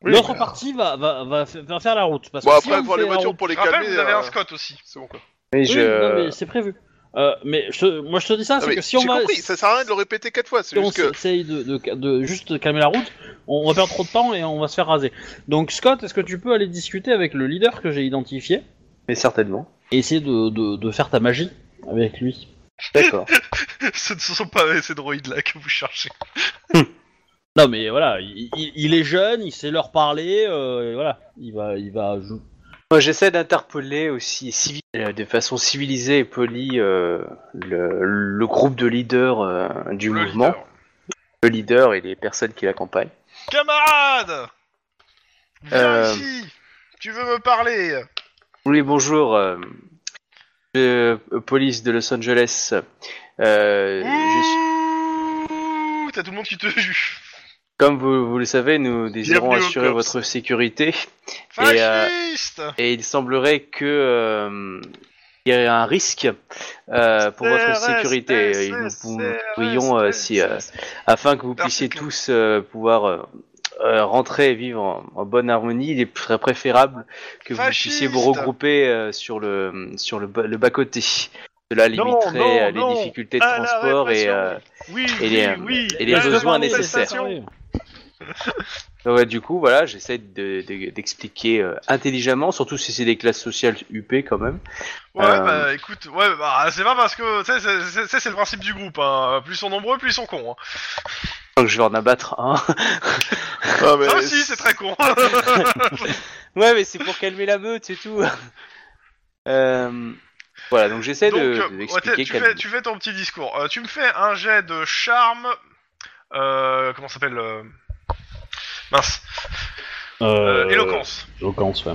Oui,
L'autre
mais-
partie va, va, va f- va faire la route. Parce
Bon,
que si
après,
on
voir les
fait la
voitures
route-
pour les
Je rappelle,
calmer,
vous avez un
euh,
Scott aussi.
c'est bon quoi.
Mais
Oui,
je.
non, mais c'est prévu. Euh, mais je- moi, je te dis ça,
Ah,
c'est
mais
que si on
j'ai
va.
compris, ça sert à rien de le répéter quatre fois, c'est
Si on
juste que...
essaye de, de- de juste calmer la route, on va perdre trop de temps et on va se faire raser. Donc Scott, est-ce que tu peux aller discuter avec le leader que j'ai identifié
Mais certainement.
et essayer de, de- de faire ta magie avec lui
[LAUGHS] D'accord.
[LAUGHS] ce ne sont pas ces droïdes-là que vous cherchez.
Non mais voilà, il, il- il est jeune, il sait leur parler, euh, et voilà, il va, il va. jou-
Moi, j'essaie d'interpeller aussi civi- euh, de façon civilisée et polie euh, le, le groupe de leaders euh, du
Le
mouvement,
leader.
le leader et les personnes qui l'accompagnent.
Camarade Viens
Euh.
ici Tu veux me parler
Oui, bonjour, euh, euh, police de Los Angeles. Euh, je suis-
Ouh, T'as tout le monde qui te juge.
comme vous, vous le savez, nous désirons
Bienvenue au
assurer
COPS.
votre sécurité Et, euh,
Fasciste
et il semblerait que euh, il y ait un risque euh, pour votre
CRS,
sécurité. Et nous
CRS,
vous prions euh, si euh, afin que vous
Merci,
puissiez
Claude.
tous euh, pouvoir euh, euh, rentrer et vivre en, en bonne harmonie, il est- serait préférable que vous
Fasciste
puissiez vous regrouper euh, sur le sur le, ba- le bas côté. Cela
Non,
limiterait
non,
euh, les
non,
difficultés de
à la
transport et,
répression.
euh,
Oui,
et les, euh,
oui, Bah, oui,
et les
la
besoins
manifestation.
nécessaires. ouais, du coup voilà j'essaie de- de- d'expliquer euh, intelligemment surtout si c'est des classes sociales UP quand même.
Ouais,
Euh,
bah écoute, ouais, bah c'est pas parce que. Tu sais, c'est- c'est- c'est c'est le principe du groupe, hein. Plus ils sont nombreux, plus ils sont cons. hein.
crois que je vais en abattre un. [LAUGHS]
Ah, mais
Ah si, c'est très con.
ouais, mais c'est pour calmer la meute, c'est tout. [LAUGHS] Euh, voilà, donc j'essaie
Donc,
de,
euh,
de
ouais,
l'expliquer
tu, fais,
calmement.
tu fais ton petit discours. Euh, tu me fais un jet de charme. Euh, comment ça s'appelle euh, Mince. Euh, éloquence.
Éloquence, ouais.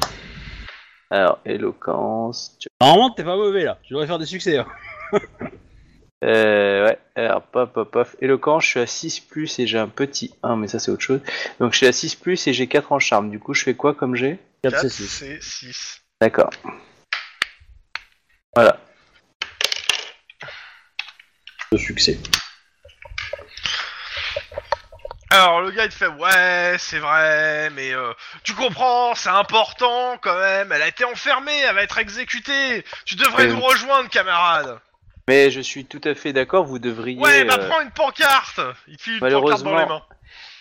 Alors, éloquence. tu-
Normalement, t'es pas mauvais là. Tu devrais faire des succès. hein.
Euh, ouais, alors, pop, pop, pop. Éloquence, je suis à 6 plus et j'ai un petit 1, mais ça c'est autre chose. Donc, je suis à 6 plus et j'ai 4 en charme. Du coup, je fais quoi comme j'ai
4
4,
C6.
c'est 6.
D'accord.
De succès.
Alors le gars il te fait ouais c'est vrai mais euh, tu comprends c'est important quand même elle a été enfermée elle va être exécutée tu devrais
Euh.
nous rejoindre camarade
Mais je suis tout à fait d'accord, vous devriez.
ouais bah
euh,
prends une pancarte il te file une pancarte dans
malheureusement,
les mains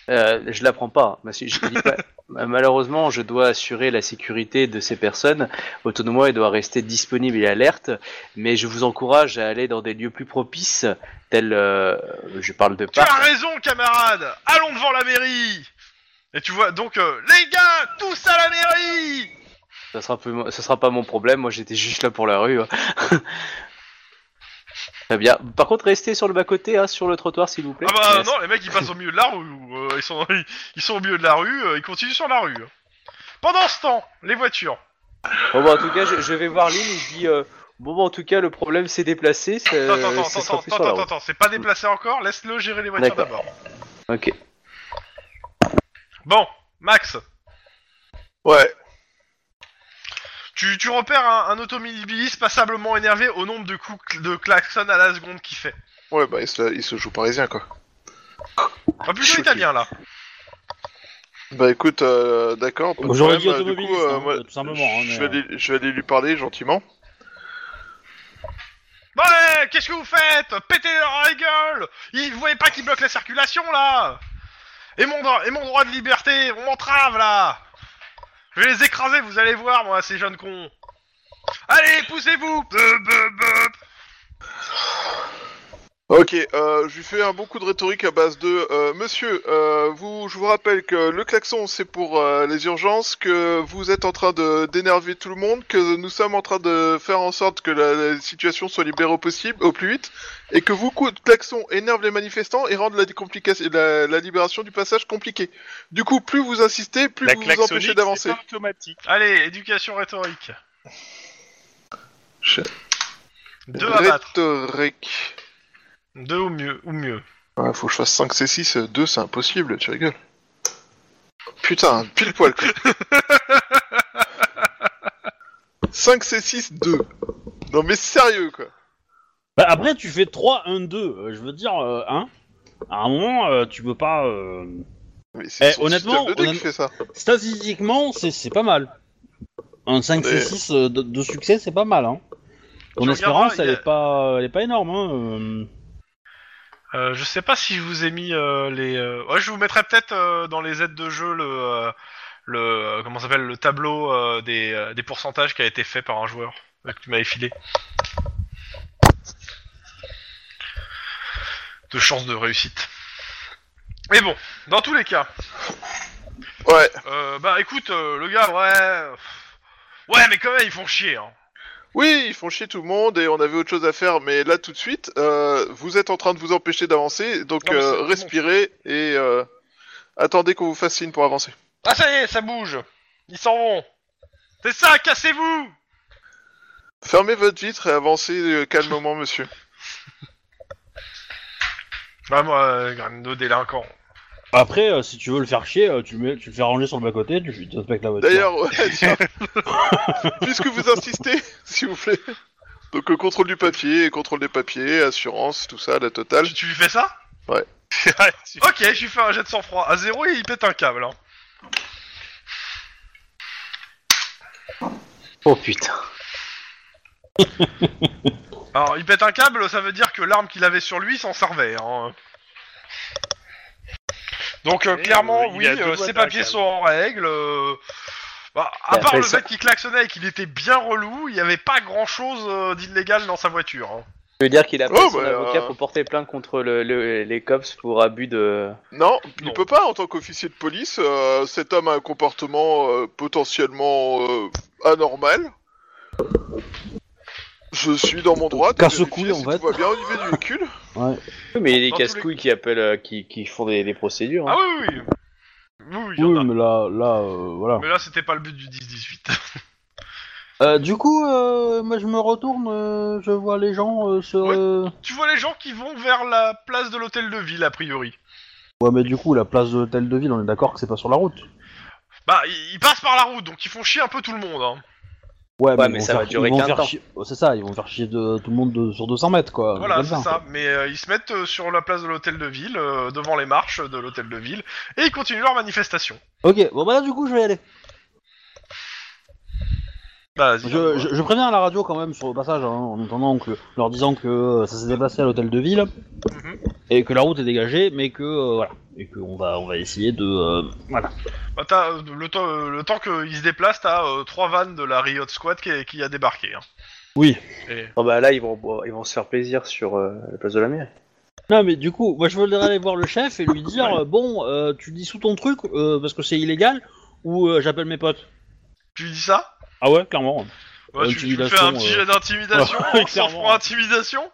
Euh, je la prends pas. hein, parce que je
[LAUGHS]
dis pas- Bah, Malheureusement, je dois assurer la sécurité de ces personnes. Autour de moi, il doit rester disponible et alerte. Mais je vous encourage à aller dans des lieux plus propices, tels. euh, je parle de
tu as
parc.
raison camarade allons devant la mairie et tu vois donc euh, les gars tous à la mairie
Ça sera, plus mo- ça sera pas mon problème. Moi, j'étais juste là pour la rue. hein. [LAUGHS] Très bien. Par contre, restez sur le bas-côté, hein, sur le trottoir, s'il vous plaît.
ah bah
Yes.
non les mecs ils passent au milieu de la rue euh, ils sont ils sont au milieu de la rue euh, ils continuent sur la rue pendant ce temps les voitures
Bon, bah, en tout cas, je, je vais voir Lynn. Il dit euh, Bon, bah, en tout cas, le problème s'est déplacé. ça-
Attends, attends,
ça
attends,
sera plus
attends,
Euh, sur la
attends,
route.
attends, c'est pas déplacé encore, laisse-le gérer les voitures
D'accord.
d'abord.
Ok.
Bon, Max,
Ouais.
tu, tu repères un, un automobiliste passablement énervé au nombre de coups cl- de klaxon à la seconde qu'il fait.
Ouais, bah, il se, il se joue parisien, quoi.
Enfin, plutôt
Choqué.
italien là.
Bah, écoute, euh, d'accord. pas de
J'aurais dit
problème, euh, du
automobiliste,
coup, euh,
hein,
moi,
tout simplement. hein,
Je vais
mais, euh,
aller- je vais aller lui parler gentiment.
Bon, eh, qu'est-ce que vous faites Pétez leur la gueule Ils, Vous voyez pas qu'ils bloquent la circulation là et mon, dro- et mon droit de liberté, on m'entrave là Je vais les écraser, vous allez voir moi, ces jeunes cons Allez, poussez-vous Bup, bup, bup.
Ok, euh, je lui fais un bon coup de rhétorique à base de euh, Monsieur, euh, vous, je vous rappelle que le klaxon c'est pour euh, les urgences, que vous êtes en train de d'énerver tout le monde, que nous sommes en train de faire en sorte que la, la situation soit libérée au possible, au plus vite, et que vous coups de klaxon énerve les manifestants et rendent la, décomplication- la, la libération du passage compliquée. Du coup, plus vous insistez, plus
La
vous vous
klaxonique,
empêchez
c'est
d'avancer.
automatique.
Allez, éducation rhétorique.
Je-
Deux à battre.
Rhétorique.
Deux ou mieux. Ou mieux.
Ouais, faut que je fasse 5 C6, 2 c'est impossible, tu rigoles. Putain, pile
[LAUGHS]
poil quoi. 5 C6, 2. Non mais sérieux quoi.
Bah, après, tu fais 3, 1, 2. euh, je veux dire, 1. À un moment, euh, tu peux pas. euh,
Mais c'est
Eh,
son
honnêtement,
système de dé qui
honn-
fait ça.
Statistiquement, c'est c'est pas mal. Un 5,
Mais-
6, 6 euh, de, de succès, c'est pas mal. Hein. Ton
Tu
espérance,
regarderas, il
elle,
y a-
est pas, elle est pas énorme. Hein. euh.
Euh, je sais pas si je vous ai mis euh, les. euh, Ouais, je vous mettrai peut-être euh, dans les aides de jeu le. euh, le euh, comment ça s'appelle le tableau euh, des, euh, des pourcentages qui a été fait par un joueur euh, que tu m'avais filé. De chance de réussite. Mais bon, dans tous les cas.
Ouais,
Euh, bah écoute, euh, le gars, ouais. Ouais, mais quand même, ils font chier. Hein.
oui, ils font chier tout le monde et on avait autre chose à faire, mais là tout de suite, euh, vous êtes en train de vous empêcher d'avancer, donc
Non, mais c'est
euh,
tout le monde.
respirez et euh, attendez qu'on vous fasse signe pour avancer.
Ah, ça y est, ça bouge. Ils s'en vont. C'est ça, cassez-vous
Fermez votre vitre et avancez euh, calmement monsieur.
Bah, moi, euh, graine de délinquant.
Après, euh, si tu veux le faire chier, euh, tu, le mets, tu le fais ranger sur le bas-côté, tu tu inspectes la voiture.
D'ailleurs, ouais, tiens. puisque vous insistez, [LAUGHS] s'il vous plaît. Donc euh, contrôle du papier, contrôle des papiers, assurance, tout ça, la totale.
Tu, tu lui fais ça
Ouais.
[LAUGHS] Ouais, tu- ok, je lui fais un jet de sang-froid. À zéro, il pète un câble. Hein.
Oh putain.
Alors, il pète un câble, ça veut dire que l'arme qu'il avait sur lui s'en servait. Hein. Donc, euh,
Eh,
clairement,
euh, il
oui,
a deux
euh,
doigts
ses
d'un
papiers
câble.
sont en règle. euh, bah, à
Et
part
après,
le
ça-
fait qu'il klaxonnait et qu'il était bien relou, il n'y avait pas grand-chose euh, d'illégal dans sa voiture. hein.
Je veux dire qu'il a
Oh,
pas son
bah,
avocat
euh.
pour porter plainte contre le- le- les cops pour abus de.
Non, il
Non.
peut pas en tant qu'officier de police. euh, cet homme a un comportement euh, potentiellement euh, anormal. Je suis dans mon droit. de
Casse-couille,
vérifier si
en fait.
Tout va bien au niveau du véhicule.
Oui, mais les
Dans tous les-
casse-couilles qui appellent, euh, qui, qui font des, des procédures.
Ah
hein.
oui, oui, oui. Oui, oui, il y en
Oui,
a.
mais là, là, euh, voilà.
Mais là, c'était pas le but du 10-18.
Euh, du coup, euh, moi je me retourne, euh, je vois les gens euh, sur.
Ouais.
euh,
[LAUGHS] tu vois les gens qui vont vers la place de l'hôtel de ville, a priori.
Ouais, mais du coup, la place de l'hôtel de ville, on est d'accord que c'est pas sur la route.
Bah, ils, ils passent par la route, donc ils font chier un peu tout le monde. Hein.
Ouais,
mais
ils vont
ça va
faire-
durer
ils vont
qu'un
faire
temps.
chier- oh, C'est ça, ils vont faire chier de, tout le monde de- sur 200 mètres, quoi.
Voilà,
Comme
c'est ça. Mais euh, ils se mettent euh, sur la place de l'hôtel de ville, euh, devant les marches de l'hôtel de ville, et ils continuent leur manifestation.
Ok, bon bah là, du coup, je vais y aller.
Bah, vas-y.
Je, je, je préviens à la radio quand même sur le passage, hein, en entendant que, leur disant que euh, ça s'est déplacé à l'hôtel de ville
Mhm.
et que la route est dégagée, mais que euh, voilà, et qu'on va, on va essayer de. euh, voilà.
Bah, t'as, euh, le, temps- euh, le temps qu'ils se déplacent, t'as euh, trois vannes de la Riot Squad qui, qui a débarqué. hein.
Oui.
Et-
Oh, bah là, ils vont, bo- ils vont se faire plaisir sur euh, la place de la mer.
Non, mais du coup, moi je voudrais aller voir le chef et lui dire euh, bon, euh, tu dis sous ton truc euh, parce que c'est illégal ou euh, j'appelle mes potes.
tu dis ça
Ah ouais, clairement.
Ouais, tu, tu me fais
Intimidation,
un petit
euh. [LAUGHS]
jet d'intimidation
Ouais,
sans
clairement.
prendre intimidation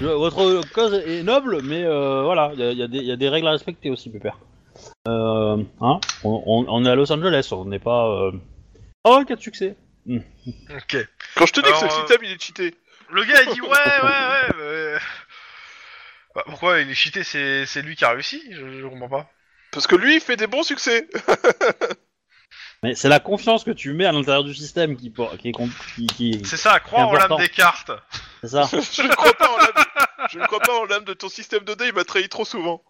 Je- votre cause est noble, mais euh, voilà, il y, a- y a des- y a des règles à respecter aussi, Pépère. Euh, hein on, on- on est à Los Angeles, on n'est pas. euh, Oh, cas de succès
Ok.
Quand je te dis
Alors,
que
euh,
ce système il est cheaté.
Le gars il dit ouais ouais ouais. mais- Bah, pourquoi il est cheaté C'est c'est lui qui a réussi. Je, je comprends pas.
Parce que lui, il fait des bons succès. [LAUGHS]
Mais c'est la confiance que tu mets à l'intérieur du système qui, por- qui est. com- Qui, qui-
C'est ça, croire en l'âme
important.
des cartes.
c'est ça.
je ne crois pas en l'âme. Je ne crois pas en l'âme de ton système de dés. Il m'a trahi trop souvent.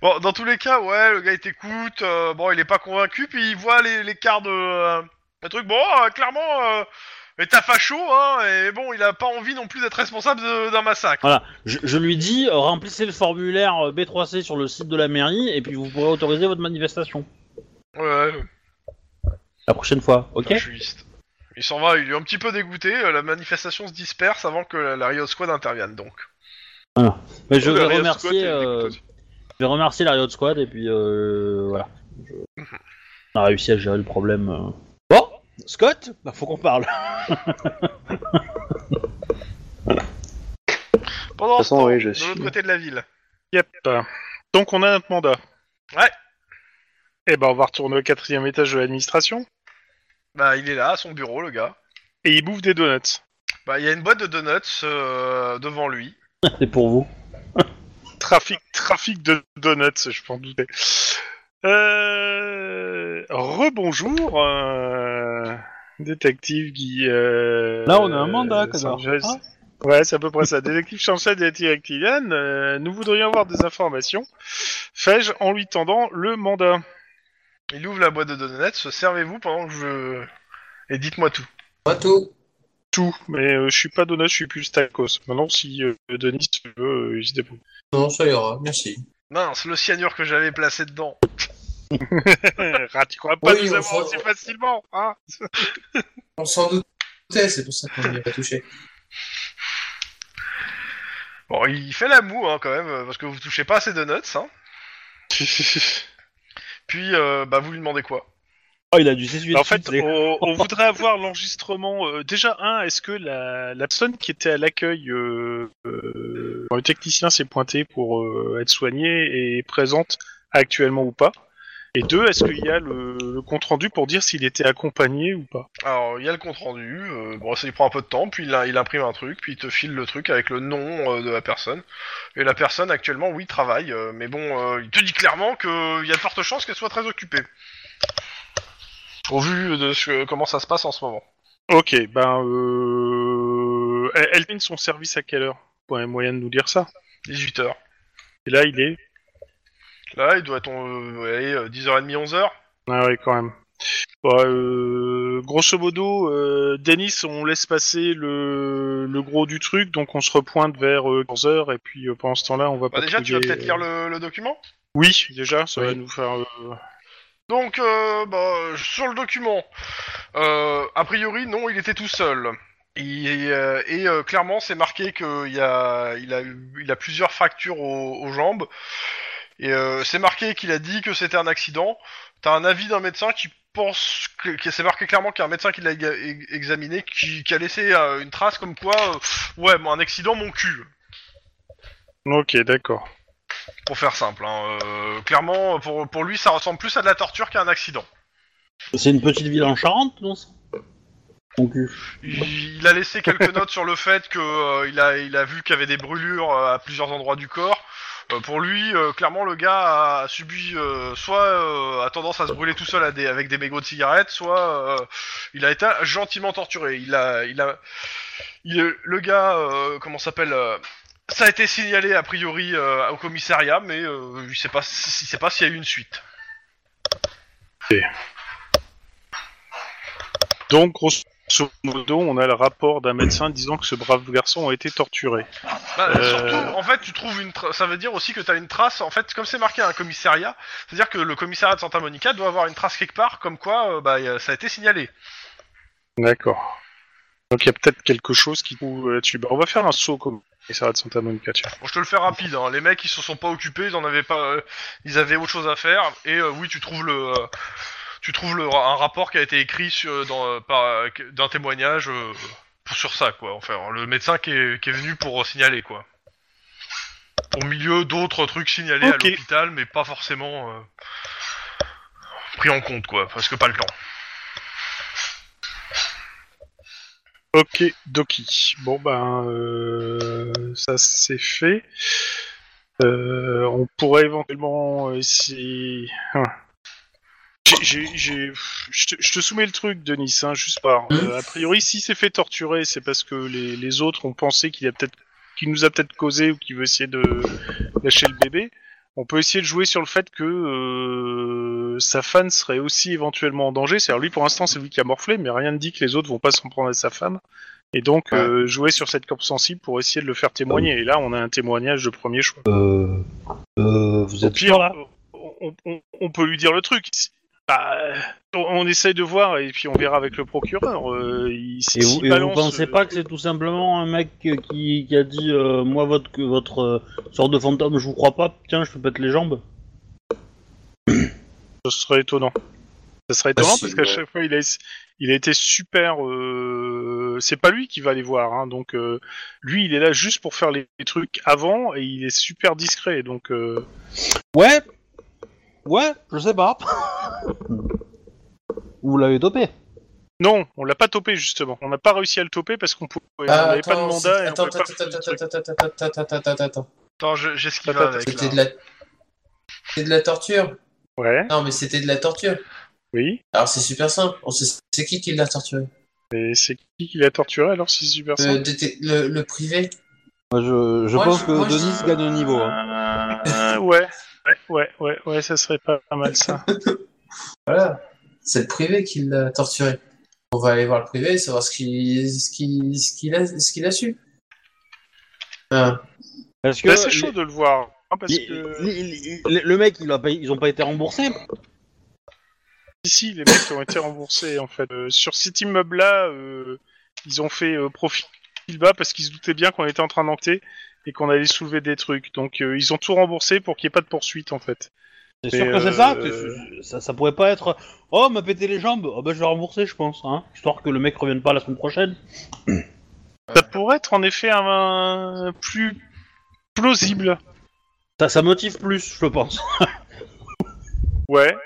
Bon, dans tous les cas, ouais, le gars il t'écoute. euh, bon, il est pas convaincu, puis il voit les, les cartes de euh, le truc. Bon, euh, clairement, euh, mais t'as facho, hein. Et bon, il a pas envie non plus d'être responsable de- d'un massacre.
Je, je lui dis euh, remplissez le formulaire euh, B3C sur le site de la mairie et puis vous pourrez autoriser votre manifestation.
Ouais, ouais, ouais.
La prochaine fois,
Bah,
ok
Fasciste. Il s'en va, il est un petit peu dégoûté. euh, La manifestation se disperse avant que la, la Riot Squad intervienne, donc.
Mais je
Oh,
vais
la Riot Squad,
remercier.
elle
euh,
l'écoute aussi.
Je vais remercier la Riot Squad et puis euh, voilà. Je- On a réussi à gérer le problème. euh. Bon, Scott, bah, faut qu'on
[LAUGHS]
parle.
Pendant
De toute
ce
façon,
temps,
oui, je
de
suis-
l'autre côté de la ville.
Yep. Donc on a notre mandat.
Ouais.
Eh ben on va retourner au quatrième étage de l'administration
Bah, il est là, à son bureau, le gars.
et il bouffe des donuts.
Bah, il y a une boîte de donuts euh, devant lui.
C'est pour vous.
Trafic, trafic de donuts, je m'en doutais. Euh... Rebonjour, euh, détective Guy. euh,
Là, on a un mandat,
euh,
Connard.
Sanchez.
Ah.
Ouais, c'est à peu près ça. Détective Chancel et détective Yann, euh, nous voudrions avoir des informations. Fais-je en lui tendant le mandat
Il ouvre la boîte de donuts, servez-vous pendant que je... Et dites-moi tout.
Pas tout.
Tout, mais euh, je suis pas donut, je suis plus tacos. Maintenant, si euh, Denis veut, euh, il se débrouille.
[LAUGHS]
[LAUGHS]
Non, ça ira, merci.
Mince, le cyanure que j'avais placé dedans. Oh,
Ah, tu crois pas
Oui,
nous
on
avoir
s'en-
aussi facilement, hein
On s'en doutait, c'est pour ça qu'on n'y a pas touché.
Bon, il fait la moue, hein, quand même, euh, parce que vous touchez pas à ces donuts, hein. Puis, euh, bah, vous lui demandez quoi
Oh,
Ah,
il a dû s'essuyer.
Bah, En
dessus,
fait,
c'est-
on, on voudrait avoir l'enregistrement. euh, déjà, un, est-ce que la, la personne qui était à l'accueil, euh, euh, quand le technicien s'est pointé pour euh, être soigné et est présente actuellement ou pas Et deux, est-ce qu'il y a le, le compte-rendu pour dire s'il était accompagné ou pas
Alors, il y a le compte-rendu, euh, bon, ça il prend un peu de temps, puis il, il imprime un truc, puis il te file le truc avec le nom euh, de la personne. Et la personne, actuellement, oui, travaille, euh, mais bon, euh, il te dit clairement qu'il y a de fortes chances qu'elle soit très occupée. Au vu de ce que- comment ça se passe en ce moment.
Ok, ben... Euh, elle, elle termine son service à quelle heure Point moyen de nous dire ça.
18h.
Et là, il est...
Là, il doit être euh, ouais, euh, 10h30, 11h.
Ah ouais, quand même. Bon, euh, grosso modo, euh, Denis, on laisse passer le, le gros du truc, donc on se repointe vers 15h, et puis euh, pendant ce temps-là, on va
Bah,
pas
déjà, tu vas
trouver,
peut-être lire
euh,
le, le document
Oui, déjà, ça va
Oui.
nous faire... euh,
Donc, euh, bah, sur le document, euh, a priori, non, il était tout seul. Et, euh, et, euh, clairement, c'est marqué qu'il y a, il a, eu- il a plusieurs fractures aux, aux jambes. Et euh, c'est marqué qu'il a dit que c'était un accident. T'as un avis d'un médecin qui pense que, que c'est marqué clairement qu'il y a un médecin qui l'a éga- e- examiné, qui, qui a laissé euh, une trace comme quoi, euh, ouais, bon, un accident, mon cul.
Ok, d'accord.
Pour faire simple, hein. Euh, clairement, pour, pour lui, ça ressemble plus à de la torture qu'à un accident.
C'est une petite ville en Charente, non ça Mon cul.
Il, il a laissé quelques notes sur le fait que euh, il a il a vu qu'il y avait des brûlures euh, à plusieurs endroits du corps. Euh, pour lui, euh, clairement, le gars a, subi euh, soit euh, a tendance à se brûler tout seul à des, avec des mégots de cigarettes, soit euh, il a été gentiment torturé. Il a il a il- le gars euh, comment s'appelle euh, ça a été signalé a priori euh, au commissariat, mais euh, il sait pas si- il sait pas s'il y a eu une suite.
Donc, grosso modo, on a le rapport d'un médecin disant que ce brave garçon a été torturé.
Bah,
Euh,
Surtout, en fait, tu trouves une. tra- ça veut dire aussi que t'as une trace. En fait, comme c'est marqué à un commissariat, c'est-à-dire que le commissariat de Santa Monica doit avoir une trace quelque part, comme quoi euh, bah, y a- ça a été signalé.
D'accord. Donc, il y a peut-être quelque chose qui trouve là-dessus. Bah, on va faire un saut comme ça de Santa Monica, tiens.
Bon, je te le fais rapide. hein. Les mecs, ils se sont pas occupés, ils en avaient pas. euh, ils avaient autre chose à faire. Et euh, oui, tu trouves le. euh, tu trouves le, un rapport qui a été écrit sur, dans, euh, par, euh, d'un témoignage euh, sur ça, quoi. Enfin, le médecin qui est, qui est venu pour signaler, quoi. Au milieu d'autres trucs signalés
Ok.
à l'hôpital, mais pas forcément euh, pris en compte, quoi. Parce que pas le temps.
Ok, Doki. Bon, ben, euh, ça c'est fait. Euh, on pourrait éventuellement essayer. Hein. J'ai- j'ai- j'ai- pff, Je te- je te soumets le truc, Denis, hein, juste par. euh, a priori, si s'est fait torturer, c'est parce que les, les autres ont pensé qu'il a peut-être, qu'il nous a peut-être causé ou qu'il veut essayer de lâcher le bébé. On peut essayer de jouer sur le fait que euh, sa fan serait aussi éventuellement en danger. C'est-à-dire, lui, pour l'instant, c'est lui qui a morflé, mais rien ne dit que les autres vont pas s'en prendre à sa femme. Et donc,
Ouais.
euh, jouer sur cette corde sensible pour essayer de le faire témoigner. Et là, on a un témoignage de premier choix.
Euh, euh, vous
Au
êtes
pire,
sûr, là
on, on- on peut lui dire le truc. Si- bah, on, on essaye de voir et puis on verra avec le procureur. Euh, il- si-
Et vous,
s'il
et vous
balance,
pensez
euh,
pas que c'est tout simplement un mec euh, qui, qui a dit euh, Moi, votre, que votre euh, sorte de fantôme, je vous crois pas, tiens, je te pète les jambes
euh, Ce serait étonnant. Ce serait étonnant
si,
parce qu'à
ouais.
chaque fois, il a, il a été super. euh, C'est pas lui qui va les voir. hein, donc, euh, lui, il est là juste pour faire les, les trucs avant et il est super discret. Donc, euh,
Ouais Ouais, je sais pas. [LAUGHS] vous l'avez topé
non, on l'a pas topé justement. On n'a pas réussi à le toper parce qu'on pouvait. on
Ah,
n'avait pas de
attends,
mandat.
c'est-
et on
Attends,
pouvait pas
attends,
faire le truc.
attends, attends, attends, attends, attends, attends, attends.
Attends, je- j'esquive
Attends,
avec.
C'était
Là.
de la... C'était de la torture.
Ouais.
Non, mais c'était de la torture.
Oui.
Alors c'est super simple. On sait c'est qui qui l'a torturé.
Et c'est qui qui l'a torturé alors si c'est super
Le,
simple
dété- le, le privé.
Moi, Je, je
Moi,
pense
je-
que
moi, je-
Denis gagne le niveau. hein.
Euh, ouais. ouais, ouais, ouais, ouais, ça serait pas pas mal [LAUGHS] ça.
Voilà. C'est le privé qui l'a torturé. On va aller voir le privé, savoir ce qu'il ce qu'il ce qu'il a ce qu'il a su. Ah.
Parce
Là,
que
Bah, c'est chaud de le voir. hein, parce
les-
que
les- les- les- le mec, il a pas, ils ont pas été remboursés.
ici, les mecs ont été remboursés en fait. Euh, sur cet immeuble-là, euh, ils ont fait euh, profil bas parce qu'ils se doutaient bien qu'on était en train d'enquêter et qu'on allait soulever des trucs. Donc euh, ils ont tout remboursé pour qu'il n'y ait pas de poursuite en fait.
C'est
Mais,
sûr que
euh,
c'est ça, C'est- c'est- ça Ça pourrait pas être Oh, m'a pété les jambes, oh, bah, je vais rembourser, je pense, hein, histoire que le mec revienne pas la semaine prochaine.
Ça pourrait être en effet un, un plus plausible.
Ça, ça motive plus, je pense.
Ouais.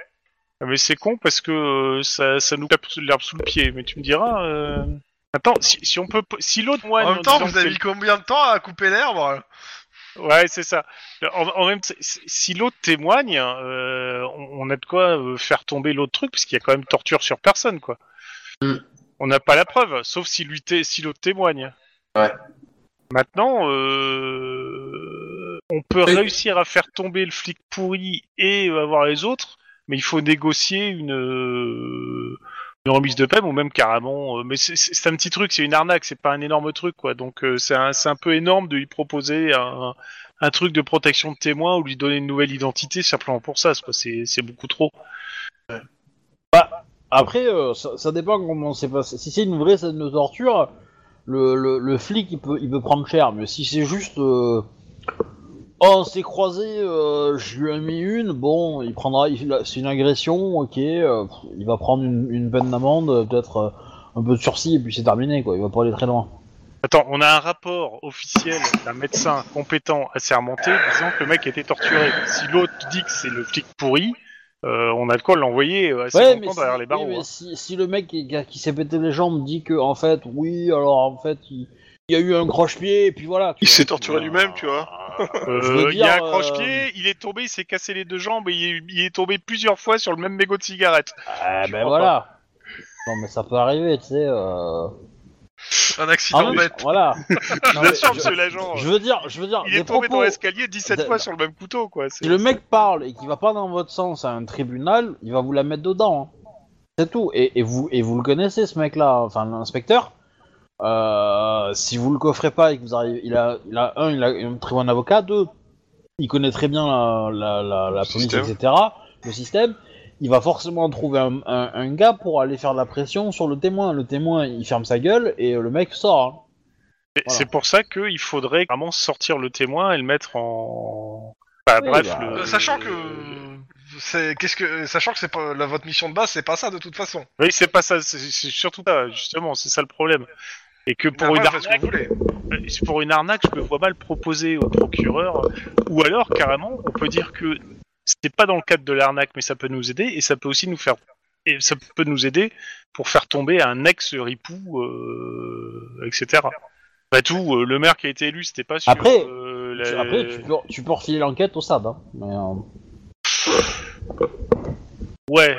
Ah, Mais c'est con parce que euh, ça, ça nous tape sous- l'herbe sous le pied. Mais tu me diras. euh, Attends, si, si on peut, si l'autre moine.
en même temps,
disant
vous
que
avez
c'est
mis combien de temps à couper l'herbe hein
Ouais, c'est ça. En, en même temps, si si l'autre témoigne, euh, on, on a de quoi euh, faire tomber l'autre truc, parce qu'il y a quand même torture sur personne, quoi.
Mm.
On n'a pas la preuve, sauf si lui té- si l'autre témoigne.
Ouais.
Maintenant, euh, on peut
Oui.
réussir à faire tomber le flic pourri et euh, avoir les autres, mais il faut négocier une, euh, une remise de peine ou même carrément. euh, mais c'est- c'est c'est un petit truc, c'est une arnaque, c'est pas un énorme truc, quoi. Donc euh, c'est un, c'est un peu énorme de lui proposer un, un truc de protection de témoin ou lui donner une nouvelle identité simplement pour ça, c'est pas- c'est c'est beaucoup trop.
Après, euh, ça, ça dépend comment c'est passé. Si c'est une vraie scène de torture,
le, le, le flic, il peut, il peut prendre cher, mais si c'est juste... euh, Oh, on s'est croisé, euh, je lui ai mis une, bon, il prendra... il- C'est une agression, ok, euh, pff, il va prendre une, une peine d'amende, euh, peut-être euh, un peu de sursis, et puis c'est terminé, quoi, il va pas aller très loin.
Attends, on a un rapport officiel d'un médecin compétent assermenté disant que le mec était torturé. Si l'autre dit que c'est le flic pourri, euh, on a de quoi l'envoyer euh, assez longtemps
si,
derrière les
oui,
barreaux.
mais
hein.
si, si le mec qui, qui s'est pété les jambes dit que, en fait, oui, alors en fait, il, il y a eu un croche-pied, et puis voilà. tu
Il
vois,
s'est
tu
torturé
vois.
lui-même, tu vois.
je
Euh,
veux
il y a
dire,
un croche-pied, il est tombé, il s'est cassé les deux jambes et il est, il est tombé plusieurs fois sur le même mégot de cigarette.
Eh
Je
ben
crois
voilà. Non, mais ça peut arriver, tu sais. Euh...
Un
ah,
accident
mais-
bête.
[LAUGHS] voilà.
Je
Non, mais
l'assure,
je-
monsieur l'agent. euh,
Je veux dire, je veux dire,
Il
des
est tombé
propos-
dans l'escalier 17
de-
fois sur le même couteau, quoi. C'est-
Si le mec parle et qu'il va pas dans votre sens à un tribunal, il va vous la mettre dedans. hein. C'est tout. Et, et vous et vous le connaissez ce mec-là, enfin l'inspecteur. Euh, si vous le coffrez pas et que vous arrivez, il a, il a un, il a un très bon avocat. Deux, il connaît très bien la, la, la, la police,
système.
etc. Le système. Il va forcément trouver un, un- un gars pour aller faire de la pression sur le témoin. Le témoin, il ferme sa gueule et euh, le mec sort. hein.
Et
Voilà.
C'est pour ça qu'il faudrait vraiment sortir le témoin et le mettre en. Bah,
Oui,
bref,
bah,
le-
Euh, Sachant que c'est qu'est-ce que sachant que c'est pas la- votre mission de base, c'est pas ça de toute façon.
Oui, c'est pas ça, c'est c'est surtout ça, justement, c'est ça le problème. Et que pour
Après,
une,
vous faites ce que
arnaque,
vous voulez.
euh, pour une arnaque, je me vois mal proposer au procureur, ou alors carrément, on peut dire que c'est pas dans le cadre de l'arnaque, mais ça peut nous aider, et ça peut aussi nous faire, et ça peut nous aider pour faire tomber un ex ripou, euh, etc. Pas tout, euh, le maire qui a été élu, c'était pas sur.
Après,
euh,
Tu-
la-
Après, tu peux, tu peux refiler l'enquête au SAD. hein. Mais, euh,
Ouais,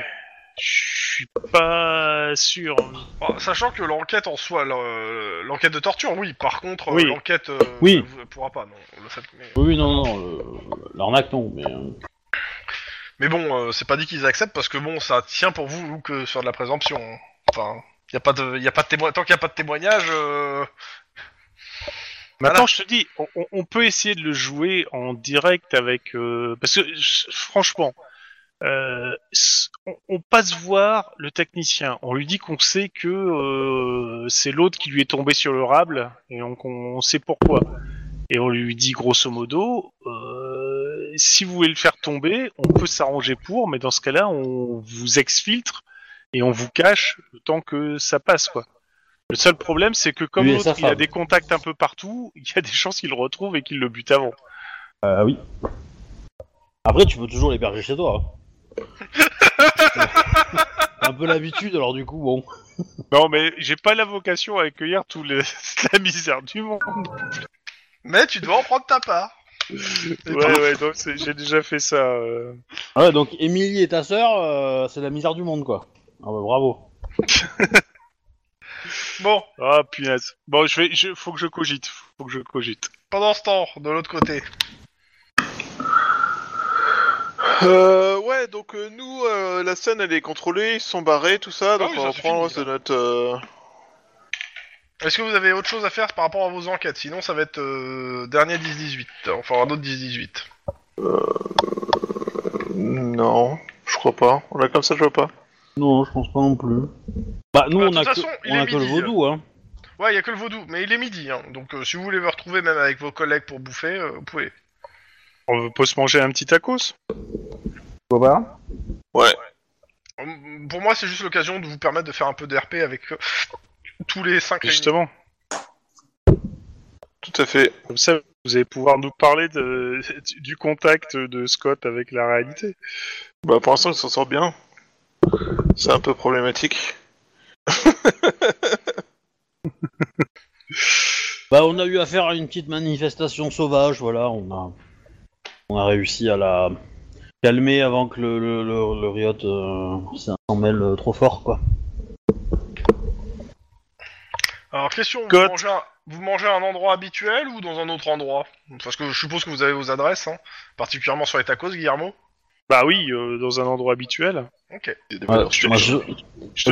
je suis pas sûr.
Bon, sachant que l'enquête en soi, le- l'enquête de torture, oui. Par contre,
Oui.
euh, l'enquête euh,
Oui.
ne vous- pourra pas. Non, le fait- mais,
Oui, non, non, le- l'arnaque non, mais. euh,
mais bon, euh, c'est pas dit qu'ils acceptent parce que bon, ça tient pour vous ou que sur de la présomption. hein. Enfin, y a pas de y a pas de témoin tant qu'il y a pas de témoignage. euh, Voilà.
Maintenant, je te dis, on, on- on peut essayer de le jouer en direct avec. euh, parce que, s- franchement, euh, s- on, on passe voir le technicien. On lui dit qu'on sait que euh, c'est l'autre qui lui est tombé sur le rable, et donc on, on sait pourquoi. Et on lui dit grosso modo, euh, si vous voulez le faire tomber, on peut s'arranger pour, mais dans ce cas-là, on vous exfiltre et on vous cache le temps que ça passe, quoi. Le seul problème, c'est que comme
Lui et sa
l'autre, il a
femme.
des contacts un peu partout, [LAUGHS] il y a des chances qu'il le retrouve et qu'il le bute avant.
euh, oui. Après, tu peux toujours l'héberger chez toi. [LAUGHS] hein. un peu l'habitude, alors du coup, bon.
Non, mais j'ai pas la vocation à accueillir tout le... [LAUGHS] la misère du monde.
Mais tu dois en prendre ta part. Et
Ouais, ouais, donc c'est- j'ai déjà fait ça. euh.
Ah Ouais, donc Émilie et ta sœur, euh, c'est la misère du monde, quoi. Ah bah, bravo.
Bon,
Ah, punaise. Bon, je vais, je... faut que je cogite, faut que je cogite.
pendant ce temps, de l'autre côté.
Euh, ouais, donc euh, nous, euh, la scène, elle est contrôlée, ils sont barrés, tout Ah ça, donc
oui,
on
ça,
va
c'est
prendre le
fini,
reste de notre... euh,
Est-ce que vous avez autre chose à faire par rapport à vos enquêtes Sinon, ça va être euh, dernier 10-18. Enfin, un autre 10-18.
euh, Non, je crois pas. Là, comme ça, je vois pas.
Non, je pense pas non plus. Bah, nous,
Bah, de
on a,
toute
que,
façon, il
on a
est
que le
midi,
vaudou, hein.
Ouais, il y a que le vaudou, mais il est midi, hein. donc euh, si vous voulez me retrouver même avec vos collègues pour bouffer, euh, vous pouvez.
On peut se manger un petit tacos
Hum, Pour moi, c'est juste l'occasion de vous permettre de faire un peu de RP avec euh, tous les cinq réunis.
Justement,
Tout à fait.
comme ça, vous allez pouvoir nous parler de, [LAUGHS] du contact de Scott avec la réalité.
Bah, pour l'instant, ils s'en sortent bien. C'est un peu problématique.
Bah, on a eu affaire à une petite manifestation sauvage, voilà, on a, on a réussi à la calmer avant que le, le, le, le riot euh, s'en mêle euh, trop fort, quoi.
Alors, question, vous
Cote.
mangez, à, vous mangez à un endroit habituel ou dans un autre endroit Parce que je suppose que vous avez vos adresses, hein, particulièrement sur les tacos, Guillermo.
Bah oui, euh, dans un endroit habituel.
Ok.
Il y a des
Ouais,
valeurs
moi, je,
Je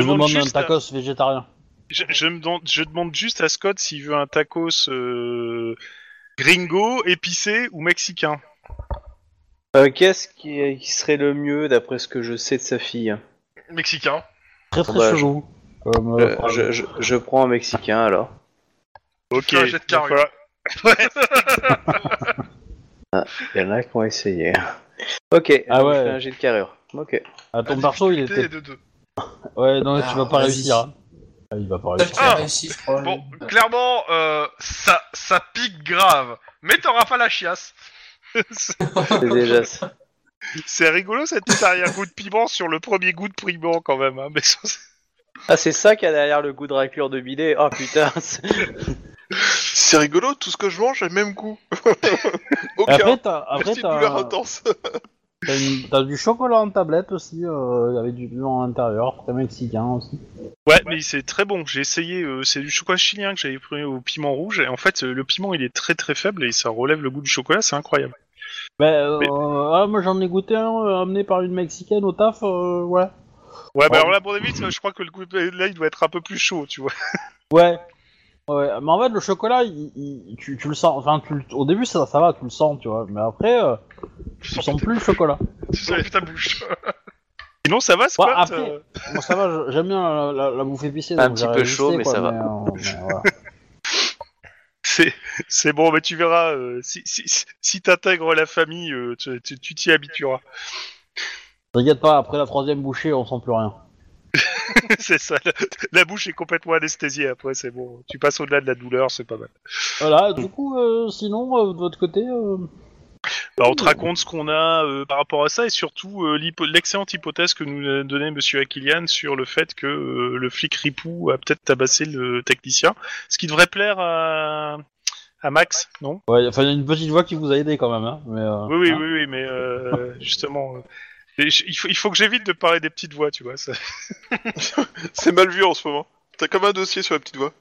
je demande un
juste à-
tacos végétarien.
je, je me demande- je demande juste à Scott s'il veut un tacos euh, gringo, épicé ou mexicain.
Euh, Qu'est-ce qui, qui serait le mieux d'après ce que je sais de sa fille hein?
Mexicain.
Très très
Bah, je-
chelou. Comme, euh,
Euh, je, je- je prends un mexicain alors.
Ok.
Fais un jet de
va falloir-
[LAUGHS]
Il y en a qui ont essayé. Ok,
Ah
ah
ouais.
je fais un jet de carrure. [LAUGHS] Ok.
Ah, ton perso, il
T'es
était.
de deux.
Ouais, non,
Ah,
tu vas pas
vas-y.
réussir. hein. Ah, il va pas
Celle
réussir.
qui a
Ah.
réussi, je crois.
Bon, clairement, euh, ça, ça pique grave. Mais t'auras pas la chiasse.
C'est déjà ça.
C'est rigolo cette petite arrière-goût de piment sur le premier goût de piment quand même. Hein, mais ça, c'est-
Ah, c'est ça qu'il y a derrière le goût de raclure de bidet. Oh putain. [LAUGHS] c'est-
C'est rigolo, tout ce que je mange a le même goût. [LAUGHS]
Et
Aucun.
après, t'as, après,
Merci de douleur
t'as,
intense.
t'as une- t'as du chocolat en tablette aussi, euh, avec du piment à l'intérieur, très mexicain aussi.
Ouais, mais c'est très bon. J'ai essayé. euh, c'est du chocolat chilien que j'avais pris au piment rouge. Et en fait, euh, le piment il est très très faible et ça relève le goût du chocolat. C'est incroyable.
Ben, euh,
Mais-
ah, moi j'en ai goûté un euh, amené par une mexicaine au taf, euh, ouais.
Ouais,
Oh.
bah alors là pour David, je crois que le goût de- là il doit être un peu plus chaud, tu vois. [LAUGHS]
Ouais. Ouais, mais en fait, le chocolat, il, il- tu, tu le sens, enfin, tu le- au début, ça, ça va, tu le sens, tu vois, mais après, euh,
Tu
tu
sens,
sens plus le chocolat.
tu sens plus ta bouche.
[LAUGHS] Sinon ça va,
Ouais,
Squat.
après-
euh,
Bon, ça va, je- j'aime bien la, la, la bouffe épicée.
Un
donc
petit
j'ai
peu
résisté,
chaud, mais
quoi,
ça va.
euh, mais voilà.
C'est c'est bon, mais tu verras. euh, si si, si- si t'intègres la famille, euh, tu tu- tu t'y habitueras. [LAUGHS]
T'inquiète pas, après la troisième bouchée, on sent plus rien.
c'est ça. La, la bouche est complètement anesthésiée. Après, c'est bon. Tu passes au-delà de la douleur, c'est pas mal.
Voilà, du coup, euh, sinon, euh, de votre côté, euh,
Bah, on te raconte ce qu'on a euh, par rapport à ça et surtout euh, l'hypo- l'excellente hypothèse que nous a donnée Monsieur Akilian sur le fait que euh, le flic Ripou a peut-être tabassé le technicien, ce qui devrait plaire à, à Max, non
ouais, enfin, il y a une petite voix qui vous a aidé quand même, hein, mais, euh,
Oui, oui,
hein.
oui, oui, mais euh, [LAUGHS] justement. euh, et je- il, faut, il faut que j'évite de parler des petites voix, tu vois. Ça. [LAUGHS]
C'est mal vu en ce moment. T'as comme un dossier sur la petite voix.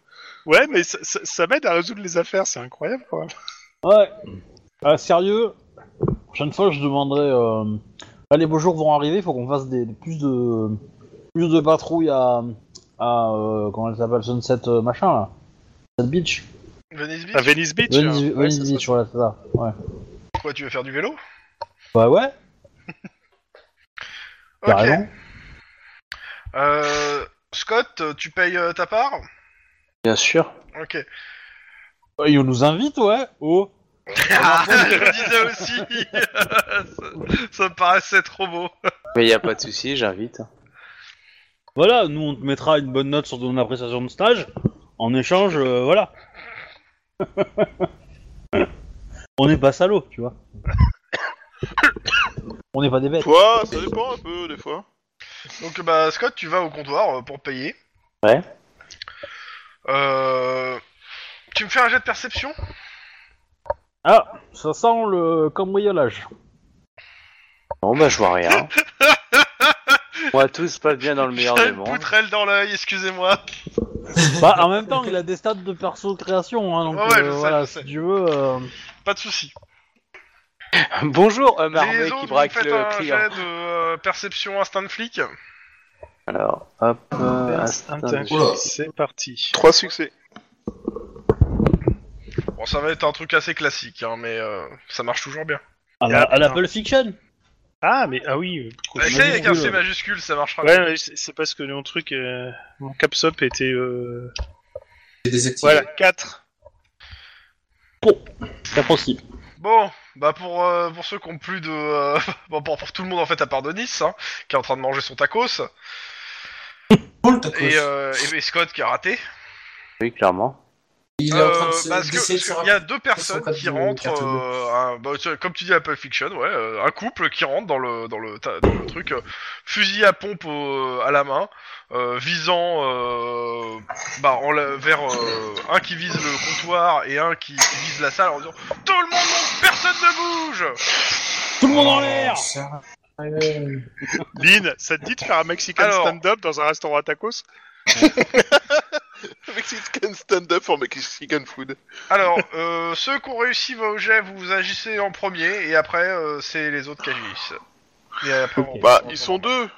Ouais, mais ça, ça- ça m'aide à résoudre les affaires, c'est incroyable quand même.
Ouais. Ah, sérieux, prochaine fois, je demanderai. Euh... Là, les beaux jours vont arriver, faut qu'on fasse des, des- plus de plus de patrouilles à. à euh, comment elle s'appelle Sunset euh, machin là. Sunset Beach.
Venice Beach,
À Venice Beach.
Venice,
hein.
Venice
ça
Beach, voilà, c'est ça. Ouais.
quoi, tu veux faire du vélo
Bah ouais,
Ok.
carrément.
Euh, Scott, tu payes euh, ta part
Bien sûr.
Ok.
Ouais, Bah, Ils nous invitent, ouais. Oh.
Alors, moi, je le disais aussi. [LAUGHS] ça, ça me paraissait trop beau.
Mais y a pas de souci, j'invite.
Voilà, nous on te mettra une bonne note sur ton appréciation de stage. En échange, euh, voilà. [LAUGHS] on n'est pas salauds, tu vois. on n'est pas des bêtes.
Toi, ça dépend un peu des fois.
Donc, bah, Scott, tu vas au comptoir euh, pour payer.
Ouais.
Euh, tu me fais un jet de perception
Ah, ça sent le cambriolage.
Non, bah je
[LAUGHS]
vois rien. Moi, tout se passe bien dans le meilleur
J'ai
des
une
mondes.
poutrelle dans l'œil, excusez-moi.
Bah, en même temps, il a des stats de perso création, hein, donc
Ouais, ouais, je
euh,
sais,
voilà,
je
si
sais.
tu veux. euh,
Pas de soucis.
[LAUGHS] Bonjour, homme
Les
armé
autres, vous
qui
me
braque
faites
le
un
client.
jet de euh, perception instinct de flic.
Alors, hop, euh,
Ah,
instinct de-
Oula.
C'est parti.
Trois succès. [LAUGHS]
Bon, ça va être un truc assez classique, hein, mais euh, ça marche toujours bien.
À, la- à l'Apple Fiction
Ah, mais ah oui. euh, pourquoi-
Essaye avec un
majuscule,
C
ouais.
majuscule, ça marchera
Ouais, mais c'est c'est parce que mon truc, euh, mon capsop était. euh,
J'ai désactivé.
Voilà, 4.
C'est possible.
Bon, bah pour, euh, pour ceux qui ont plus de... euh, [LAUGHS] bon, pour, pour tout le monde en fait, à part de Nice, hein, qui est en train de manger son tacos,
Cool, ta
et,
cause.
euh, et Scott qui a raté.
Oui, clairement.
Il est en train de
Euh,
se,
parce que-
d'essayer de se
parce qu'il y
rappeler.
a deux personnes
carte
qui
bleue,
rentrent,
carte bleue.
euh, un- bah, tu- comme tu dis Apple Fiction, ouais, euh, un couple qui rentre dans le dans le, ta- dans le truc, euh, fusil à pompe au- à la main, euh, visant euh, bah, en la- vers euh, un qui vise le comptoir et un qui, qui vise la salle en disant tout le monde monte, personne ne bouge.
Tout le monde en l'air
Oh, sérieux.
Lynn, ça te dit de faire un Mexican
Alors.
stand-up dans un restaurant à tacos
Mexican stand-up for Mexican food.
Alors euh, ceux qui ont réussi va au jet, vous agissez en premier et après euh, c'est les autres qui agissent. Et après, on-
Bah,
on-
ils sont deux.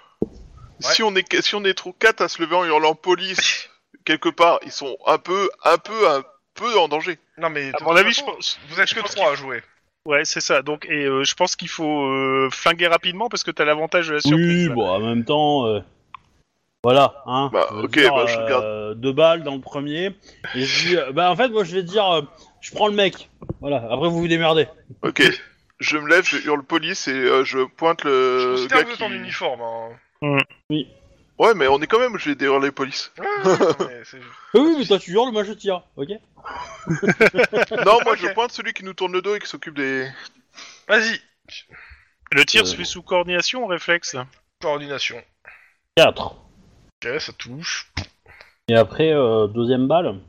Si on est si on est trop quatre à se lever en hurlant [LAUGHS] police quelque part, ils sont un peu un peu un peu en danger.
Non mais
À
de
mon
toute
avis, je
façon,
pense.
vous êtes
je
que
pense
trois à jouer.
Ouais, c'est ça. Donc, et euh, je pense qu'il faut euh, flinguer rapidement parce que t'as l'avantage de la surprise.
Oui,
là.
bon, en même temps. euh,
Voilà, hein.
Bah,
je veux
ok,
dire,
bah, je
euh,
regarde.
deux balles dans le premier. Et je dis, euh, bah, en fait, moi, je vais dire, euh, je prends le mec. Voilà, après, vous vous démerdez.
Ok. Je me lève, je hurle police et euh, je pointe le.
C'est
gars
un peu
qui-
ton uniforme. Hein.
Ouais, mais on est quand même, j'ai des hurler police.
Ouais, ouais,
[LAUGHS]
non, mais c'est-
Ah oui, mais toi, tu hurles, moi, je tire, ok
non, moi
[LAUGHS]
je
Ok.
pointe celui qui nous tourne le dos et qui s'occupe des.
Vas-y,
Le tir
Euh.
se fait sous coordination ou réflexe
coordination.
4.
Ok, ça touche.
Et après, euh, deuxième balle.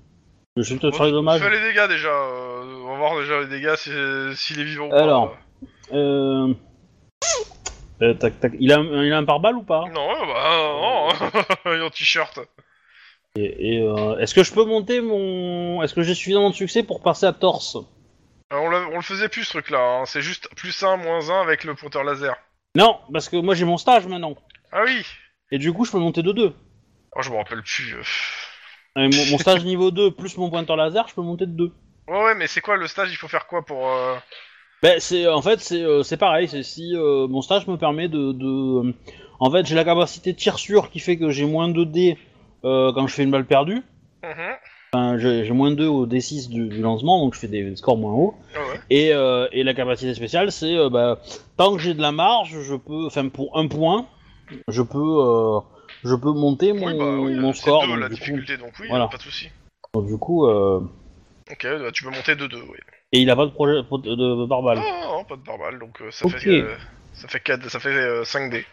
Je vais te faire les dommages.
Fais les dégâts déjà. euh, on va voir déjà les dégâts s'il si, s'il est vivant ou
Alors.
pas.
Euh... euh, tac, tac. Il a, un- il a un pare-balles ou pas
Non, bah non. [LAUGHS] Il est en t-shirt. Euh,
Et, et, euh, est-ce que je peux monter mon. Est-ce que j'ai suffisamment de succès pour passer à torse
Alors, On, l'a- on le faisait plus ce truc là. C'est juste plus 1, moins 1 avec le pointeur laser.
Non, parce que moi j'ai mon stage maintenant.
Ah oui.
Et du coup, je peux monter de 2.
Oh, je me rappelle plus. euh.
mon, mon stage niveau 2 plus mon pointeur laser, je peux monter de 2.
Ouais, ouais, mais c'est quoi le stage Il faut faire quoi pour. euh,
Ben, c'est, en fait, c'est, euh, c'est pareil. C'est si euh, mon stage me permet de. de, euh, en fait, j'ai la capacité tir sûr qui fait que j'ai moins de dés euh, quand je fais une balle perdue.
Mhm.
Enfin, j'ai, j'ai moins 2 au D6 du, du lancement, donc je fais des scores moins hauts.
Ah ouais.
Et, euh, et la capacité spéciale, c'est euh, bah, tant que j'ai de la marge, je peux, enfin pour un point, je peux, euh, je peux monter mon,
Oui, bah oui,
mon
euh, c'est
score.
deux,
donc,
la
du coup,
difficulté, donc oui,
Voilà.
pas de soucis.
donc, du coup, euh,
Ok, bah, tu peux monter de 2, oui.
et il a pas de projet de, de barbale.
Non, non, non, pas de barbal, donc euh, ça,
Ok.
fait, euh, ça fait 4, ça fait 5D.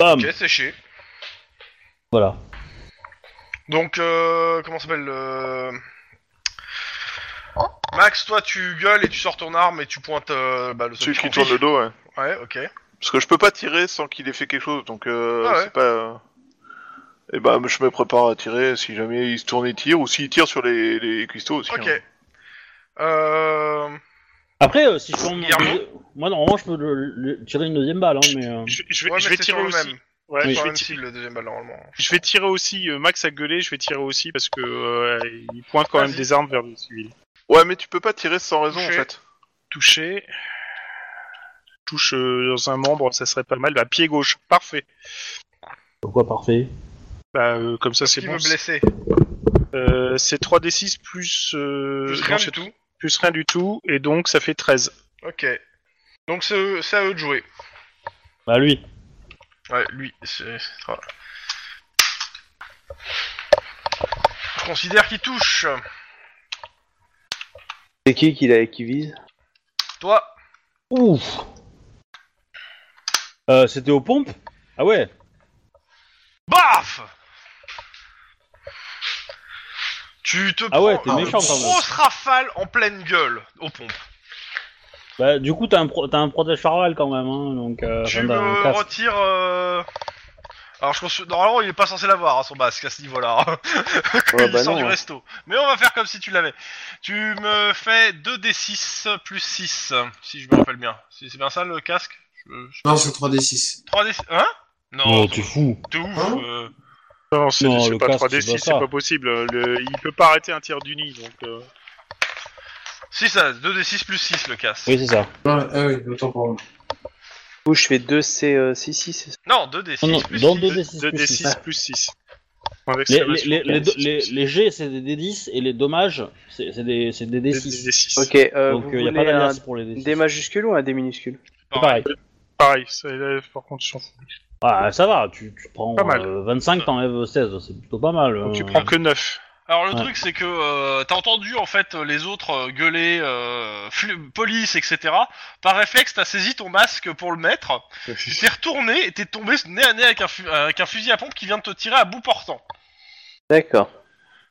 Bam,
Ok,
Hum.
séché.
voilà.
Donc, euh, comment ça s'appelle euh, Max, toi, tu gueules et tu sors ton arme et tu pointes euh, bah, le
Celui qui
qu'on
tourne le dos, ouais.
Ouais, ok.
Parce que je peux pas tirer sans qu'il ait fait quelque chose, donc euh,
Ah ouais.
c'est pas. euh, Et bah, je me prépare à tirer si jamais il se tourne et tire, ou s'il tire sur les, les cuistots aussi.
Ok.
hein.
Euh...
Après, euh, si je tombe,
Guillermo
moi normalement, je peux le, le- tirer une deuxième balle, hein, mais euh,
Je, je vais,
ouais,
je
mais
vais
c'est
tirer
sur le
aussi.
même.
Ouais,
C'est
je,
sur
vais
la même
ti-
cible, le deuxième balle, normalement.
je vais tirer aussi. euh, Max a gueulé, je vais tirer aussi parce que euh, il pointe quand même
Ah, Vas-y.
des armes vers le civil.
Ouais, mais tu peux pas tirer sans raison en
Touché.
fait.
Touché. Touche euh, dans un membre, ça serait pas mal. Bah, pied gauche, parfait.
pourquoi parfait
Bah, euh, comme ça, c'est
Qui
bon.
me blesser
Euh, c'est 3d6 plus. euh,
Plus
non,
rien
c'est
du tout.
plus rien du tout, et donc ça fait 13.
Ok. Donc, c'est eux- c'est à eux de jouer.
Bah lui.
Ouais, lui, c'est. ah. Je considère qu'il touche.
C'est qui qui, l'a- qui vise
Toi,
Ouf. Euh, c'était aux pompes Ah ouais.
baf Tu te
Ah ouais, t'es
prends une
méchant, quand même.
grosse rafale en pleine gueule aux pompes.
Bah du coup, t'as un, pro- t'as un protège charval quand même, hein, donc. Euh,
tu
enfin,
me
t'as un casque.
retires. euh, Alors, je pense que normalement, il est pas censé l'avoir à son basque à ce niveau-là. [LAUGHS] hein. Quand
Ouais,
il
bah
sort
non,
du
hein.
resto. Mais on va faire comme si tu l'avais. Tu me fais 2d6 plus 6, si je me rappelle bien. Si C'est bien ça le casque Je- je-
Non, c'est 3D6.
3D. Hein Non,
Oh, t'es fou.
t'es ouf.
Hein
euh.
Non, c'est
Non,
c'est
le
pas
casque,
3D6,
c'est
c'est
pas ça.
pas possible. Le- il peut pas arrêter un tir du nid, donc. euh,
Si, ça, 2d6 plus 6 le casse.
Oui, c'est ça.
Non, ah oui, autant pour moi.
Du coup, je fais 2 C, euh, 6, 6.
Non,
Non,
2d6
non,
plus
dans
6.
2d6 plus 6.
2D6 plus 6.
Les, les, les, les, les, les G, c'est des D10 et les dommages, c'est c'est des, c'est des D6.
D6.
Ok, euh,
Donc
vous
il n'y a pas
voulez un
d'alias pour les D6.
D majuscule ou un D minuscule
C'est pareil.
Pareil, ça, là, par contre, je suis en fous.
Ah, ça va, tu, tu prends
Pas mal.
euh, 25, t'enlèves 16, c'est plutôt pas mal.
Donc tu
euh.
prends que 9.
Alors le
Ouais.
truc c'est que euh, t'as entendu en fait les autres euh, gueuler euh, fl- police etc. Par réflexe t'as saisi ton masque pour le mettre, tu t'es retourné et t'es tombé nez à nez avec un, fu- avec un fusil à pompe qui vient de te tirer à bout portant.
D'accord.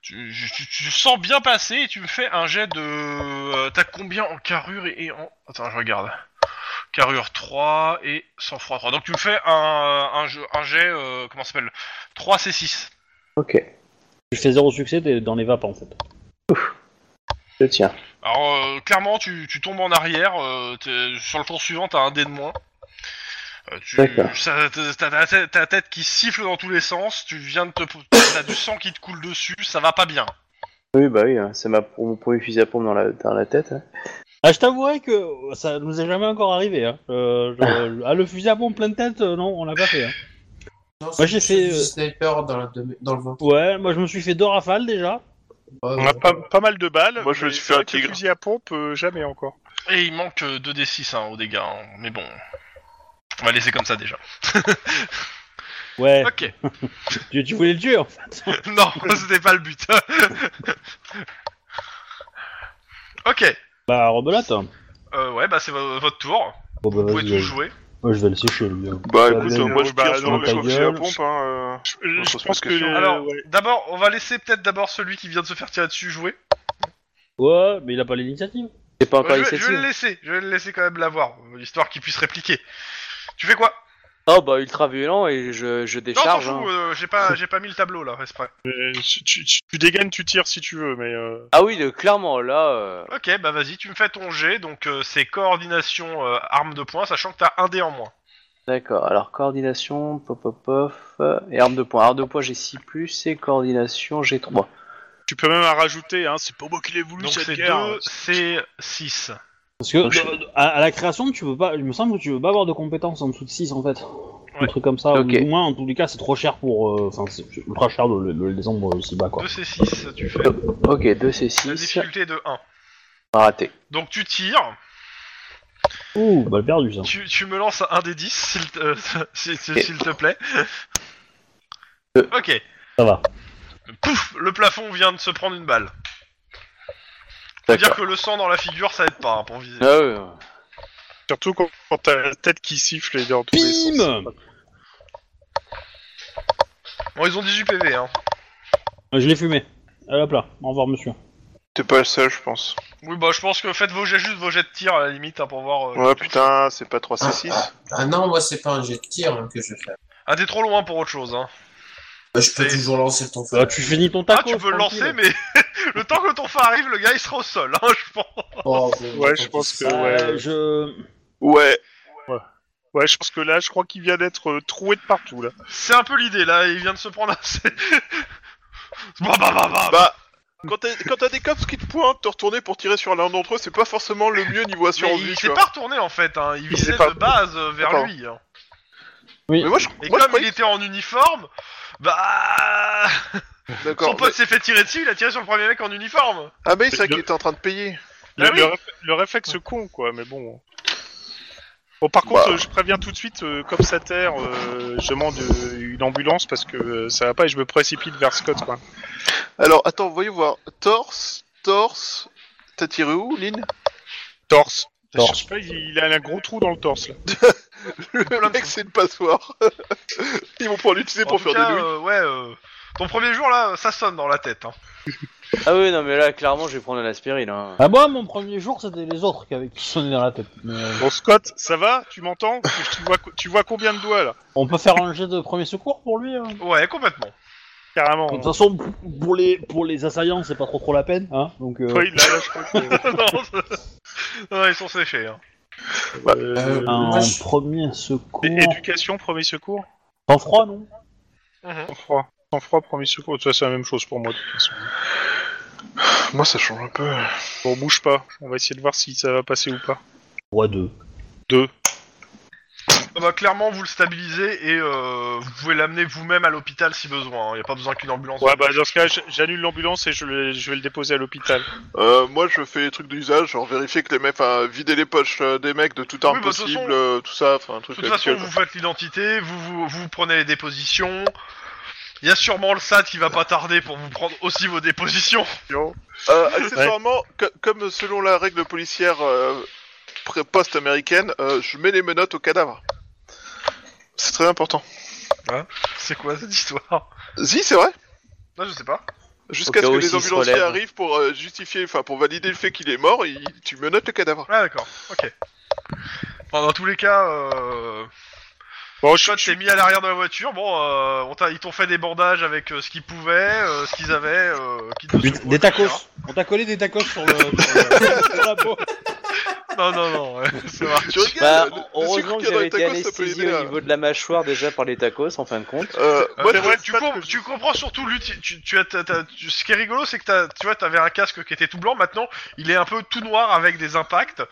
Tu, je- tu- tu sens bien passer et tu me fais un jet de... euh, t'as combien en carrure et, et en... Attends je regarde. Carrure 3 et sang froid 3. Donc tu me fais un, un, jeu- un jet, euh, comment ça s'appelle 3C6.
Ok,
Tu fais zéro succès, t'es dans les vapes en fait.
je tiens.
Alors euh, clairement, tu, tu tombes en arrière. euh, t'es- sur le tour suivant, t'as un dé de moins. Euh, tu-
D'accord.
ça- t'as- T'as la tête- t'as la tête qui siffle dans tous les sens. Tu viens de te, t'as du sang qui te coule dessus. Ça va pas bien.
Oui, bah oui, hein, c'est ma, mon premier fusil à pompe dans la, dans la tête. hein.
Ah, je t'avouerai que ça nous est jamais encore arrivé. Hein. Euh, je- ah, le fusil à pompe pleine tête, euh, non, on l'a pas fait. Hein.
Non,
Moi, j'ai
c'est
fait,
du
euh,
sniper dans, la- de- dans le ventre.
Ouais, moi je me suis fait deux rafales déjà.
On a pas, pas mal de balles.
Moi, je me
mais
suis
c'est
fait un
vrai que
tigre.
Fusil à pompe, euh, jamais encore.
Et il manque euh, 2d6 hein, aux dégâts, hein. mais bon. On va laisser comme ça déjà.
Ouais,
Ok.
tu, tu voulais le tuer hein. en
[LAUGHS]
fait.
non, [LAUGHS] c'était pas le but. ok.
Bah, rebelote.
Euh, ouais, bah c'est vo- votre tour.
Bon, bah,
Vous pouvez
vas-y,
tout
vas-y.
jouer.
Moi je vais le sécher lui. hein.
Bah
Ouais,
écoute,
mais
euh, moi
non,
je
bah,
tire sur
non,
le
mais je
crochet à
gueule.
pompe. Hein,
Je,
On
je
pose
pense
pas
que.
de questions.
euh,
Alors,
ouais.
d'abord, on va laisser peut-être d'abord celui qui vient de se faire tirer dessus jouer.
Ouais, mais il a pas l'initiative.
C'est pas
Ouais,
encore
Bah, je, vais, je vais
initiative.
le laisser, je vais le laisser quand même l'avoir, euh, histoire qu'il puisse répliquer. Tu fais quoi
Ah bah ultra violent et je, je
Non, t'en
décharge.
fous,
hein.
euh, j'ai
[LAUGHS]
pas, j'ai pas mis le tableau là, reste prêt.
Euh, tu, tu- tu- tu dégaines, tu tires si tu veux, mais. euh,
Ah oui, euh, clairement là. euh,
Ok, bah vas-y, tu me fais ton jet, donc euh, c'est coordination euh, arme de poing, sachant que t'as un dé en moins.
D'accord. Alors coordination, pop pop pof euh, et arme de poing. Arme de poing j'ai 6 plus et coordination j'ai 3.
Tu peux même en rajouter, hein, c'est pas moi qui l'ai voulu
Donc
cette
c'est
guerre. hein.
2, c'est 6.
Parce que
Donc, je-
de- de- à, à la création, tu peux pas. Il me semble que tu peux pas avoir de compétences en dessous de 6 en fait.
Ouais.
Un truc comme ça.
Ok.
Ou moins, en tous les cas, c'est trop cher pour. euh, Enfin, c'est ultra cher de le- de le descendre aussi bas quoi.
2 c'est 6, tu fais.
Ok, 2 c'est
La
6.
difficulté est de 1.
Raté.
Donc tu tires,
Ouh, balle perdue ça.
tu, tu me lances un des 10, s'il te, [LAUGHS] euh, s'il- s'il- s'il te plaît.
Euh.
Ok.
Ça va.
Pouf Le plafond vient de se prendre une balle. Faut dire
D'accord.
que le sang dans la figure, ça aide pas hein, pour viser.
Ah ouais, ouais.
Surtout quand, quand t'as la tête qui siffle et dans tous les sens.
Bim
Bon, ils ont 18 PV, hein.
Je l'ai fumé. Allez, hop là, au revoir monsieur.
T'es pas le seul, je pense.
Oui, bah je pense que faites vos jets, juste vos jets de tir à la limite, hein, pour voir... euh,
Ouais, putain, c'est pas 3C6.
Ah, ah non, moi c'est pas un jet de tir hein, que je fais.
Ah, t'es trop loin pour autre chose, hein.
Bah, je peux
C'est-
toujours lancer ton feu.
[LAUGHS]
Bah, tu finis ton hein.
Ah,
taco.
tu peux le
tranquille.
lancer, mais [LAUGHS] le temps que ton phare arrive, le gars, il sera au sol, hein, je pense.
Oh, bon,
Ouais,
tant
je
pis.
pense que.
Euh,
Ouais,
je.
Ouais,
ouais, je pense que là, je crois qu'il vient d'être euh, troué de partout, là.
C'est un peu l'idée, là, il vient de se prendre assez... [LAUGHS] bah, bah, bah, bah.
bah. Quand t'as quand t'as des cops qui te pointent, te retourner pour tirer sur l'un d'entre eux, c'est pas forcément le mieux niveau
Mais
assurance
il
vie, tu
s'est
vois.
pas retourné, en fait, hein. Il visait
s'est pas-
de base euh, vers
Attends.
lui, hein.
Mais moi, je,
Et
moi, je
comme il
croyais-
était en uniforme, bah... Son
D'accord.
pote s'est fait tirer dessus, il a tiré sur le premier mec en uniforme.
mais- Ah, mais c'est vrai
Le-
qu'il était en train de payer.
Le,
Ah oui.
le réf- le réflexe con, quoi, mais bon. Bon, par
Bah.
contre, euh, je préviens tout de suite, euh, comme ça terre, euh, je demande euh, une ambulance parce que euh, ça va pas et je me précipite vers Scott, quoi.
Alors, attends, voyons voir. Torse, torse. T'as tiré où,
[LAUGHS]
Lynn
Torse.
Torse.
Je sais pas, il, il a un gros trou dans le torse, là.
Le mec, c'est une passoire. [LAUGHS] Ils vont pouvoir l'utiliser
En
pour
tout
faire
cas,
des louis.
euh, ouais, euh, ton premier jour là, ça sonne dans la tête. Hein.
Ah oui, non mais là clairement je vais prendre un aspirine. Hein.
Ah, moi, mon premier jour, c'était les autres qui avaient qui sonnaient dans la tête. Mais, euh,
Bon, Scott, ça va Tu m'entends Parce que tu vois, co- tu vois combien de doigts, là
on peut faire un jet de premier secours pour lui hein
Ouais, complètement. [LAUGHS]
Carrément.
De toute façon, p- pour les, pour les assaillants, c'est pas trop trop la peine, hein. Donc, euh,
Ouais, là, là, je crois que...
non, c'est- non, ils sont séchés. Hein.
Euh,
un
moi, je-
premier secours.
é- Éducation, premier secours
Sans froid, non
Sans froid. Sans froid, premier secours. Tu vois, c'est la même chose pour moi, de toute façon.
euh,
Moi, ça change un peu.
Bon, bouge pas. On va essayer de voir si ça va passer ou pas.
Ouais, deux.
Ah Bah, clairement, vous le stabilisez et euh, vous pouvez l'amener vous-même à l'hôpital si besoin. Il n'y a pas besoin qu'une ambulance.
Ouais, bah dans ce cas, j- j'annule l'ambulance et je, le- je vais le déposer à l'hôpital.
Euh, moi, je fais des trucs d'usage, genre vérifier que les mecs, enfin, vider les poches euh, des mecs de toute arme
Oui, bah, de toute
possible,
façon-
euh, tout ça, enfin, un
de
truc
toute façon,
habituel.
vous faites l'identité, vous, vous, vous prenez les dépositions. Il y a sûrement le SAT qui va pas tarder pour vous prendre aussi vos dépositions. [LAUGHS]
Euh, accessoirement, co- comme selon la règle policière euh, pré- post-américaine, euh, je mets les menottes au cadavre. C'est très important.
C'est quoi cette histoire
Si, c'est vrai.
Non, je sais pas.
Jusqu'à ce
Au cas
que
où
les
s'il se
ambulanciers
relève.
arrivent pour euh, justifier, enfin pour valider le fait qu'il est mort, il- tu me notes le cadavre.
Ah, d'accord, ok. Bon, dans tous les cas, euh,
Bon, je,
Toi,
je-
t'es mis à l'arrière de la voiture. Bon, euh, on t'a- ils t'ont fait des bandages avec euh, ce qu'ils pouvaient, euh, ce qu'ils avaient. euh, qui te
Des,
secouaient,
des tacos.
etc.
On t'a collé des tacos sur le. sur- sur la peau.
hein. Non, non, non. ouais, [LAUGHS] c'est vrai.
Tu rigoles
Bah,
le- le sucre
heureusement que
qu'il y a dans
j'avais
les
été
tacos, ça peut
anesthésié
aider
au
à-
niveau de la mâchoire déjà par les tacos en fin de compte.
Euh, Moi,
Euh,
je
ouais,
vois
tu,
pas
com-
que-
tu comprends surtout l'uti- tu, tu as, t'as- t'as- tu- ce qui est rigolo c'est que t'as- tu vois t'avais un casque qui était tout blanc maintenant il est un peu tout noir avec des impacts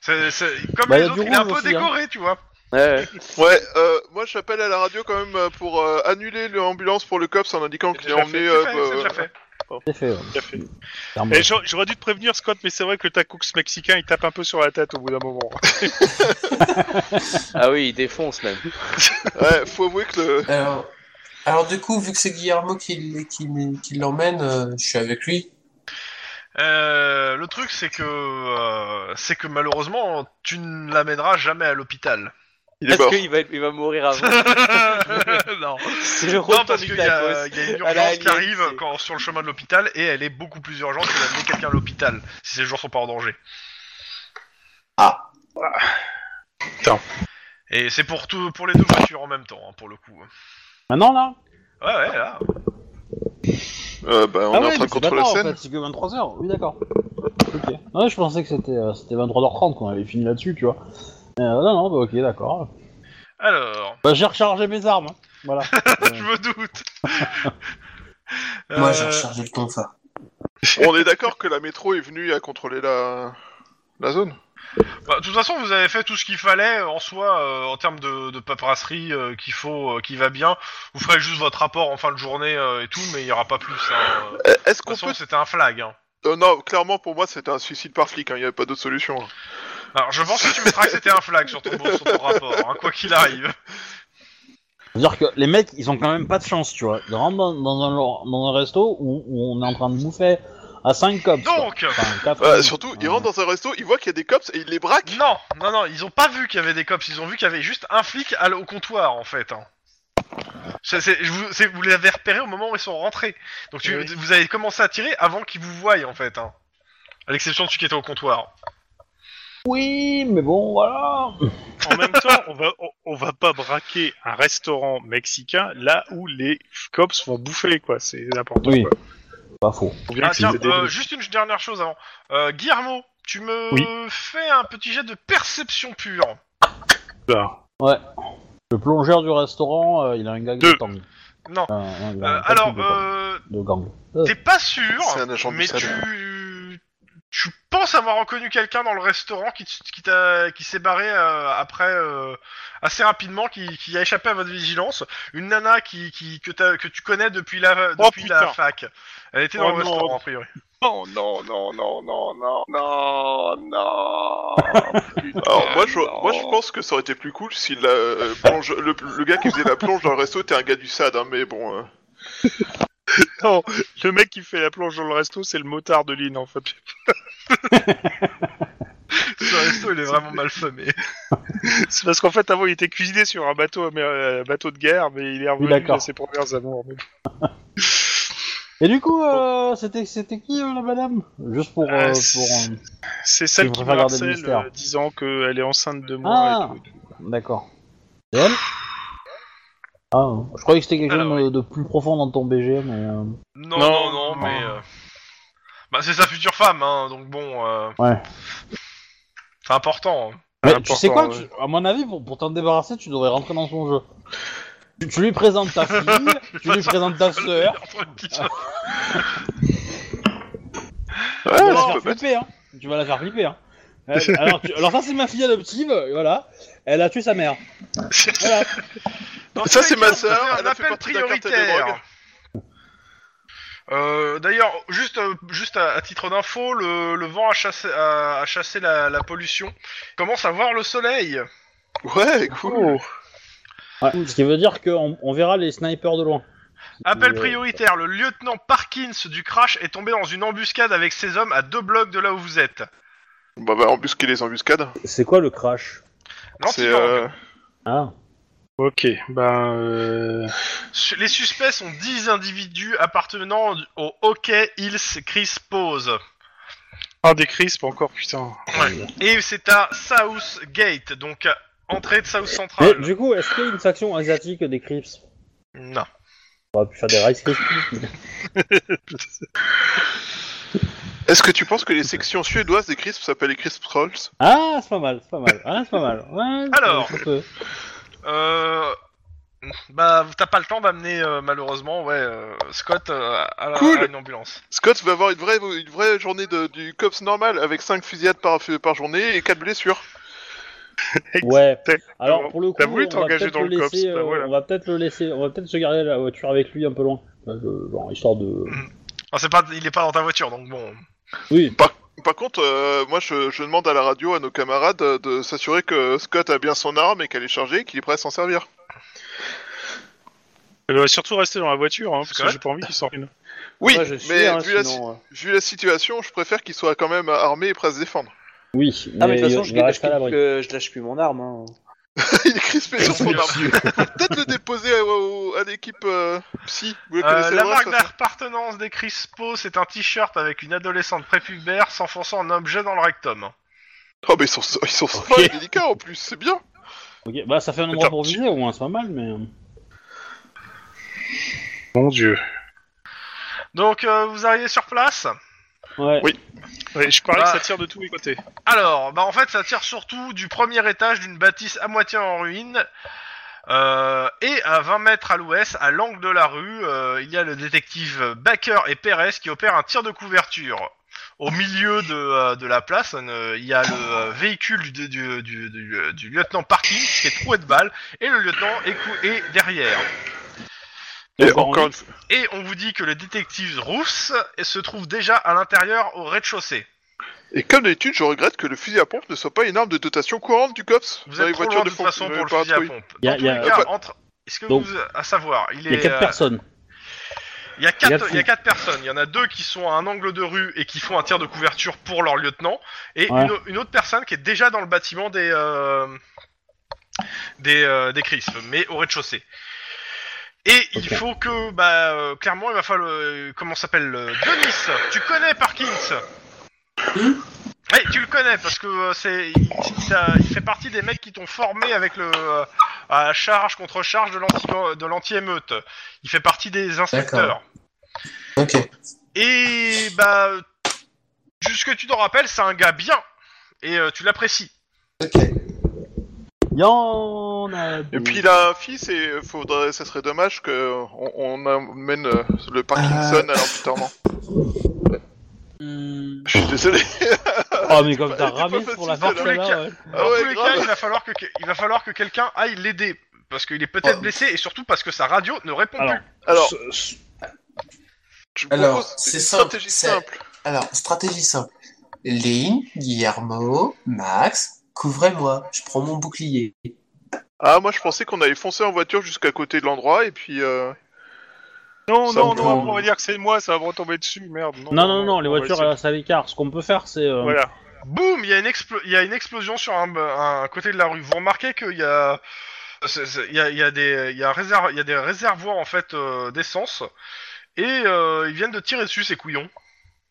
C'est- c'est- comme
Bah, y
les
a du
autres il est un
rouge
peu
aussi, hein.
décoré tu vois
Ouais, ouais.
Ouais, euh, moi j'appelle à la radio quand même euh, pour euh, annuler l'ambulance pour le COPS en indiquant
C'est
qu'il est
déjà
emmené.
fait,
euh,
c'est fait, c'est
euh,
déjà fait.
C'est fait, ouais.
Tout à fait.
Clairement.
Eh, j'a- J'aurais dû te prévenir, Scott, mais c'est vrai que le tacox mexicain, il tape un peu sur la tête au bout d'un moment. [LAUGHS]
Ah oui, il défonce même.
bah, ouais, faut avouer que le.
Alors, alors du coup, vu que c'est Guillermo qui, l- qui, l- qui l'emmène, euh, je suis avec lui.
Euh, le truc, c'est que, euh, c'est que malheureusement, tu ne l'amèneras jamais à l'hôpital. [LAUGHS]
Il est
Parce
mort.
qu'il va, il va mourir avant. [LAUGHS]
non.
C'est le
Non,
retour
parce
du
qu'il y, a
tacos.
il y a une
À la
urgence qui
Alien,
arrive
c'est-
quand, sur le chemin de l'hôpital et elle est beaucoup plus urgente que d'amener quelqu'un à l'hôpital si ses jours sont pas en danger.
Ah.
Putain.
Et c'est pour tout, pour les deux voitures en même temps, hein, pour le coup.
Maintenant là
Ouais, ouais, là.
Euh, bah, on
Ah ouais,
est en train
mais
de
c'est pas
contrôler la
tard, en
scène.
fait, c'est que 23h, oui d'accord. Ok. Ah ouais, je pensais que c'était euh, c'était 23h30 qu'on avait fini là-dessus, tu vois. Euh, non, non, bah ok, d'accord.
Alors,
Bah j'ai rechargé mes armes, hein.
[LAUGHS]
voilà.
je me doute.
Moi,
Euh,
j'ai rechargé le hein. confort.
On est d'accord que la métro est venue à contrôler la. La zone
bah, de toute façon, vous avez fait tout ce qu'il fallait euh, en soi euh, en termes de, de paperasserie euh, qu'il faut, euh, qui va bien. Vous ferez juste votre rapport en fin de journée euh, et tout, mais il y aura pas plus. hein. De
Euh, Est-ce qu'on
toute
peut.
façon, c'était un flag. Hein.
Euh, non, clairement pour moi c'était un suicide par flic, hein, il n'y avait pas d'autre solution. hein.
Alors, je pense que tu mettras que c'était un flag sur ton, sur ton rapport, hein, quoi qu'il arrive.
C'est-à-dire que les mecs, ils ont quand même pas de chance, tu vois. Ils rentrent dans, dans un, dans un resto où, où on est en train de bouffer à 5 cops. quoi.
Donc,
Enfin, quatre
Euh,
cops. Hein.
surtout, il
Ouais.
rentre dans un resto, il voit qu'il y a des cops et il les braque.
non, non, non, ils ont pas vu qu'il y avait des cops, ils ont vu qu'il y avait juste un flic à l- au comptoir en fait. hein. Ça, c'est- je vous, c'est- vous les avez repérés au moment où ils sont rentrés. Donc tu-
Oui.
vous avez commencé à tirer avant qu'ils vous voient en fait. hein. À l'exception de celui qui était au comptoir.
Oui, mais bon, voilà.
en même temps, on va, on, on va pas braquer un restaurant mexicain là où les cops vont bouffer, quoi. C'est n'importe
Oui.
quoi.
Pas faux.
Faut bien
Ah,
que
tiens,
c'est des-
euh, juste une dernière chose avant. Euh, Guillermo, tu me fais un petit jet de perception pure.
Ah.
Le plongeur du restaurant, euh, il a un gag de
Deux.
tang.
Non.
Euh, ouais, il a
Bah,
Euh,
un
alors,
tactique de-
euh,
de gang.
T'es pas sûr,
C'est un agent de
mais
Mossad.
tu... tu penses avoir reconnu quelqu'un dans le restaurant qui, t- qui, t'a- qui s'est barré euh, après euh, assez rapidement, qui, qui a échappé à votre vigilance. Une nana qui, qui, que, t'as- que tu connais depuis la,
Oh,
depuis la
putain.
fac. Elle était dans
Oh,
le
non.
restaurant, a priori.
Non, non, non, non, non, non, non, non.
Ah,
Putain,
Alors moi je,
non.
moi je pense que ça aurait été plus cool si la, euh, plonge, le, le gars qui faisait la plonge dans le resto était un gars du SAD, hein, mais bon. euh.
Non, le mec qui fait la plonge dans le resto, c'est le motard de Lynn, en fait.
Ce resto, il est vraiment mal famé.
C'est parce qu'en fait, avant, il était cuisiné sur un bateau, amer- euh, bateau de guerre, mais il est revenu
d'accord.
à ses premières amours. donc.
Et du coup, euh, c'était c'était qui euh, la madame Juste pour.
Euh,
euh, pour
c'est-
euh,
C'est celle
Il
qui
faut pas
me
garder le
harcèle,
mystère.
euh, disant qu'elle est enceinte de moi.
Ah
et tout.
D'accord. Et elle Ah, je croyais que c'était quelque
Alors,
chose euh, de, de plus profond dans ton BG, mais. euh,
Non, non,
Non,
non,
non.
mais... euh, Bah, c'est sa future femme, hein, donc bon... euh,
Ouais.
C'est important. hein. [LAUGHS]
Mais
Important,
tu sais quoi,
ouais.
tu- à mon avis, pour, pour t'en débarrasser, tu devrais rentrer dans son jeu. Tu, tu lui présentes ta fille, tu lui présentes ta sœur,
Entre qui-
Ouais,
tu vas la
c'est
faire
pas bête.
flipper, hein. Tu vas la faire flipper, hein. Euh, alors, tu- alors ça c'est ma fille adoptive, euh, voilà. Elle a tué sa mère. Voilà.
Dans
Ça,
tous les
c'est
cas,
ma
on peut
sœur,
faire
elle
un
a fait
appel
partie d'un cartel de drogue.
prioritaire. Euh, D'ailleurs, juste, euh, juste à, à titre d'info, le, le vent a chassé, a, a chassé la, la pollution. Commence à voir le soleil.
Ouais, cool.
Ouais, Ce qui veut dire qu'on on verra les snipers de loin.
Appel
Euh,
prioritaire. Le lieutenant Parkins du crash est tombé dans une embuscade avec ses hommes à deux blocs de là où vous êtes.
Bah, bah embusquer les embuscades.
C'est quoi le crash
C'est
L'antilangue.
euh,
Ah.
Ok, ben... euh,
Su- Les suspects sont 10 individus appartenant du- au Hockey Hills Chris Pose.
Un des crisps encore, putain.
Et c'est à South Gate, donc à entrée de South
Mais
Central.
du coup, est-ce qu'il y a une faction asiatique des Crips
Non.
On aurait pu faire des Rice Krispies.
Est-ce que tu penses que les sections suédoises des crisps s'appellent les crisp trolls
Ah, c'est pas mal, c'est pas mal. Ah, c'est pas mal. Ouais,
Alors.
ça peut.
Euh... Bah, t'as pas le temps d'amener euh, malheureusement, ouais, euh, Scott euh, à, la-
Cool.
à une ambulance.
Scott va avoir une vraie, une vraie journée de- du cops normal avec 5 fusillades par, par journée et 4 blessures.
Ouais. Alors
Alors,
pour le coup,
t'as voulu
on va
t'engager
peut-être
dans
le
le COPS,
laisser,
bah
euh,
voilà.
on va peut-être le laisser, on va peut-être se garder la voiture avec lui un peu loin, Enfin, je- genre histoire de.
Ah, c'est pas, il est pas dans ta voiture, donc bon.
Oui.
Par contre, euh, moi, je, je demande à la radio, à nos camarades, euh, de s'assurer que Scott a bien son arme et qu'elle est chargée et qu'il est prêt à s'en servir.
Elle va surtout rester dans la voiture, hein, parce que
Scott
j'ai pas envie qu'il s'en une.
Oui,
Moi, je suis,
mais
hein,
vu, la,
sinon, euh.
si- vu la situation, je préfère qu'il soit quand même armé et prêt à se défendre.
Oui.
Ah, mais de toute
il-
façon,
il
je
va
lâche,
rester à
plus,
l'abri.
euh, je lâche plus mon arme. hein.
[LAUGHS] il est crispé sur
bah,
son arme. Peut-être le déposer à, au- à l'équipe euh, psy. Vous les
Euh,
connaissez
la
le reste,
marque
de toute façon.
d'appartenance des Crispo, c'est un t-shirt avec une adolescente prépubère s'enfonçant un objet dans le rectum.
Oh, mais ils sont, ils sont sympas et délicats en plus, c'est bien.
[LAUGHS] Ok. Bah ça fait un endroit
Attends,
pour
tu-
viser au moins, c'est pas mal, mais. euh,
Mon dieu.
Donc, euh, vous arrivez sur place.
Ouais.
Oui. Ouais, je parie
Bah.
que ça tire de tous les côtés.
Alors, bah en fait, ça tire surtout du premier étage d'une bâtisse à moitié en ruine. euh, et à 20 mètres à l'ouest, à l'angle de la rue, euh, il y a le détective Baker et Perez qui opèrent un tir de couverture. Au milieu de, euh, de la place, euh, il y a le euh, véhicule du, du, du, du- du lieutenant Parkins qui est troué de balles, et le lieutenant est, cou- est derrière.
Et
encore une fois.
Et on vous dit que le détective Rousse se trouve déjà à l'intérieur au rez-de-chaussée.
Et comme d'habitude, je regrette que le fusil à pompe ne soit pas une arme de dotation courante du COPS.
Vous
dans les
êtes trop loin
voitures
de toute
pompe,
façon
euh,
pour le
par
fusil à
patrouille.
pompe.
Il y a-
Dans tous
il y a-
les cas, entre- Est-ce que
Donc-
vous... À savoir, il est...
Il y a quatre
euh,
[LAUGHS]
personnes.
Il y a
Il y a
quatre,
fou.
il y a quatre personnes. Il y en a deux qui sont à un angle de rue et qui font un tir de couverture pour leur lieutenant, et
Ouais.
une, au- une autre personne qui est déjà dans le bâtiment des euh, des euh, des Crisp, mais au rez-de-chaussée. Et il
Ok.
faut que, bah, euh, clairement, il va falloir, euh, comment s'appelle, euh, Denis, tu connais Parkins Ouais, tu le connais parce que euh, c'est, il, il t'a- il fait partie des mecs qui t'ont formé avec le euh, à charge contre charge de l'anti euh, de l'anti-émeute. Il fait partie des inspecteurs.
Ok.
Et bah, juste que tu t'en rappelles, c'est un gars bien. Et euh, tu l'apprécies.
Ok.
Il y en a.
Mm.
Et puis il a un fils et euh, faudrait, ça serait dommage que euh, on, on amène euh, le Parkinson à l'amputation.
Hmm,
Je suis désolé.
Oh mais comme t'as
pas-
ramé
t'es pas
pour la
facile,
force
là.
là. ouais.
[LAUGHS] Ah
Dans
ouais,
tous les
grave.
cas, il va falloir que, il va falloir que quelqu'un aille l'aider. Parce qu'il est peut-être
Ah.
Oh.
blessé et surtout parce que sa radio ne répond
Alors.
plus.
Alors, je vous
Alors,
propose
c'est
une
simple,
stratégie
c'est-
simple.
Alors, stratégie simple. Lynn, Guillermo, Max, couvrez-moi. Je prends mon bouclier.
Ah, moi je pensais qu'on allait foncer en voiture jusqu'à côté de l'endroit et puis. euh,
Non,
Ça
non,
me-
non, on va dire que c'est moi, ça va me retomber dessus, merde. Non,
Non non non, les
on va
voitures
essayer.
elles, ça l'écart. Ce qu'on peut faire c'est. euh,
Voilà.
Boum, il y, a une explo- il y a une explosion sur un, un côté de la rue. Vous remarquez qu'il y a. c'est- c'est- Il y a, il y a des, il y a un réserv- il y a des réservoirs en fait euh, d'essence et euh, ils viennent de tirer dessus ces couillons.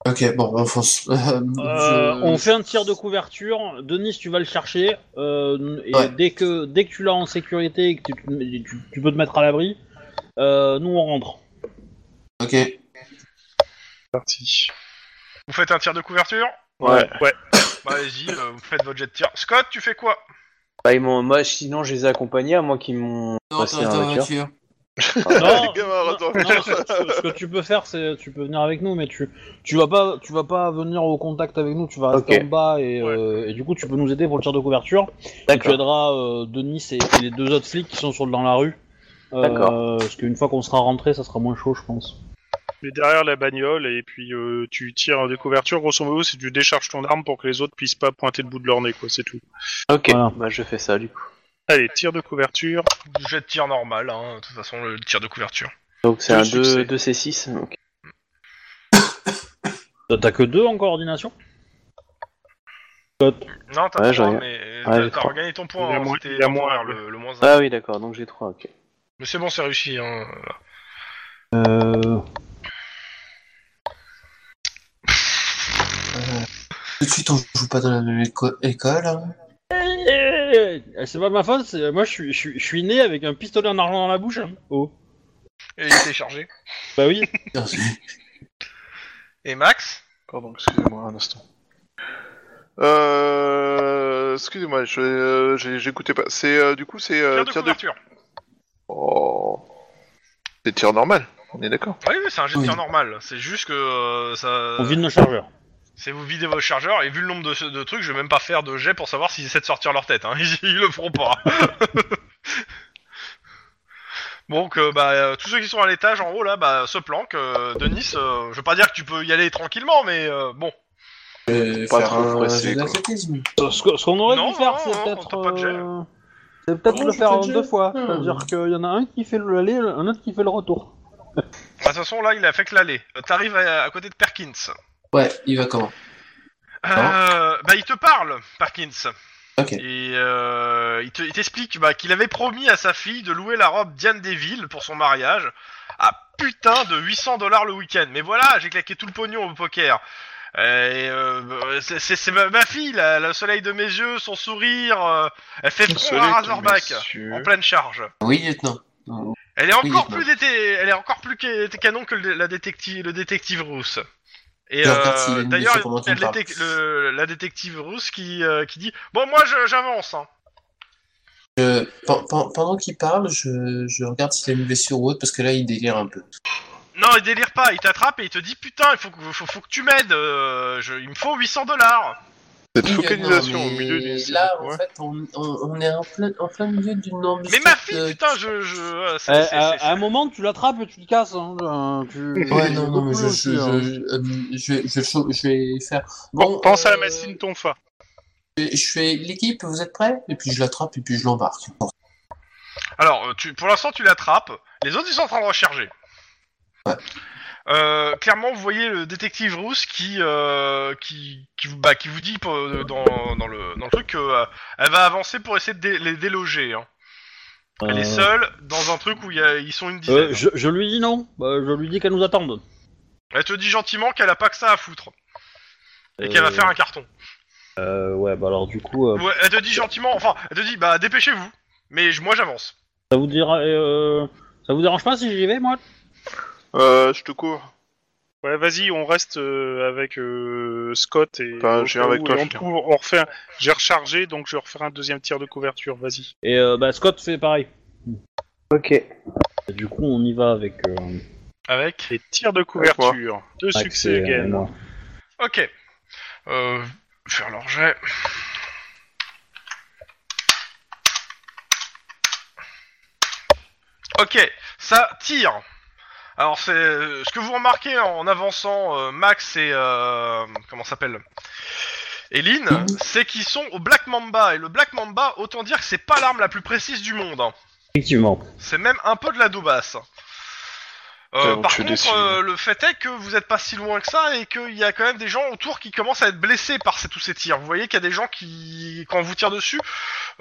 Ok, bon, on fonce. [LAUGHS] Euh,
Euh,
je-
on fait un tir de couverture. Denis, tu vas le chercher. euh, et
Ouais.
dès que dès que tu l'as en sécurité et que tu, tu- tu- tu peux te mettre à l'abri, euh, nous on
[LAUGHS]
rentre.
Ok.
Parti.
Vous faites un tir de couverture
Ouais.
Ouais.
Bah allez-y, euh, vous faites votre jet de tir. Scott, tu fais quoi
Bah, ils m'ont- moi, sinon, je les ai accompagnés, à moins qu'ils m'ont
Non,
passé
attends,
dans la
attends,
voiture.
voiture.
Oh,
Non,
les gamins,
non,
attends.
non,
[LAUGHS]
ce, que- ce que tu peux faire, c'est tu peux venir avec nous, mais tu tu vas pas tu vas pas venir au contact avec nous. Tu vas rester
Ok.
en bas et, euh, et du coup tu peux nous aider pour le tir de couverture. Et tu
D'accord.
aideras euh, Denis et, et les deux autres flics qui sont sur dans la rue. Euh,
D'accord.
Parce qu'une fois qu'on sera rentré, ça sera moins chaud, je pense.
Mais derrière la bagnole, et puis euh, tu tires des couvertures, grosso modo, c'est tu décharges ton arme pour que les autres puissent pas pointer le bout de leur nez, quoi, c'est tout.
Ok,
Voilà.
bah, je fais ça, du coup.
Allez, tir de couverture.
Du jet de tir normal, hein, de toute façon, le tir de couverture.
Donc, c'est
Deux
un
succès.
2, 2C6. ok.
T'as- T'as que deux en coordination.
Non, t'as
Ouais,
pas
j'ai
trois,
rien.
mais
Ouais, j'ai
t'as
trois.
regagné ton point,
Il y a
hein,
moins-
c'était
il y
le
a moins,
contraire,
ouais.
le, le moins un.
Ah oui, d'accord, donc j'ai 3, ok.
Mais c'est bon, c'est réussi. Hein.
Euh...
Euh, tout de suite, on joue pas dans la même éco-
[LAUGHS]
école. hein.
Eh, eh, C'est pas ma faute, c'est- moi je suis, je, suis, je suis né avec un pistolet en argent dans la bouche. hein. Oh.
Et il était chargé.
Bah oui.
Et Max
Pardon, excusez-moi un instant.
Euh, Excusez-moi, je- euh, j'ai- j'écoutais pas. C'est euh, du coup c'est euh,
Tir de
tir de.
couverture.
Oh. C'est tir normal. On est d'accord.
Oui, oui, c'est un jet de
Oui.
tir normal. C'est juste que euh, ça.
On vide nos chargeurs.
C'est vous videz vos chargeurs et vu le nombre de, de trucs, je vais même pas faire de jet pour savoir s'ils essaient de sortir leur tête. Hein. [LAUGHS] Ils, ils le feront pas. [LAUGHS] Donc, euh, bah, euh, tous ceux qui sont à l'étage en haut là, bah, se planquent. Euh, Denis, euh, je veux pas dire que tu peux y aller tranquillement, mais euh, bon.
Euh,
Pas
faire
trop
un
pressé,
jeu
quoi.
d'athlétisme.
Ce que- ce qu'on aurait
Non,
dû faire,
non,
c'est
non,
peut-être.
on t'a pas de gel.
euh, C'est peut-être
Non,
le
j'ai
faire
pas
en
de gel.
deux fois.
Hmm.
C'est-à-dire qu'il y en a un qui fait l'aller, un autre qui fait le retour.
Bah, De toute façon, là, il a fait que l'aller. Euh, T'arrives à, à côté de Perkins.
Ouais, il va comment
Euh, bah, il te parle, Perkins.
Ok.
Et euh, il te- il t'explique bah, qu'il avait promis à sa fille de louer la robe Diane Deville pour son mariage à putain de 800 dollars le week-end. Mais voilà, j'ai claqué tout le pognon au poker. Euh, Et euh, c'est- c'est c'est ma, ma fille, là, le soleil de mes yeux, son sourire, euh, elle fait front à Razorback en pleine charge.
Oui, lieutenant. Non.
Elle est encore
Oui, bah.
plus dété- elle est encore plus ca- canon que le, la détective, le détective rousse. Et
Je
euh,
regarde s'il y a une
d'ailleurs,
mission pendant
il y a
qu'il me
le détec- le- la détective rousse qui, euh, qui dit bon moi je- j'avance. Hein.
Je- pen- pen- pendant qu'il parle, je, je regarde s'il a une blessure ou autre, parce que là, il délire un peu.
Non il délire pas, il t'attrape et il te dit putain il faut que faut, faut que tu m'aides, euh, je- il me faut 800 dollars.
Cette
Oui,
focalisation
lieutenant,
au milieu
mais
d'une série,
Là, en
ouais.
fait, on, on- on est en plein, en plein milieu d'une embuscade.
Mais ma fille
euh,
putain je je euh, c'est-
Eh,
c'est-
à,
c'est-
à un moment, tu l'attrapes et tu le casses. hein, euh, tu-
Ouais, non, non, mais
beaucoup
je, je,
aussi, hein.
je, euh, je, je, cho- je vais faire.
Bon, pense à la
euh,
médecine de ton fa.
Je je fais l'équipe, vous êtes prêts? Et puis je l'attrape et puis je l'embarque. Bon.
Alors, euh, tu, pour l'instant, tu l'attrapes. Les autres, ils sont en train de recharger.
Ouais.
Euh, clairement, vous voyez le détective Rousse qui, euh, qui, qui, vous- bah, qui vous dit euh, dans, dans le, dans le truc qu'elle va avancer pour essayer de dé- les déloger. hein. Elle est
Euh,
seule dans un truc où il y a- ils sont une dizaine.
euh, je, je lui dis non. Bah, je lui dis qu'elle nous attende.
Elle te dit gentiment qu'elle a pas que ça à foutre et qu'elle va
Euh,
faire un carton.
euh, ouais, bah alors du coup, euh,
Ouais, elle te dit gentiment, enfin, elle te dit bah dépêchez-vous, mais je- moi j'avance.
ça vous dira, euh, ça vous dérange pas si j'y vais, moi
Euh, je te cours.
Ouais, vas-y, on reste euh, avec euh, Scott et.
Enfin, Bah, je viens
au cas
avec
où,
toi,
et on,
je viens.
couvre- on refait. un- J'ai rechargé, donc je vais refaire un deuxième tir de couverture. Vas-y.
Et euh, bah Scott fait pareil.
Ok.
Et du coup, on y va avec. euh,
Avec.
Et tir de couverture. Deux
avec
succès
ses-
again.
euh, moi.
Ok. Euh, faire leur jet. Ok, ça tire. Alors c'est euh, ce que vous remarquez en avançant euh, Max et euh, comment ça s'appelle et Lynn,
Mhm.
c'est qu'ils sont au Black Mamba et le Black Mamba, autant dire que c'est pas l'arme la plus précise du monde. hein.
Effectivement.
C'est même un peu de la daubasse. Euh,
Putain,
par
tu es
contre,
déçu.
euh, le fait est que vous êtes pas si loin que ça et qu'il y a quand même des gens autour qui commencent à être blessés par ces- tous ces tirs. Vous voyez qu'il y a des gens qui, quand on vous tire dessus,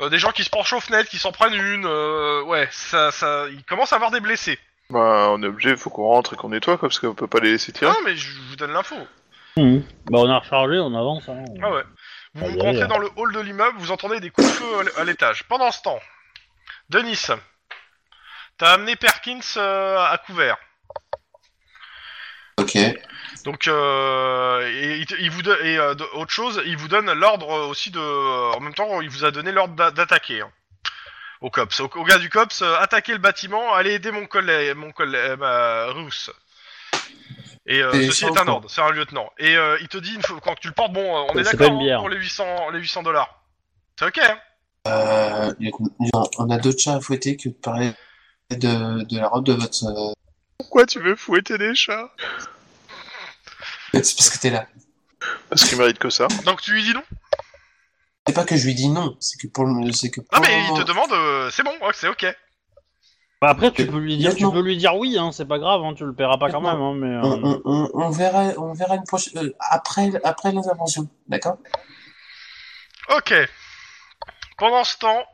euh, des gens qui se penchent aux fenêtres, qui s'en prennent une. euh, ouais, ça, ça, il commence à avoir des blessés.
Bah, on est obligé, faut qu'on rentre et qu'on nettoie, quoi, parce qu'on peut pas les laisser tirer.
Non, mais je vous donne l'info.
Mhm. Bah on a rechargé, on avance. hein.
Ah ouais. Vous
Ah,
rentrez
ouais.
dans le hall de l'immeuble, vous entendez des coups de feu à l- à l'étage. Pendant ce temps, Denis, t'as amené Perkins euh, à couvert.
Ok.
Donc, euh, et, il te- il vous do- et euh, de- autre chose, il vous donne l'ordre euh, aussi de. euh, en même temps, il vous a donné l'ordre d'a- d'attaquer. hein, au COPS. Au, au gars du COPS, euh, attaquer le bâtiment, allez aider mon collègue, mon collègue, ma rousse. Et euh,
Et
ceci
sans
est un
quoi.
ordre, c'est un lieutenant. Et euh, il te dit, il faut- quand tu le portes, bon, euh, on est
C'est pas
d'accord
une bière.
hein, pour les 800 les 800 dollars. C'est ok, hein
Euh, il y a- non, on a d'autres chats à fouetter que de parler de, de la robe de votre. euh, [LAUGHS]
Pourquoi tu veux fouetter des chats
C'est parce que t'es là.
Parce qu'ils méritent que ça.
Donc tu lui dis non
C'est pas que je lui dis non, c'est que pour le. C'est que
Non,
pour le
mais il
moment-
te demande, euh, c'est bon, ouais, c'est ok.
Bah, après tu peux lui dire, tu
Lieutenant.
peux lui dire oui, hein, c'est pas grave, hein, tu le paieras pas quand même, hein, mais.
On,
euh,
on, on, on verra, on verra une prochaine. euh, après après l'intervention, d'accord?
Ok. Pendant ce temps,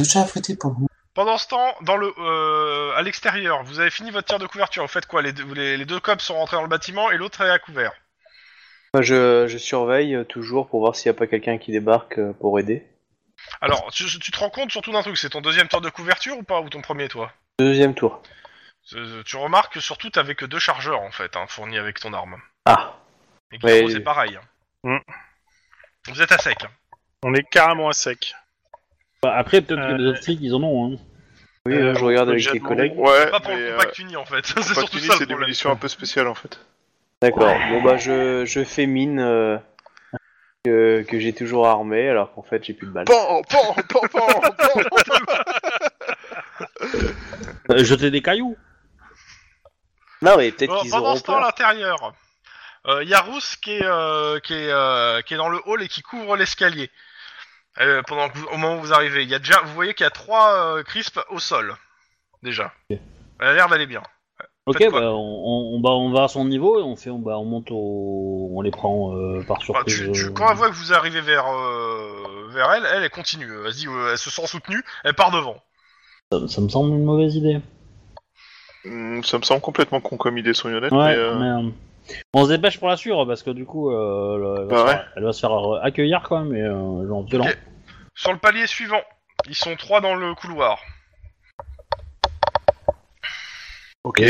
D'autres chats à fouetter pour vous.
Pendant ce temps, dans le, euh, à l'extérieur, vous avez fini votre tir de couverture. Vous faites quoi les deux, les, les deux cops sont rentrés dans le bâtiment et l'autre est à couvert.
Moi, je, je surveille euh, toujours pour voir s'il n'y a pas quelqu'un qui débarque euh, pour aider.
Alors, tu, tu te rends compte surtout d'un truc, c'est ton deuxième tir de couverture ou pas Ou ton premier, toi
Deuxième tour.
Euh, Tu remarques que surtout t'avais que deux chargeurs, en fait, hein, fournis avec ton arme.
Ah,
Et Guillermo,
Ouais.
c'est pareil. hein.
Mm.
Vous êtes à sec. hein.
On est carrément à sec.
bah, après peut-être que les
Euh,
autres flics ils en ont. Hein.
oui,
Euh,
je regarde
on peut
avec
déjà
tes
demander-
collègues.
Ouais,
Pas pour
mais,
le
euh,
compact uni, en fait. [LAUGHS] c'est
compact
surtout
uni,
ça le
c'est des
problème.
munitions un peu spéciales, en fait.
D'accord. Bon bah je, je fais mine euh, que, que j'ai toujours armé alors qu'en fait j'ai plus de
[LAUGHS]
balles.
Pan, pan, pan, pan, pan.
Euh, Jeter des cailloux.
Non mais peut-être
Bon,
qu'ils
pendant
auront
ce temps, à
peur.
l'intérieur, il y a Rousse qui est, euh, qui, est, euh, qui est dans le hall et qui couvre l'escalier. Euh, pendant que vous- au moment où vous arrivez, il y a déjà, vous voyez qu'il y a trois euh, crisps au sol déjà. Elle a l'air d'aller bien.
Ok,
Faites quoi
bah, on, on- on- bah, on va à son niveau et on fait, on, bah, on monte au, on les prend euh, par
Enfin,
surprise.
tu- tu-
euh.
quand elle voit que vous arrivez vers euh, vers elle, elle, elle continue. Elle, se dit, euh, elle se sent soutenue, elle part devant.
ça, ça me semble une mauvaise idée.
[LAUGHS] Hmm, Ça me semble complètement con comme idée, soyons honnêtes.
Ouais,
mais, euh,
mais, euh, on se dépêche pour la suivre parce que du coup, euh, elle, elle va
Bah
se
ouais.
faire, elle va se faire, euh, accueillir quand même, mais euh, genre violent.
Ok. Sur le palier suivant, ils sont trois dans le couloir.
Ok.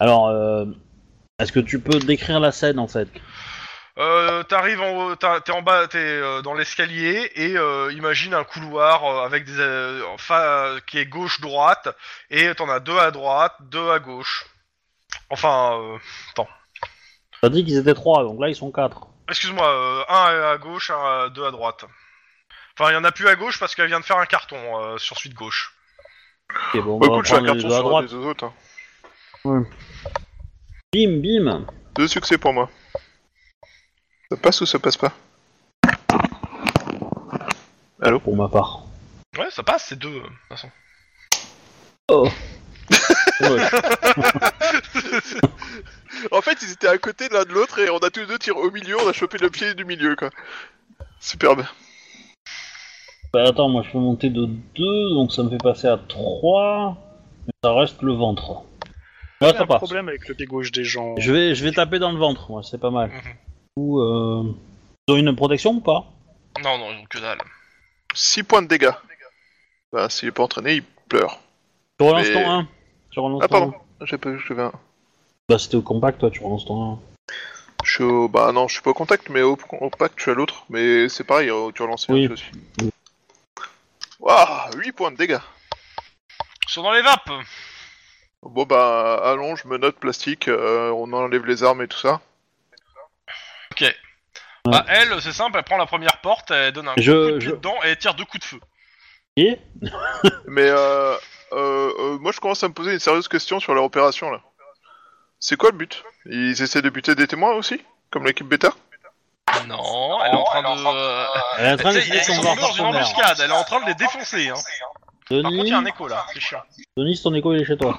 Alors, euh, est-ce que tu peux décrire la scène en fait
Euh, t'arrives en haut, t'as- t'es en bas, t'es euh, dans l'escalier et euh, imagine un couloir euh, avec des euh, fa- qui est gauche droite et t'en as deux à droite, deux à gauche. Enfin, euh,
T'as dit qu'ils étaient trois, donc là ils sont quatre.
excuse-moi, euh, un à gauche, un à, deux à droite. Enfin, il y en a plus à gauche parce qu'elle vient de faire un carton euh, sur suite gauche.
Ok, bon, on
Bah,
va
écoute, je fais un
prendre les
carton
deux à
sur un
droite.
des deux autres. hein.
Bim, bim.
Deux succès pour moi. Ça passe ou ça passe pas Allô
Pour ma part.
Ouais, ça passe, c'est deux. euh, de toute façon.
En fait, ils étaient à côté l'un de l'autre et on a tous les deux tiré au milieu, on a chopé le pied du milieu, quoi. Superbe.
Bah attends, moi je peux monter de 2, donc ça me fait passer à 3, mais ça reste le ventre.
Il
Ouais,
y a
ça
un
passe.
problème avec le pied gauche des gens.
Je vais, je vais taper dans le ventre, moi, c'est pas mal.
Mhm.
Ou euh... Ils ont une protection ou pas
Non, non, ils ont que dalle.
6 points de dégâts. Bah, s'il est pas entraîné, il pleure.
Tu relances
Mais-
ton 1. Tu relances
Ah,
ton
pardon.
un.
J'ai pas vu que je devais un.
Bah c'était au compact, toi, tu relances ton 1.
Je suis au... Bah non, je suis pas au contact, mais au, au pack, je suis à l'autre. Mais c'est pareil, euh, tu relances
Oui.
bien aussi. Waouh 8 points de dégâts.
Ils sont dans les vapes.
Bon bah, allons, je me note plastique, euh, on enlève les armes et tout ça.
Ok. Bah, elle, c'est simple, elle prend la première porte, elle donne un
Je-
coup de pied
je-
dedans et elle tire deux coups de feu.
Et
Mais euh, euh, euh, moi, je commence à me poser une sérieuse question sur leur opération là. C'est quoi le but Ils essaient de buter des témoins aussi Comme l'équipe bêta
Non, elle est en train de.
Elle est en train
Ah. Tu
de
sais, ils
essayer
sont
son
dans
ventre par
une
son air.
embuscade, elle est en train de les défoncer. Hein. Par contre, il
Denis,
y a un écho là, c'est chiant.
Denis, ton écho il est chez toi.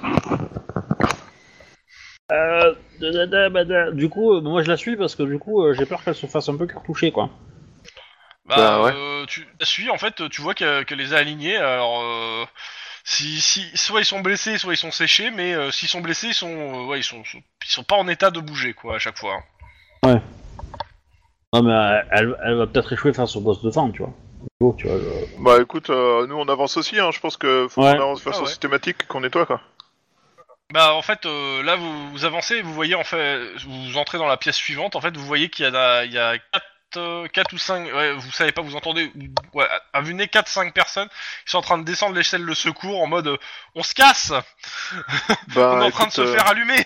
Euh, da, da, da, ba, da. Du coup, euh, moi je la suis parce que du coup euh, j'ai peur qu'elle se fasse un peu cartoucher quoi.
Bah,
Bah, ouais.
euh, tu la suis, en fait, tu vois que- qu'elle les a alignés. Alors, euh, si, si, soit ils sont blessés, soit ils sont séchés, mais euh, s'ils sont blessés, ils sont, euh, ouais, ils sont, sont- ils sont pas en état de bouger quoi à chaque fois. hein.
Non mais euh, elle, elle va peut-être échouer face au boss de fin, tu vois. Bon, tu vois je-
Bah écoute, euh, nous on avance aussi, hein, je pense que faut
Ouais.
qu'on avance de façon
Ah ouais.
systématique qu'on nettoie quoi.
Bah, en fait, euh, là, vous, vous avancez, vous voyez en fait, vous entrez dans la pièce suivante. En fait, vous voyez qu'il y a, la- il y a 4 ou 5, ouais, vous savez pas, vous entendez, ouais, à vue 4-5 personnes qui sont en train de descendre l'échelle de secours en mode euh, on se casse
Bah,
On est en train de
écoute,
se
euh,
faire allumer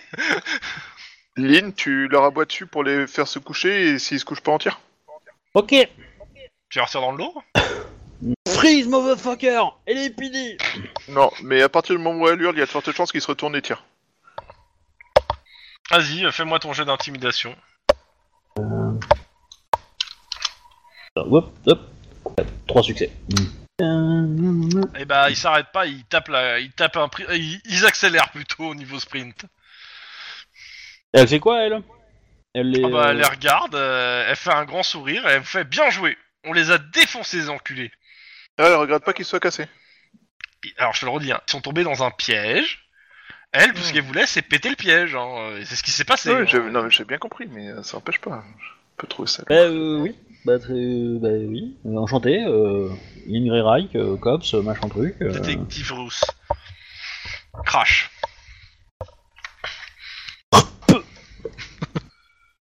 Lynn, tu leur aboies dessus pour les faire se coucher et s'ils se couchent pas en tir
Ok,
Tu vas dans le lot
freeze motherfucker, et les PD
Non, mais à partir du moment où elle hurle, il y a de fortes chances qu'ils se retournent et tirent.
Vas-y, euh, fais-moi ton jet d'intimidation.
Euh, Hop, hop, trois succès.
Hmm.
Et bah, ils s'arrêtent pas, ils tapent, la... ils, tapent un pri- euh, ils... ils accélèrent plutôt au niveau sprint.
Elle fait quoi elle Elle est.
Ah bah,
euh,
elle les regarde, euh, elle fait un grand sourire et elle fait bien joué. On les a défoncés, les enculés.
Ah, elle regrette pas qu'ils soient cassés.
Et- Alors, je te le redis, hein, ils sont tombés dans un piège. Elle, tout ce qu'elle voulait, c'est péter le piège. Hein. euh, et C'est ce qui s'est passé.
Oui,
hein.
j'ai- non, mais j'ai bien compris, mais euh, ça empêche pas. Je peux trouver ça.
Bah euh, oui, bah, très- euh, bah oui, Euh, enchanté, euh, Ingrid Reich, euh, Cops, euh, machin truc. euh.
Détective Rousse. Crash.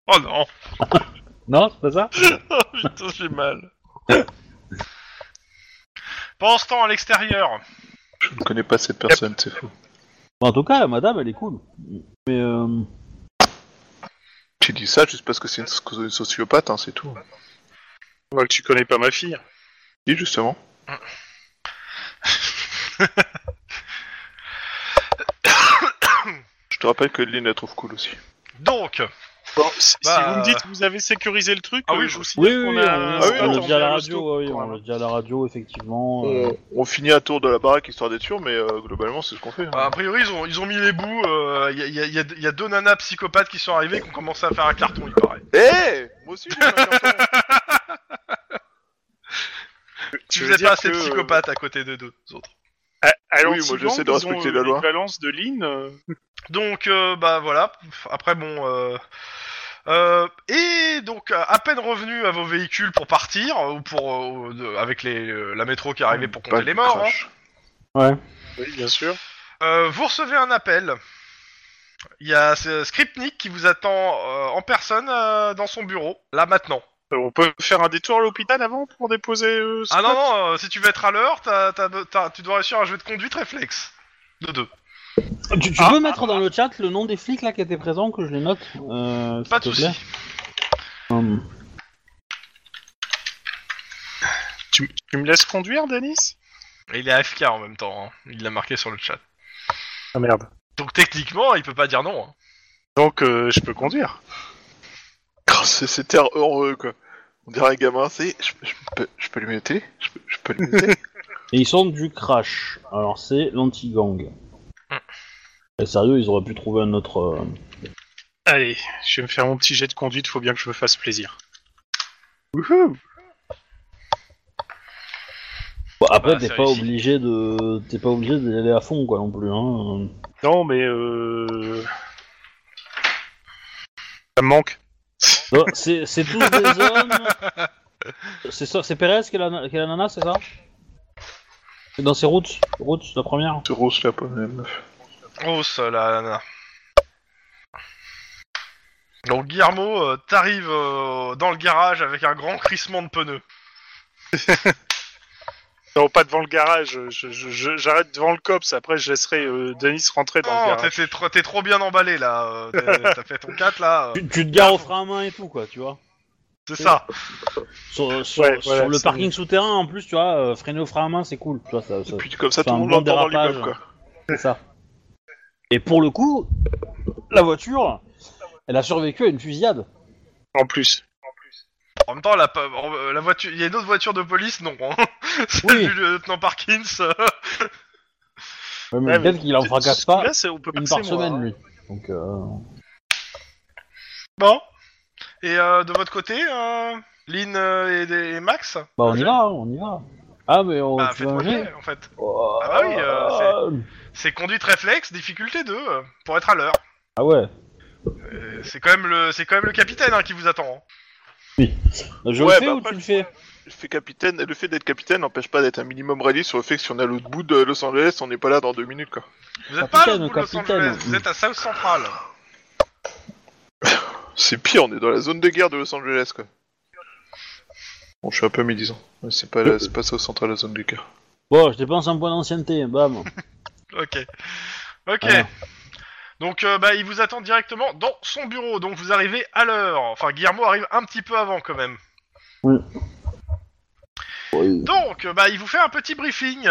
oh non
Non, c'est pas ça
Putain, j'ai mal. Pendant ce temps, à l'extérieur,
Je ne connais pas cette personne, c'est fou.
Bah, En tout cas, la madame elle est cool. Mais euh,
J'ai dit ça juste parce que c'est une, so- une sociopathe, hein, c'est tout.
Bah, tu connais pas ma fille. [LAUGHS]
Oui, justement. Je te rappelle que Lynn la trouve cool aussi.
Donc,
Bon, si, si
Bah,
vous me
euh,
dites que vous avez sécurisé le truc,
ah
euh,
oui,
je vous
Oui,
signale
oui,
qu'on
oui,
a...
on,
un
ah oui,
on
spot
le
en
dit à la
Yellowstone
radio, oui,
pour
on
un-
le dit à la radio, effectivement. euh,
On, on finit à tour de la baraque histoire d'être sûr, mais euh, globalement c'est ce qu'on fait. hein.
Bah, a priori, ils ont, ils ont mis les bouts. Il y, a, y a- y a- y a deux nanas psychopathes qui sont arrivées et qui ont commencé à faire un carton, il paraît.
Eh Moi aussi j'ai un carton.
Tu
veux
faisais
dire
pas assez
que, euh,
de psychopathes à côté des deux autres.
À, à
Oui, moi,
Lancy
j'essaie de
Bank, ils
respecter
ont,
la
euh,
loi.
l'équivalence de Lynn. euh,
Donc, euh, bah voilà. Après, bon. euh, euh, et donc, à à peine revenu à vos véhicules pour partir, euh, ou pour euh, de- avec les, euh, la métro qui est arrivée pour
Eh,
compter les morts, hein,
Oui, bien sûr.
euh, vous recevez un appel. Il y a ce Skripnik qui vous attend euh, en personne euh, dans son bureau, là maintenant.
Euh, On peut faire un détour à l'hôpital avant pour déposer. euh,
Ah non,
Scott
non, euh, si tu veux être à l'heure, t'as- t'as- t'as- tu dois réussir un jeu de conduite réflexe. De deux.
Tu, tu peux mettre dans le chat le nom des flics là qui étaient présents, que je les note euh,
Pas de
s'il te
soucis.
plaît. Hum.
Tu, tu me laisses conduire, Denis
Il est AFK en même temps, hein. il l'a marqué sur le chat.
Ah merde.
Donc techniquement, il peut pas dire non. hein.
Donc euh, je peux conduire.
Oh, c'est- C'est air heureux quoi. On dirait un gamin, c'est. Je, je peux, je peux lui mettre je peux, je peux lui mettre
Et ils sont du crash. Alors c'est l'anti-gang.
Hmm.
Et sérieux, ils auraient pu trouver un autre. euh,
Allez, je vais me faire mon petit jet de conduite, faut bien que je me fasse plaisir. Wouhou
Bon, après,
Bah,
t'es
c'est
pas
réussi.
obligé de, t'es pas obligé d'y aller à fond quoi non plus. Hein.
Non, mais euh. Ça me manque.
Non, Euh, c'est c'est tous des
[LAUGHS]
hommes. C'est ça, c'est Perez qui est la, qui est la nana, c'est ça C'est dans ses routes, routes la première.
ce rose là, pas même.
Grosse, la nana. Donc Guillermo, euh, t'arrives euh, dans le garage avec un grand crissement de pneus.
Non, pas devant le garage, je- je- je- j'arrête devant le COPS, après je laisserai euh, Denis rentrer
Ah,
dans le
Non, Oh, t'es-
garage.
t'es trop- t'es trop bien emballé là. euh,
[LAUGHS]
t'es- T'as fait ton 4 là. euh,
Tu, tu te gares au frein à main et tout quoi, tu vois.
C'est ça.
Sur, sur,
Ouais, voilà,
sur le
c'est-
parking souterrain en plus, tu vois, euh, freiner au frein à main c'est cool, tu vois ça. ça-
Et puis comme ça
Enfin,
tout le monde
bon
l'entend dans
dérapage.
l'immeuble quoi.
C'est ça. Et pour le coup, la voiture, elle a survécu à une fusillade.
En plus.
En même temps, la, pa- euh, la voiture, il y a une autre voiture de police, non hein. [LAUGHS] Celle
Oui.
du lieutenant Parkins. [LAUGHS] euh,
Ouais, mais
Ouais, mais
peut-être qu'il en fracasse pas
Là, c'est- on peut
une
passer,
par
moi,
semaine
hein.
lui. Donc euh,
Bon. Et euh, de votre côté, euh, Lynn euh, et, et Max
bah on y va, hein, on y va. Ah mais on
Bah,
tu veux
faites-moi
un jet
chier, en fait.
Oh,
Ah bah oui, euh,
ah,
C'est conduite réflexe, difficulté 2, euh, pour être à l'heure.
ah ouais.
Euh, C'est quand même le, c'est quand même le capitaine hein, qui vous attend. hein.
Je
Ouais,
le fais
bah
ou
après,
tu le fais
Le fait, capitaine, le fait d'être capitaine n'empêche pas d'être un minimum réaliste sur le fait que si on est à l'autre bout de Los Angeles, on n'est pas là dans deux minutes quoi.
Vous êtes pas à
Capitaine,
l'autre bout de Los
capitaine.
Angeles, vous êtes à South Central.
C'est pire, on est dans la zone de guerre de Los Angeles quoi. Bon, je suis un peu médisant. Mais C'est pas, la- c'est pas ça au centre de la zone de [LAUGHS] guerre.
Bon, je dépense un point d'ancienneté, bam.
Ok. Ok.
Ah.
Donc, euh, bah, il vous attend directement dans son bureau. Donc, vous arrivez à l'heure. Enfin, Guillermo arrive un petit peu avant quand même. Donc, euh, bah, il vous fait un petit briefing.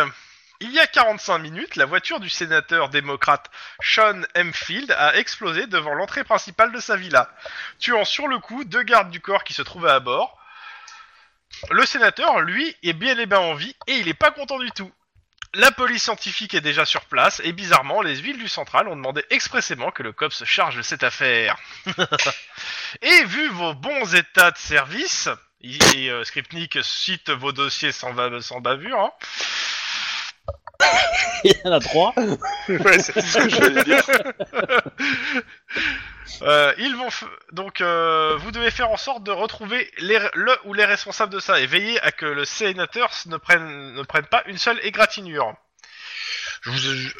Il y a 45 minutes, la voiture du sénateur démocrate Sean M. Field a explosé devant l'entrée principale de sa villa, tuant sur le coup deux gardes du corps qui se trouvaient à bord. Le sénateur, lui, est bien et bien en vie et il est pas content du tout. La police scientifique est déjà sur place et bizarrement, les villes du central ont demandé expressément que le COP se charge de cette affaire. et vu vos bons états de service, et euh, Skripnik cite vos dossiers sans, va- sans bavure, hein,
Il y en a trois.
Ouais, c'est ce que j'allais dire.
Euh, ils vont f- donc euh, vous devez faire en sorte de retrouver les, le ou les responsables de ça et veiller à que le sénateur s- ne prenne ne prenne pas une seule égratignure. Je vous, je-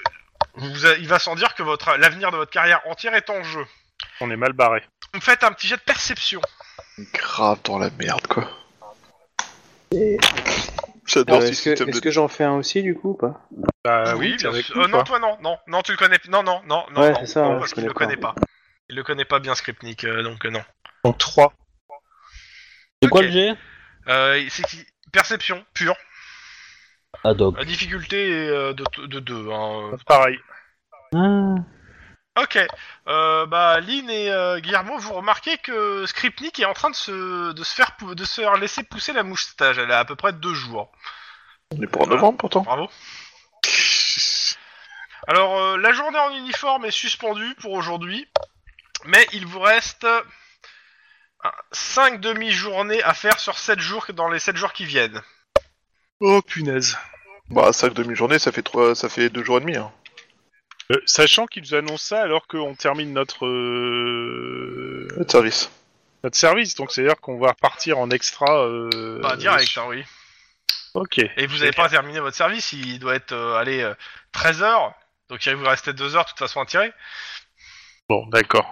vous a- il va sans dire que votre l'avenir de votre carrière entière est en jeu.
On est mal barré.
Donc faites un petit jet de perception.
Grave dans la merde quoi. J'adore
Alors,
ce
Euh, Ah, Est-ce que,
système
est-ce
de.
que j'en fais un aussi du coup ou pas
Bah
bien
t'es avec
Ah
sûr.
nous,
Euh, non
quoi.
toi non non non tu le connais non non non non
Ouais,
non,
c'est ça,
non,
je
parce qu'il
connais
le connaît pas. Il le connaît pas bien, Skripnik, euh, donc euh, non.
Donc 3.
C'est quoi
Ok.
le jet
Euh, c'est qui Perception pure.
Ah, donc.
La difficulté est euh, de 2. De, deux, hein. Ah.
Pareil.
Ok. Euh, bah, Lynn et euh, Guillermo, vous remarquez que Skripnik est en train de se, de, se faire, pou- de se faire laisser pousser la moustache. Elle a à peu près deux jours.
On est pour en novembre pourtant.
Bravo. Alors, euh, la journée en uniforme est suspendue pour aujourd'hui, mais il vous reste 5 demi-journées à faire sur 7 jours dans les 7 jours qui viennent.
Oh punaise.
Bah, 5 demi-journées, ça fait trois, ça fait deux jours et demi. hein.
Euh, sachant qu'ils nous annoncent ça alors qu'on termine notre, euh,
Notre service.
notre service, donc c'est-à-dire qu'on va repartir en extra. euh,
Pas direct, hein, oui.
Ok.
Et vous n'avez pas terminé votre service, il doit être, euh, allez, 13h, donc il vous restait 2 heures de toute façon à tirer.
Bon, d'accord.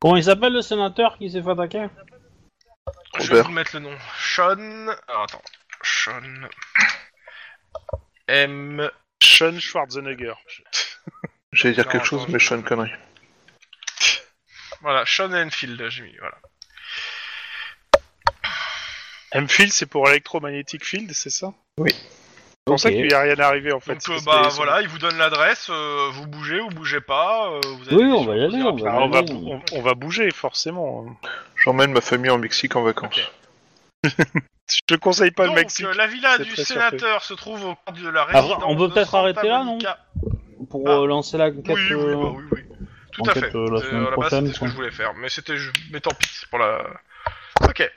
Comment il s'appelle le sénateur qui s'est fait attaquer
Je vais
Robert.
vous mettre le nom. Sean... alors, attends. Sean... M...
Sean Schwarzenegger.
J'allais dire
Non,
quelque
attends,
chose, mais je suis une connerie.
Voilà, Sean Enfield, j'ai mis, voilà.
M-Field, c'est pour Electromagnetic Field, c'est ça C'est pour
Ok.
ça qu'il n'y a rien arrivé en fait.
Donc
c'est
euh,
parce
bah
que-
voilà, il vous donne l'adresse, euh, vous bougez ou bougez pas. euh, vous avez
Oui,
des
on va y
choses
aller,
à
on va y
Ah, on, va,
Allez.
on, on va bouger forcément.
J'emmène ma famille en Mexique en vacances.
Ok.
Je te conseille pas
Donc,
le Mexique.
euh, la villa
c'est
du
très
sénateur se trouve au coin de la
Après,
résidence.
Ah, on peut
de
peut-être
Santa
arrêter là,
Monica.
Pour
Ah.
euh, lancer la
Oui,
quête.
oui,
euh,
bah oui, oui. Tout à
enquête,
fait.
euh, la
Euh,
semaine
à la base,
prochaine,
c'était ce que
quoi.
je voulais faire, mais c'était, ju- mais tant pis c'est pour la. Ok.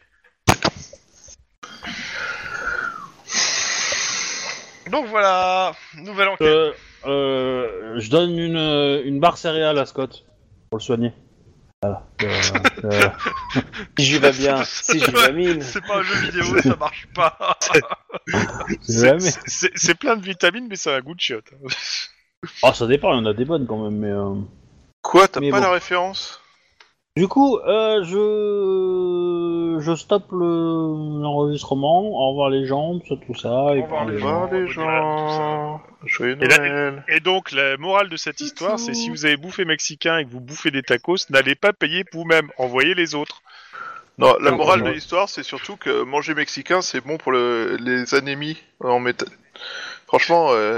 Donc voilà, nouvelle enquête.
euh, euh, je donne une, euh, une barre céréale à Scott pour le soigner. Voilà. Euh, euh,
Si j'y
[LAUGHS]
vais bien, si j'y vais mine.
C'est pas un jeu vidéo, ça marche
[LAUGHS]
pas.
Ah,
C'est-
jamais.
c'est- C'est c'est plein de vitamines, mais ça a goût de chiotte.
Ah, ça dépend, il y en a des bonnes quand même, mais. euh,
Quoi, t'as
Mais
pas
bon.
la référence
Du coup, euh, je je stoppe le- l'enregistrement. Au revoir les gens, tout, tout ça. et
Au revoir
puis,
les
Au
euh,
revoir les
bon Noël,
gens. Joyeux
Et là-
Noël.
Et donc, la morale de cette histoire, c'est si vous avez bouffé mexicain et que vous bouffez des tacos, n'allez pas payer vous-même, envoyez les autres.
Non, la
Non,
morale
non.
de l'histoire, c'est surtout que manger mexicain, c'est bon pour le- les anémies en métal. Franchement, euh,